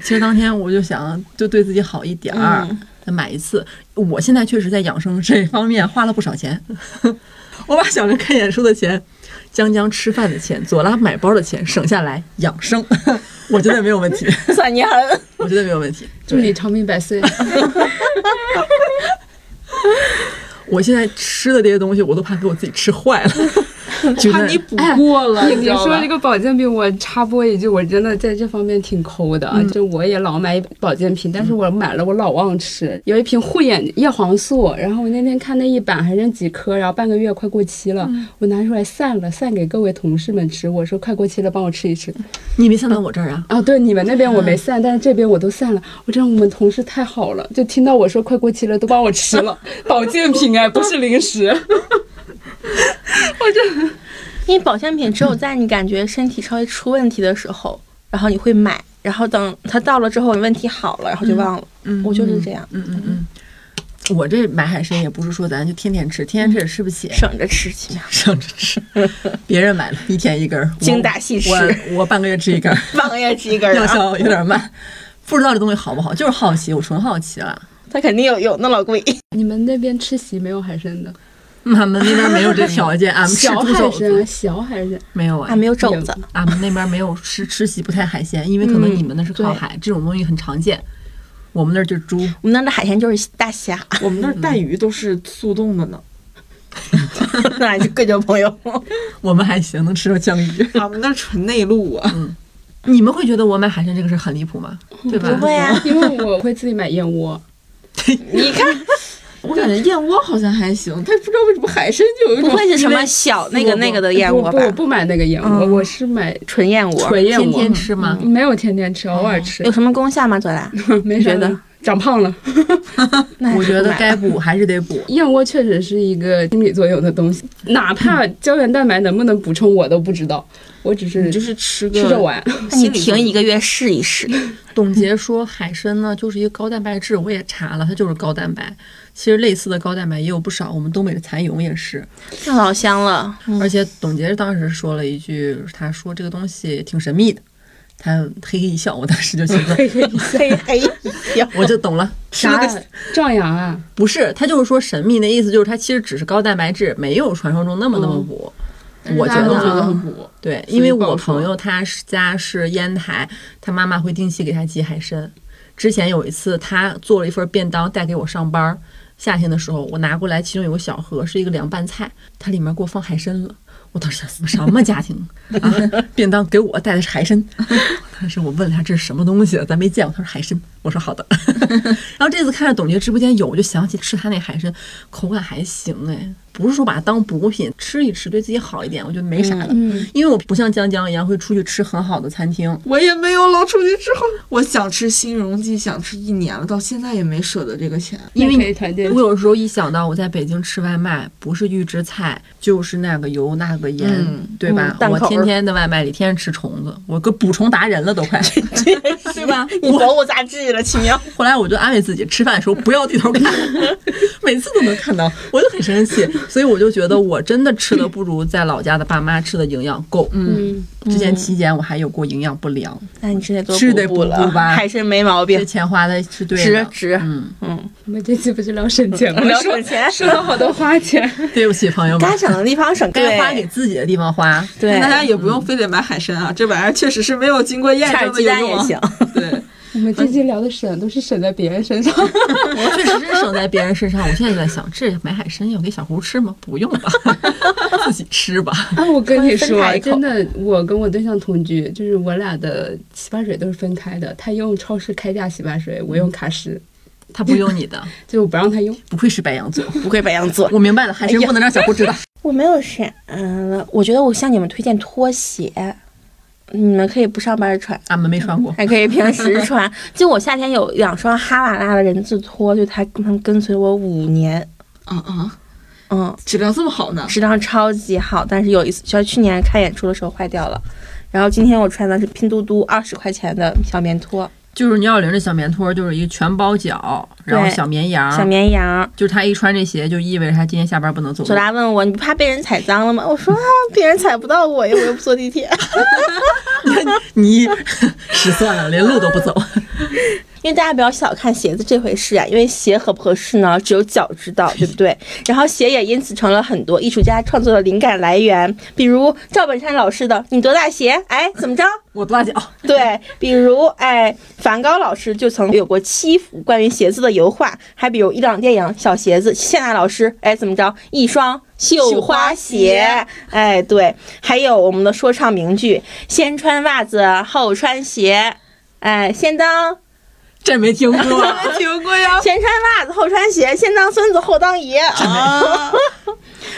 A: 其实当天我就想，就对自己好一点儿，
B: 嗯
A: 再买一次。我现在确实在养生这方面花了不少钱， 我把小刘看演出的钱、江江吃饭的钱、左拉买包的钱省下来养生， 我觉得没有问题，
C: 算你狠。
A: 我觉得没有问题。
D: 祝你长命百岁。
A: 我现在吃的这些东西，我都怕给我自己吃坏了， 觉
B: 怕
A: 得
B: 你补过了，
D: 哎你
B: 你
D: 你
B: 知道
D: 说
B: 吧
D: 这个保健品，我插播一句，我真的在这方面挺抠的啊，就我也老买保健品，但是我买了我老忘吃，有一瓶慧眼叶黄素，然后我那天看那一版还剩几颗，然后半个月快过期了，我拿出来散了，散给各位同事们吃，我说快过期了，帮我吃一吃。
A: 你没想到我这儿啊。
D: 啊，对，你们那边我没散，但是这边我都散了。我真的我们同事太好了，就听到我说快过期了，都帮我吃 了保健品哎，不是零食。
C: 因为保健品只有在你感觉身体稍微出问题的时候，然后你会买，然后等它到了之后，你问题好了，然后就忘了。我就是这样，
A: 嗯嗯嗯，我这买海参也不是说咱就天天吃，天天吃也吃不起，
C: 省着吃起码。
A: 省着吃。 别人买了一天一根儿，我
C: 精打细吃
A: 我我半个月吃一 根儿，
C: 半个月吃一根
A: 药
C: 儿啊，
A: 效有点慢。不知道这东西好不好，就是好奇，我纯好奇了。
C: 它肯定有有那老贵。
D: 你们那边吃席没有海参的？
A: 俺们那边没有这条件，俺们吃
D: 小
A: 猪
D: 海
A: 肘子
D: 参，啊小海参，
A: 没有哎
C: 还，没有肘子，
A: 俺们那边没有吃吃席不太海鲜，因为可能你们那是靠海，这种东西很常见。我们那儿就是猪，
C: 我们那儿的海鲜就是大虾。
B: 我们那儿带鱼都是速冻的呢。
C: 那就各交朋友。
A: 我们还行，能吃到江鱼。
B: 俺们那儿纯内陆啊，
A: 你们会觉得我买海参这个事儿很离谱吗？对吧？
C: 不会 啊，
D: 因为我会自己买燕 窝。
C: 你看，
B: 我感觉燕窝好像还行，但不知道为什么海参就有一
C: 不
B: 种
C: 会是什么小那个那个的燕窝
D: 不
C: 吧
D: 不，我？不买那个燕窝，
C: 嗯
D: 我是买
C: 纯燕窝。
D: 纯燕
A: 天
D: 窝
A: 天，吃吗？
D: 没有天天吃，偶尔吃
C: 有，什么功效吗？左蓝，
D: 没啥
C: 哦觉得
D: 的长胖了。
C: 那还
A: 我
C: 是
A: 觉
C: 不
A: 得
C: 买
A: 该
C: 了
A: 补还是得补。
D: 燕窝确实是一个心理作用的东 西，哪怕胶原蛋白能不能补充我都不知道，我只是
B: 就
D: 吃
B: 是吃个
D: 着玩。
C: 那你
B: 心里
C: 停
B: 会
C: 一个月试一 试。
A: 董洁说海参呢就是一个高蛋白质，我也查了，它就是高蛋白。其实类似的高蛋白也有不少，我们东北的蚕蛹也是。
C: 那老香 了，
A: 而且董洁当时说了一句，她说这个东西挺神秘的，她嘿嘿一笑，我当时就兴 奋，
C: 嘿嘿，
A: 我就懂了。
D: 啥壮阳啊？
A: 不是，她就是说神秘的意思，就是它其实只是高蛋白质，没有传说中那么那么补。我觉
B: 大家都
A: 得
B: 觉
A: 啊
B: 得很补。
A: 对，
B: 所以
A: 因为
B: 不
A: 我
B: 好说
A: 朋友他是家是烟台，他妈妈会定期给他寄海参。之前有一次，他做了一份便当带给我上班儿，夏天的时候我拿过来，其中有个小盒是一个凉拌菜，它里面给我放海参了。我当时想，什么家庭啊？ 便当给我带的是海参， 但是我问了他这是什么东西，啊咱没见过。他说海参，我说好的。然后这次看着董洁直播间有，我就想起吃她那海参，口感还行哎，不是说把它当补品吃一吃，对自己好一点，我觉得没啥的。
D: 嗯，
A: 因为我不像江江一样会出去吃很好的餐厅，
B: 我也没有老出去吃好，我想吃新荣记，想吃一年了，到现在也没舍得这个钱。
A: 因为
D: 那可以
A: 你
D: 团建
A: 我有时候一想到我在北京吃外卖，不是预制菜就是那个油那个盐，
B: 嗯
A: 对吧
C: 嗯？档口
A: 我
C: 儿
A: 天天的外卖里天天吃虫子，我个捕虫达人了 都快。
C: 对吧？你懂我咋治了，奇妙。
A: 后来我就安慰自己，吃饭的时候不要低头看，每次都能看到，我就很生气。所以我就觉得我真的吃的不如在老家的爸妈吃的营养够。
D: 嗯，
A: 之前期间我还有过营养不良，
C: 那哎你真得多
A: 是得
C: 补补了
A: 补补吧
C: 海参没毛
A: 这
C: 病，
A: 钱花的是对
C: 值
A: 的。
C: 值。
A: 嗯，
C: 嗯，
D: 我们这期不是 聊省钱吗？
C: 聊
D: 说
C: 省钱，
D: 说了好多花钱，
A: 对不起朋友们
C: 该，省的地方省，
A: 该花给
C: 对
A: 自己的地方花。
C: 对，
B: 大家也不用非得买海参啊，这玩意儿确实是没有经过验
C: 点
B: 证的
C: 鸡蛋
B: 有
C: 也
B: 用啊。
C: 行。
B: 对，
D: 我们这期聊的省都是省在别人身上。
A: 我确实是省在别人身上。我现在就在想，这买海参要给小胡吃吗？不用吧，自己吃吧。
D: 啊，我跟你
C: 分开
D: 说，
C: 一口
D: 真的，我跟我对象同居，就是我俩的洗发水都是分开的，他用超市开价洗发水，我用卡诗，
A: 他不用你的，
D: 就我不让他用。
A: 不愧是白羊座。
C: 不愧白羊座，
A: 我明白了，海参不能让小胡知道。
C: 我没有啥了。我觉得我向你们推荐拖鞋，你们可以不上班穿，
A: 俺们没穿过。
C: 还可以平时穿。就我夏天有两双哈瓦那的人字拖，就它它们跟随我五年，
B: 啊啊，
C: 嗯，
B: 质量这么好呢？
C: 质量超级好。但是有一次，就去年看演出的时候坏掉了。然后今天我穿的是拼多多二十块钱的小棉拖、
A: 就是幺幺零这小棉拖，就是一个全包脚，然后
C: 对
A: 小绵羊。
C: 小绵羊。
A: 就是他一穿这鞋，就意味着他今天下班不能走路
C: 左。拉问我：“你不怕被人踩脏了吗？”我说：“啊，别人踩不到我呀，我又不坐地铁。
A: 你 失算了，连路都不走。
C: 因为大家不要小看鞋子这回事啊，因为鞋合不合适呢，只有脚知 道，对不对？然后鞋也因此成了很多艺术家创作的灵感来源，比如赵本山老师的“你多大鞋？哎，怎么着？”
A: 我跺脚，
C: 对，比如哎，梵高老师就曾有过七幅关于鞋子的油画，还比如伊朗电影《小鞋子》，谢娜老师哎怎么着，一双绣花鞋，哎对，还有我们的说唱名句，先穿袜子后穿鞋，哎先当
A: 这没听过。
B: 听过 呀。
C: 先穿袜子后穿鞋，先当孙子后当爷啊。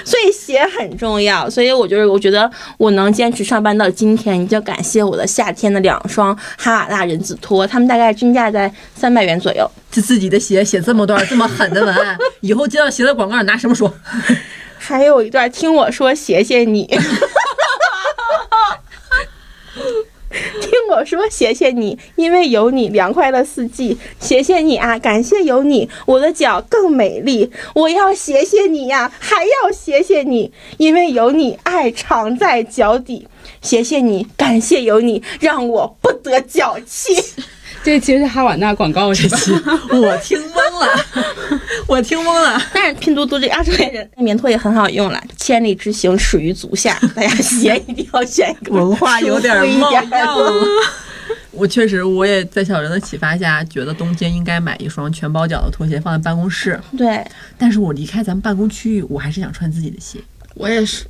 C: 所以鞋很重要，所以我就是我觉得我能坚持上班到今天，就要感谢我的夏天的两双哈瓦那人字拖，它们大概均价在三百元左右。
A: 这自己的鞋写这么段这么狠的文 案，以后接到鞋的广告，你拿什么说？
C: 还有一段听我说，谢谢你。听我说，谢谢你，因为有你，凉快了四季。谢谢你啊，感谢有你，我的脚更美丽。我要谢谢你呀、还要谢谢你，因为有你，爱常在脚底。谢谢你，感谢有你，让我不得脚气。
D: 这其实是哈瓦那广告 这期，
A: 我听懵了， 我听懵了。
C: 但是拼多多这二十块钱棉拖也很好用了，千里之行始于 足下，大家鞋一定要选一个
A: 文化有点
C: 舒服一
A: 冒样
C: 点的。
A: 了。我确实，我也在小人的启发下，觉得冬天应该买一双全包脚的拖鞋放在办公室。
C: 对，
A: 但是我离开咱们办公区域，我还是想穿自己的鞋。
B: 我也是，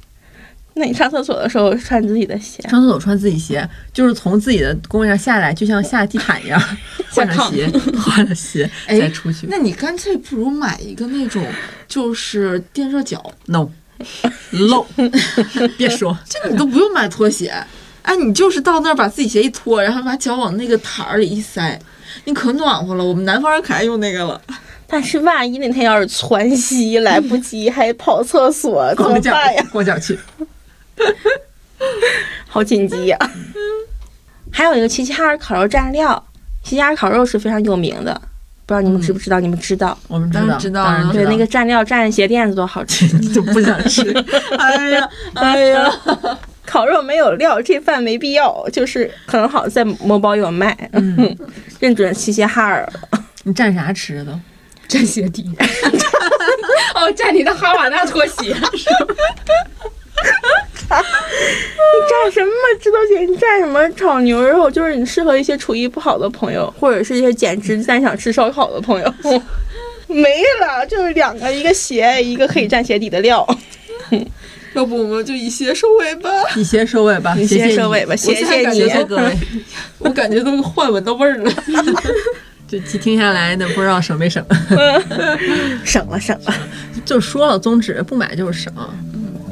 C: 那你上厕所的时候穿自己的鞋，
A: 上厕所穿自己鞋，就是从自己的工位上下来，就像下地毯一样，换了鞋，换了鞋
B: 哎
A: 再出去。
B: 那你干脆不如买一个那种就是垫热脚，
A: No，漏，别说，
B: 这你都不用买拖鞋，哎，你就是到那儿把自己鞋一脱，然后把脚往那个毯儿里一塞，你可暖和了。我们南方人可爱用那个了，
C: 但是万一那天要是窜稀来不及，还跑厕 所怎么
A: 光脚
C: 办呀？
A: 光脚去。
C: 好紧急呀、还有一个齐齐哈尔烤肉蘸料，齐齐哈尔烤肉是非常有名的，不知道你们知不知道？你们知道？
A: 我们
B: 当然
A: 知
B: 知道
A: 当然
B: 了
A: 知
C: 对，
A: 道
C: 那个蘸料蘸鞋垫子多好吃！
A: 就不想吃。
B: 哎呀，哎呀，
C: 烤肉没有料，这饭没必要，就是很好，在某宝有卖。嗯， 认准齐齐哈尔了，
A: 你蘸啥吃的？
D: 蘸鞋底， 哦，蘸你的哈瓦那拖鞋，
C: 你蘸什么知道姐？你蘸什么炒牛肉？就是你适合一些厨艺不好的朋友，或者是一些减脂但想吃烧烤的朋友。 没了，就是两个，一个鞋，一个可以蘸鞋底的料。
B: 要不我们就以鞋收尾吧？
A: 以鞋收尾吧，
C: 你
A: 谢谢
C: 先
A: 你
C: 收尾吧，谢
B: 现在
C: 谢
B: 感
C: 你
B: 觉。
A: 谢谢各位。
B: 我感觉都换闻到味儿了。
A: 这期听下来，那不知道省没省，
C: 省了省了，
A: 就说了宗旨，不买就是省，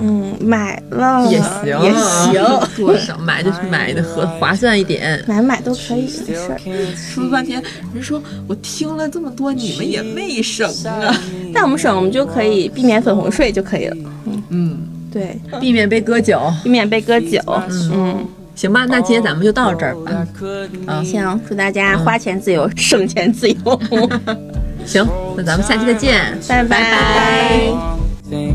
C: 嗯，买了
A: 也行啊
C: 也行，，
A: 多省买就是买的合划算一点。
C: 买买都可以的事儿。
B: 说了半天，人说我听了这么多，你们也没省啊。
C: 那我们省，我们就可以避免粉红税就可以了。
B: 嗯，
C: 对，
A: 避免被割韭。
C: 避免被割韭。嗯，
A: 行吧，那今天咱们就到这儿
E: 哦
A: 吧。
C: 行，祝大家花钱自由，省钱自由。
A: 行，那咱们下期再见。
C: 拜拜
E: thing.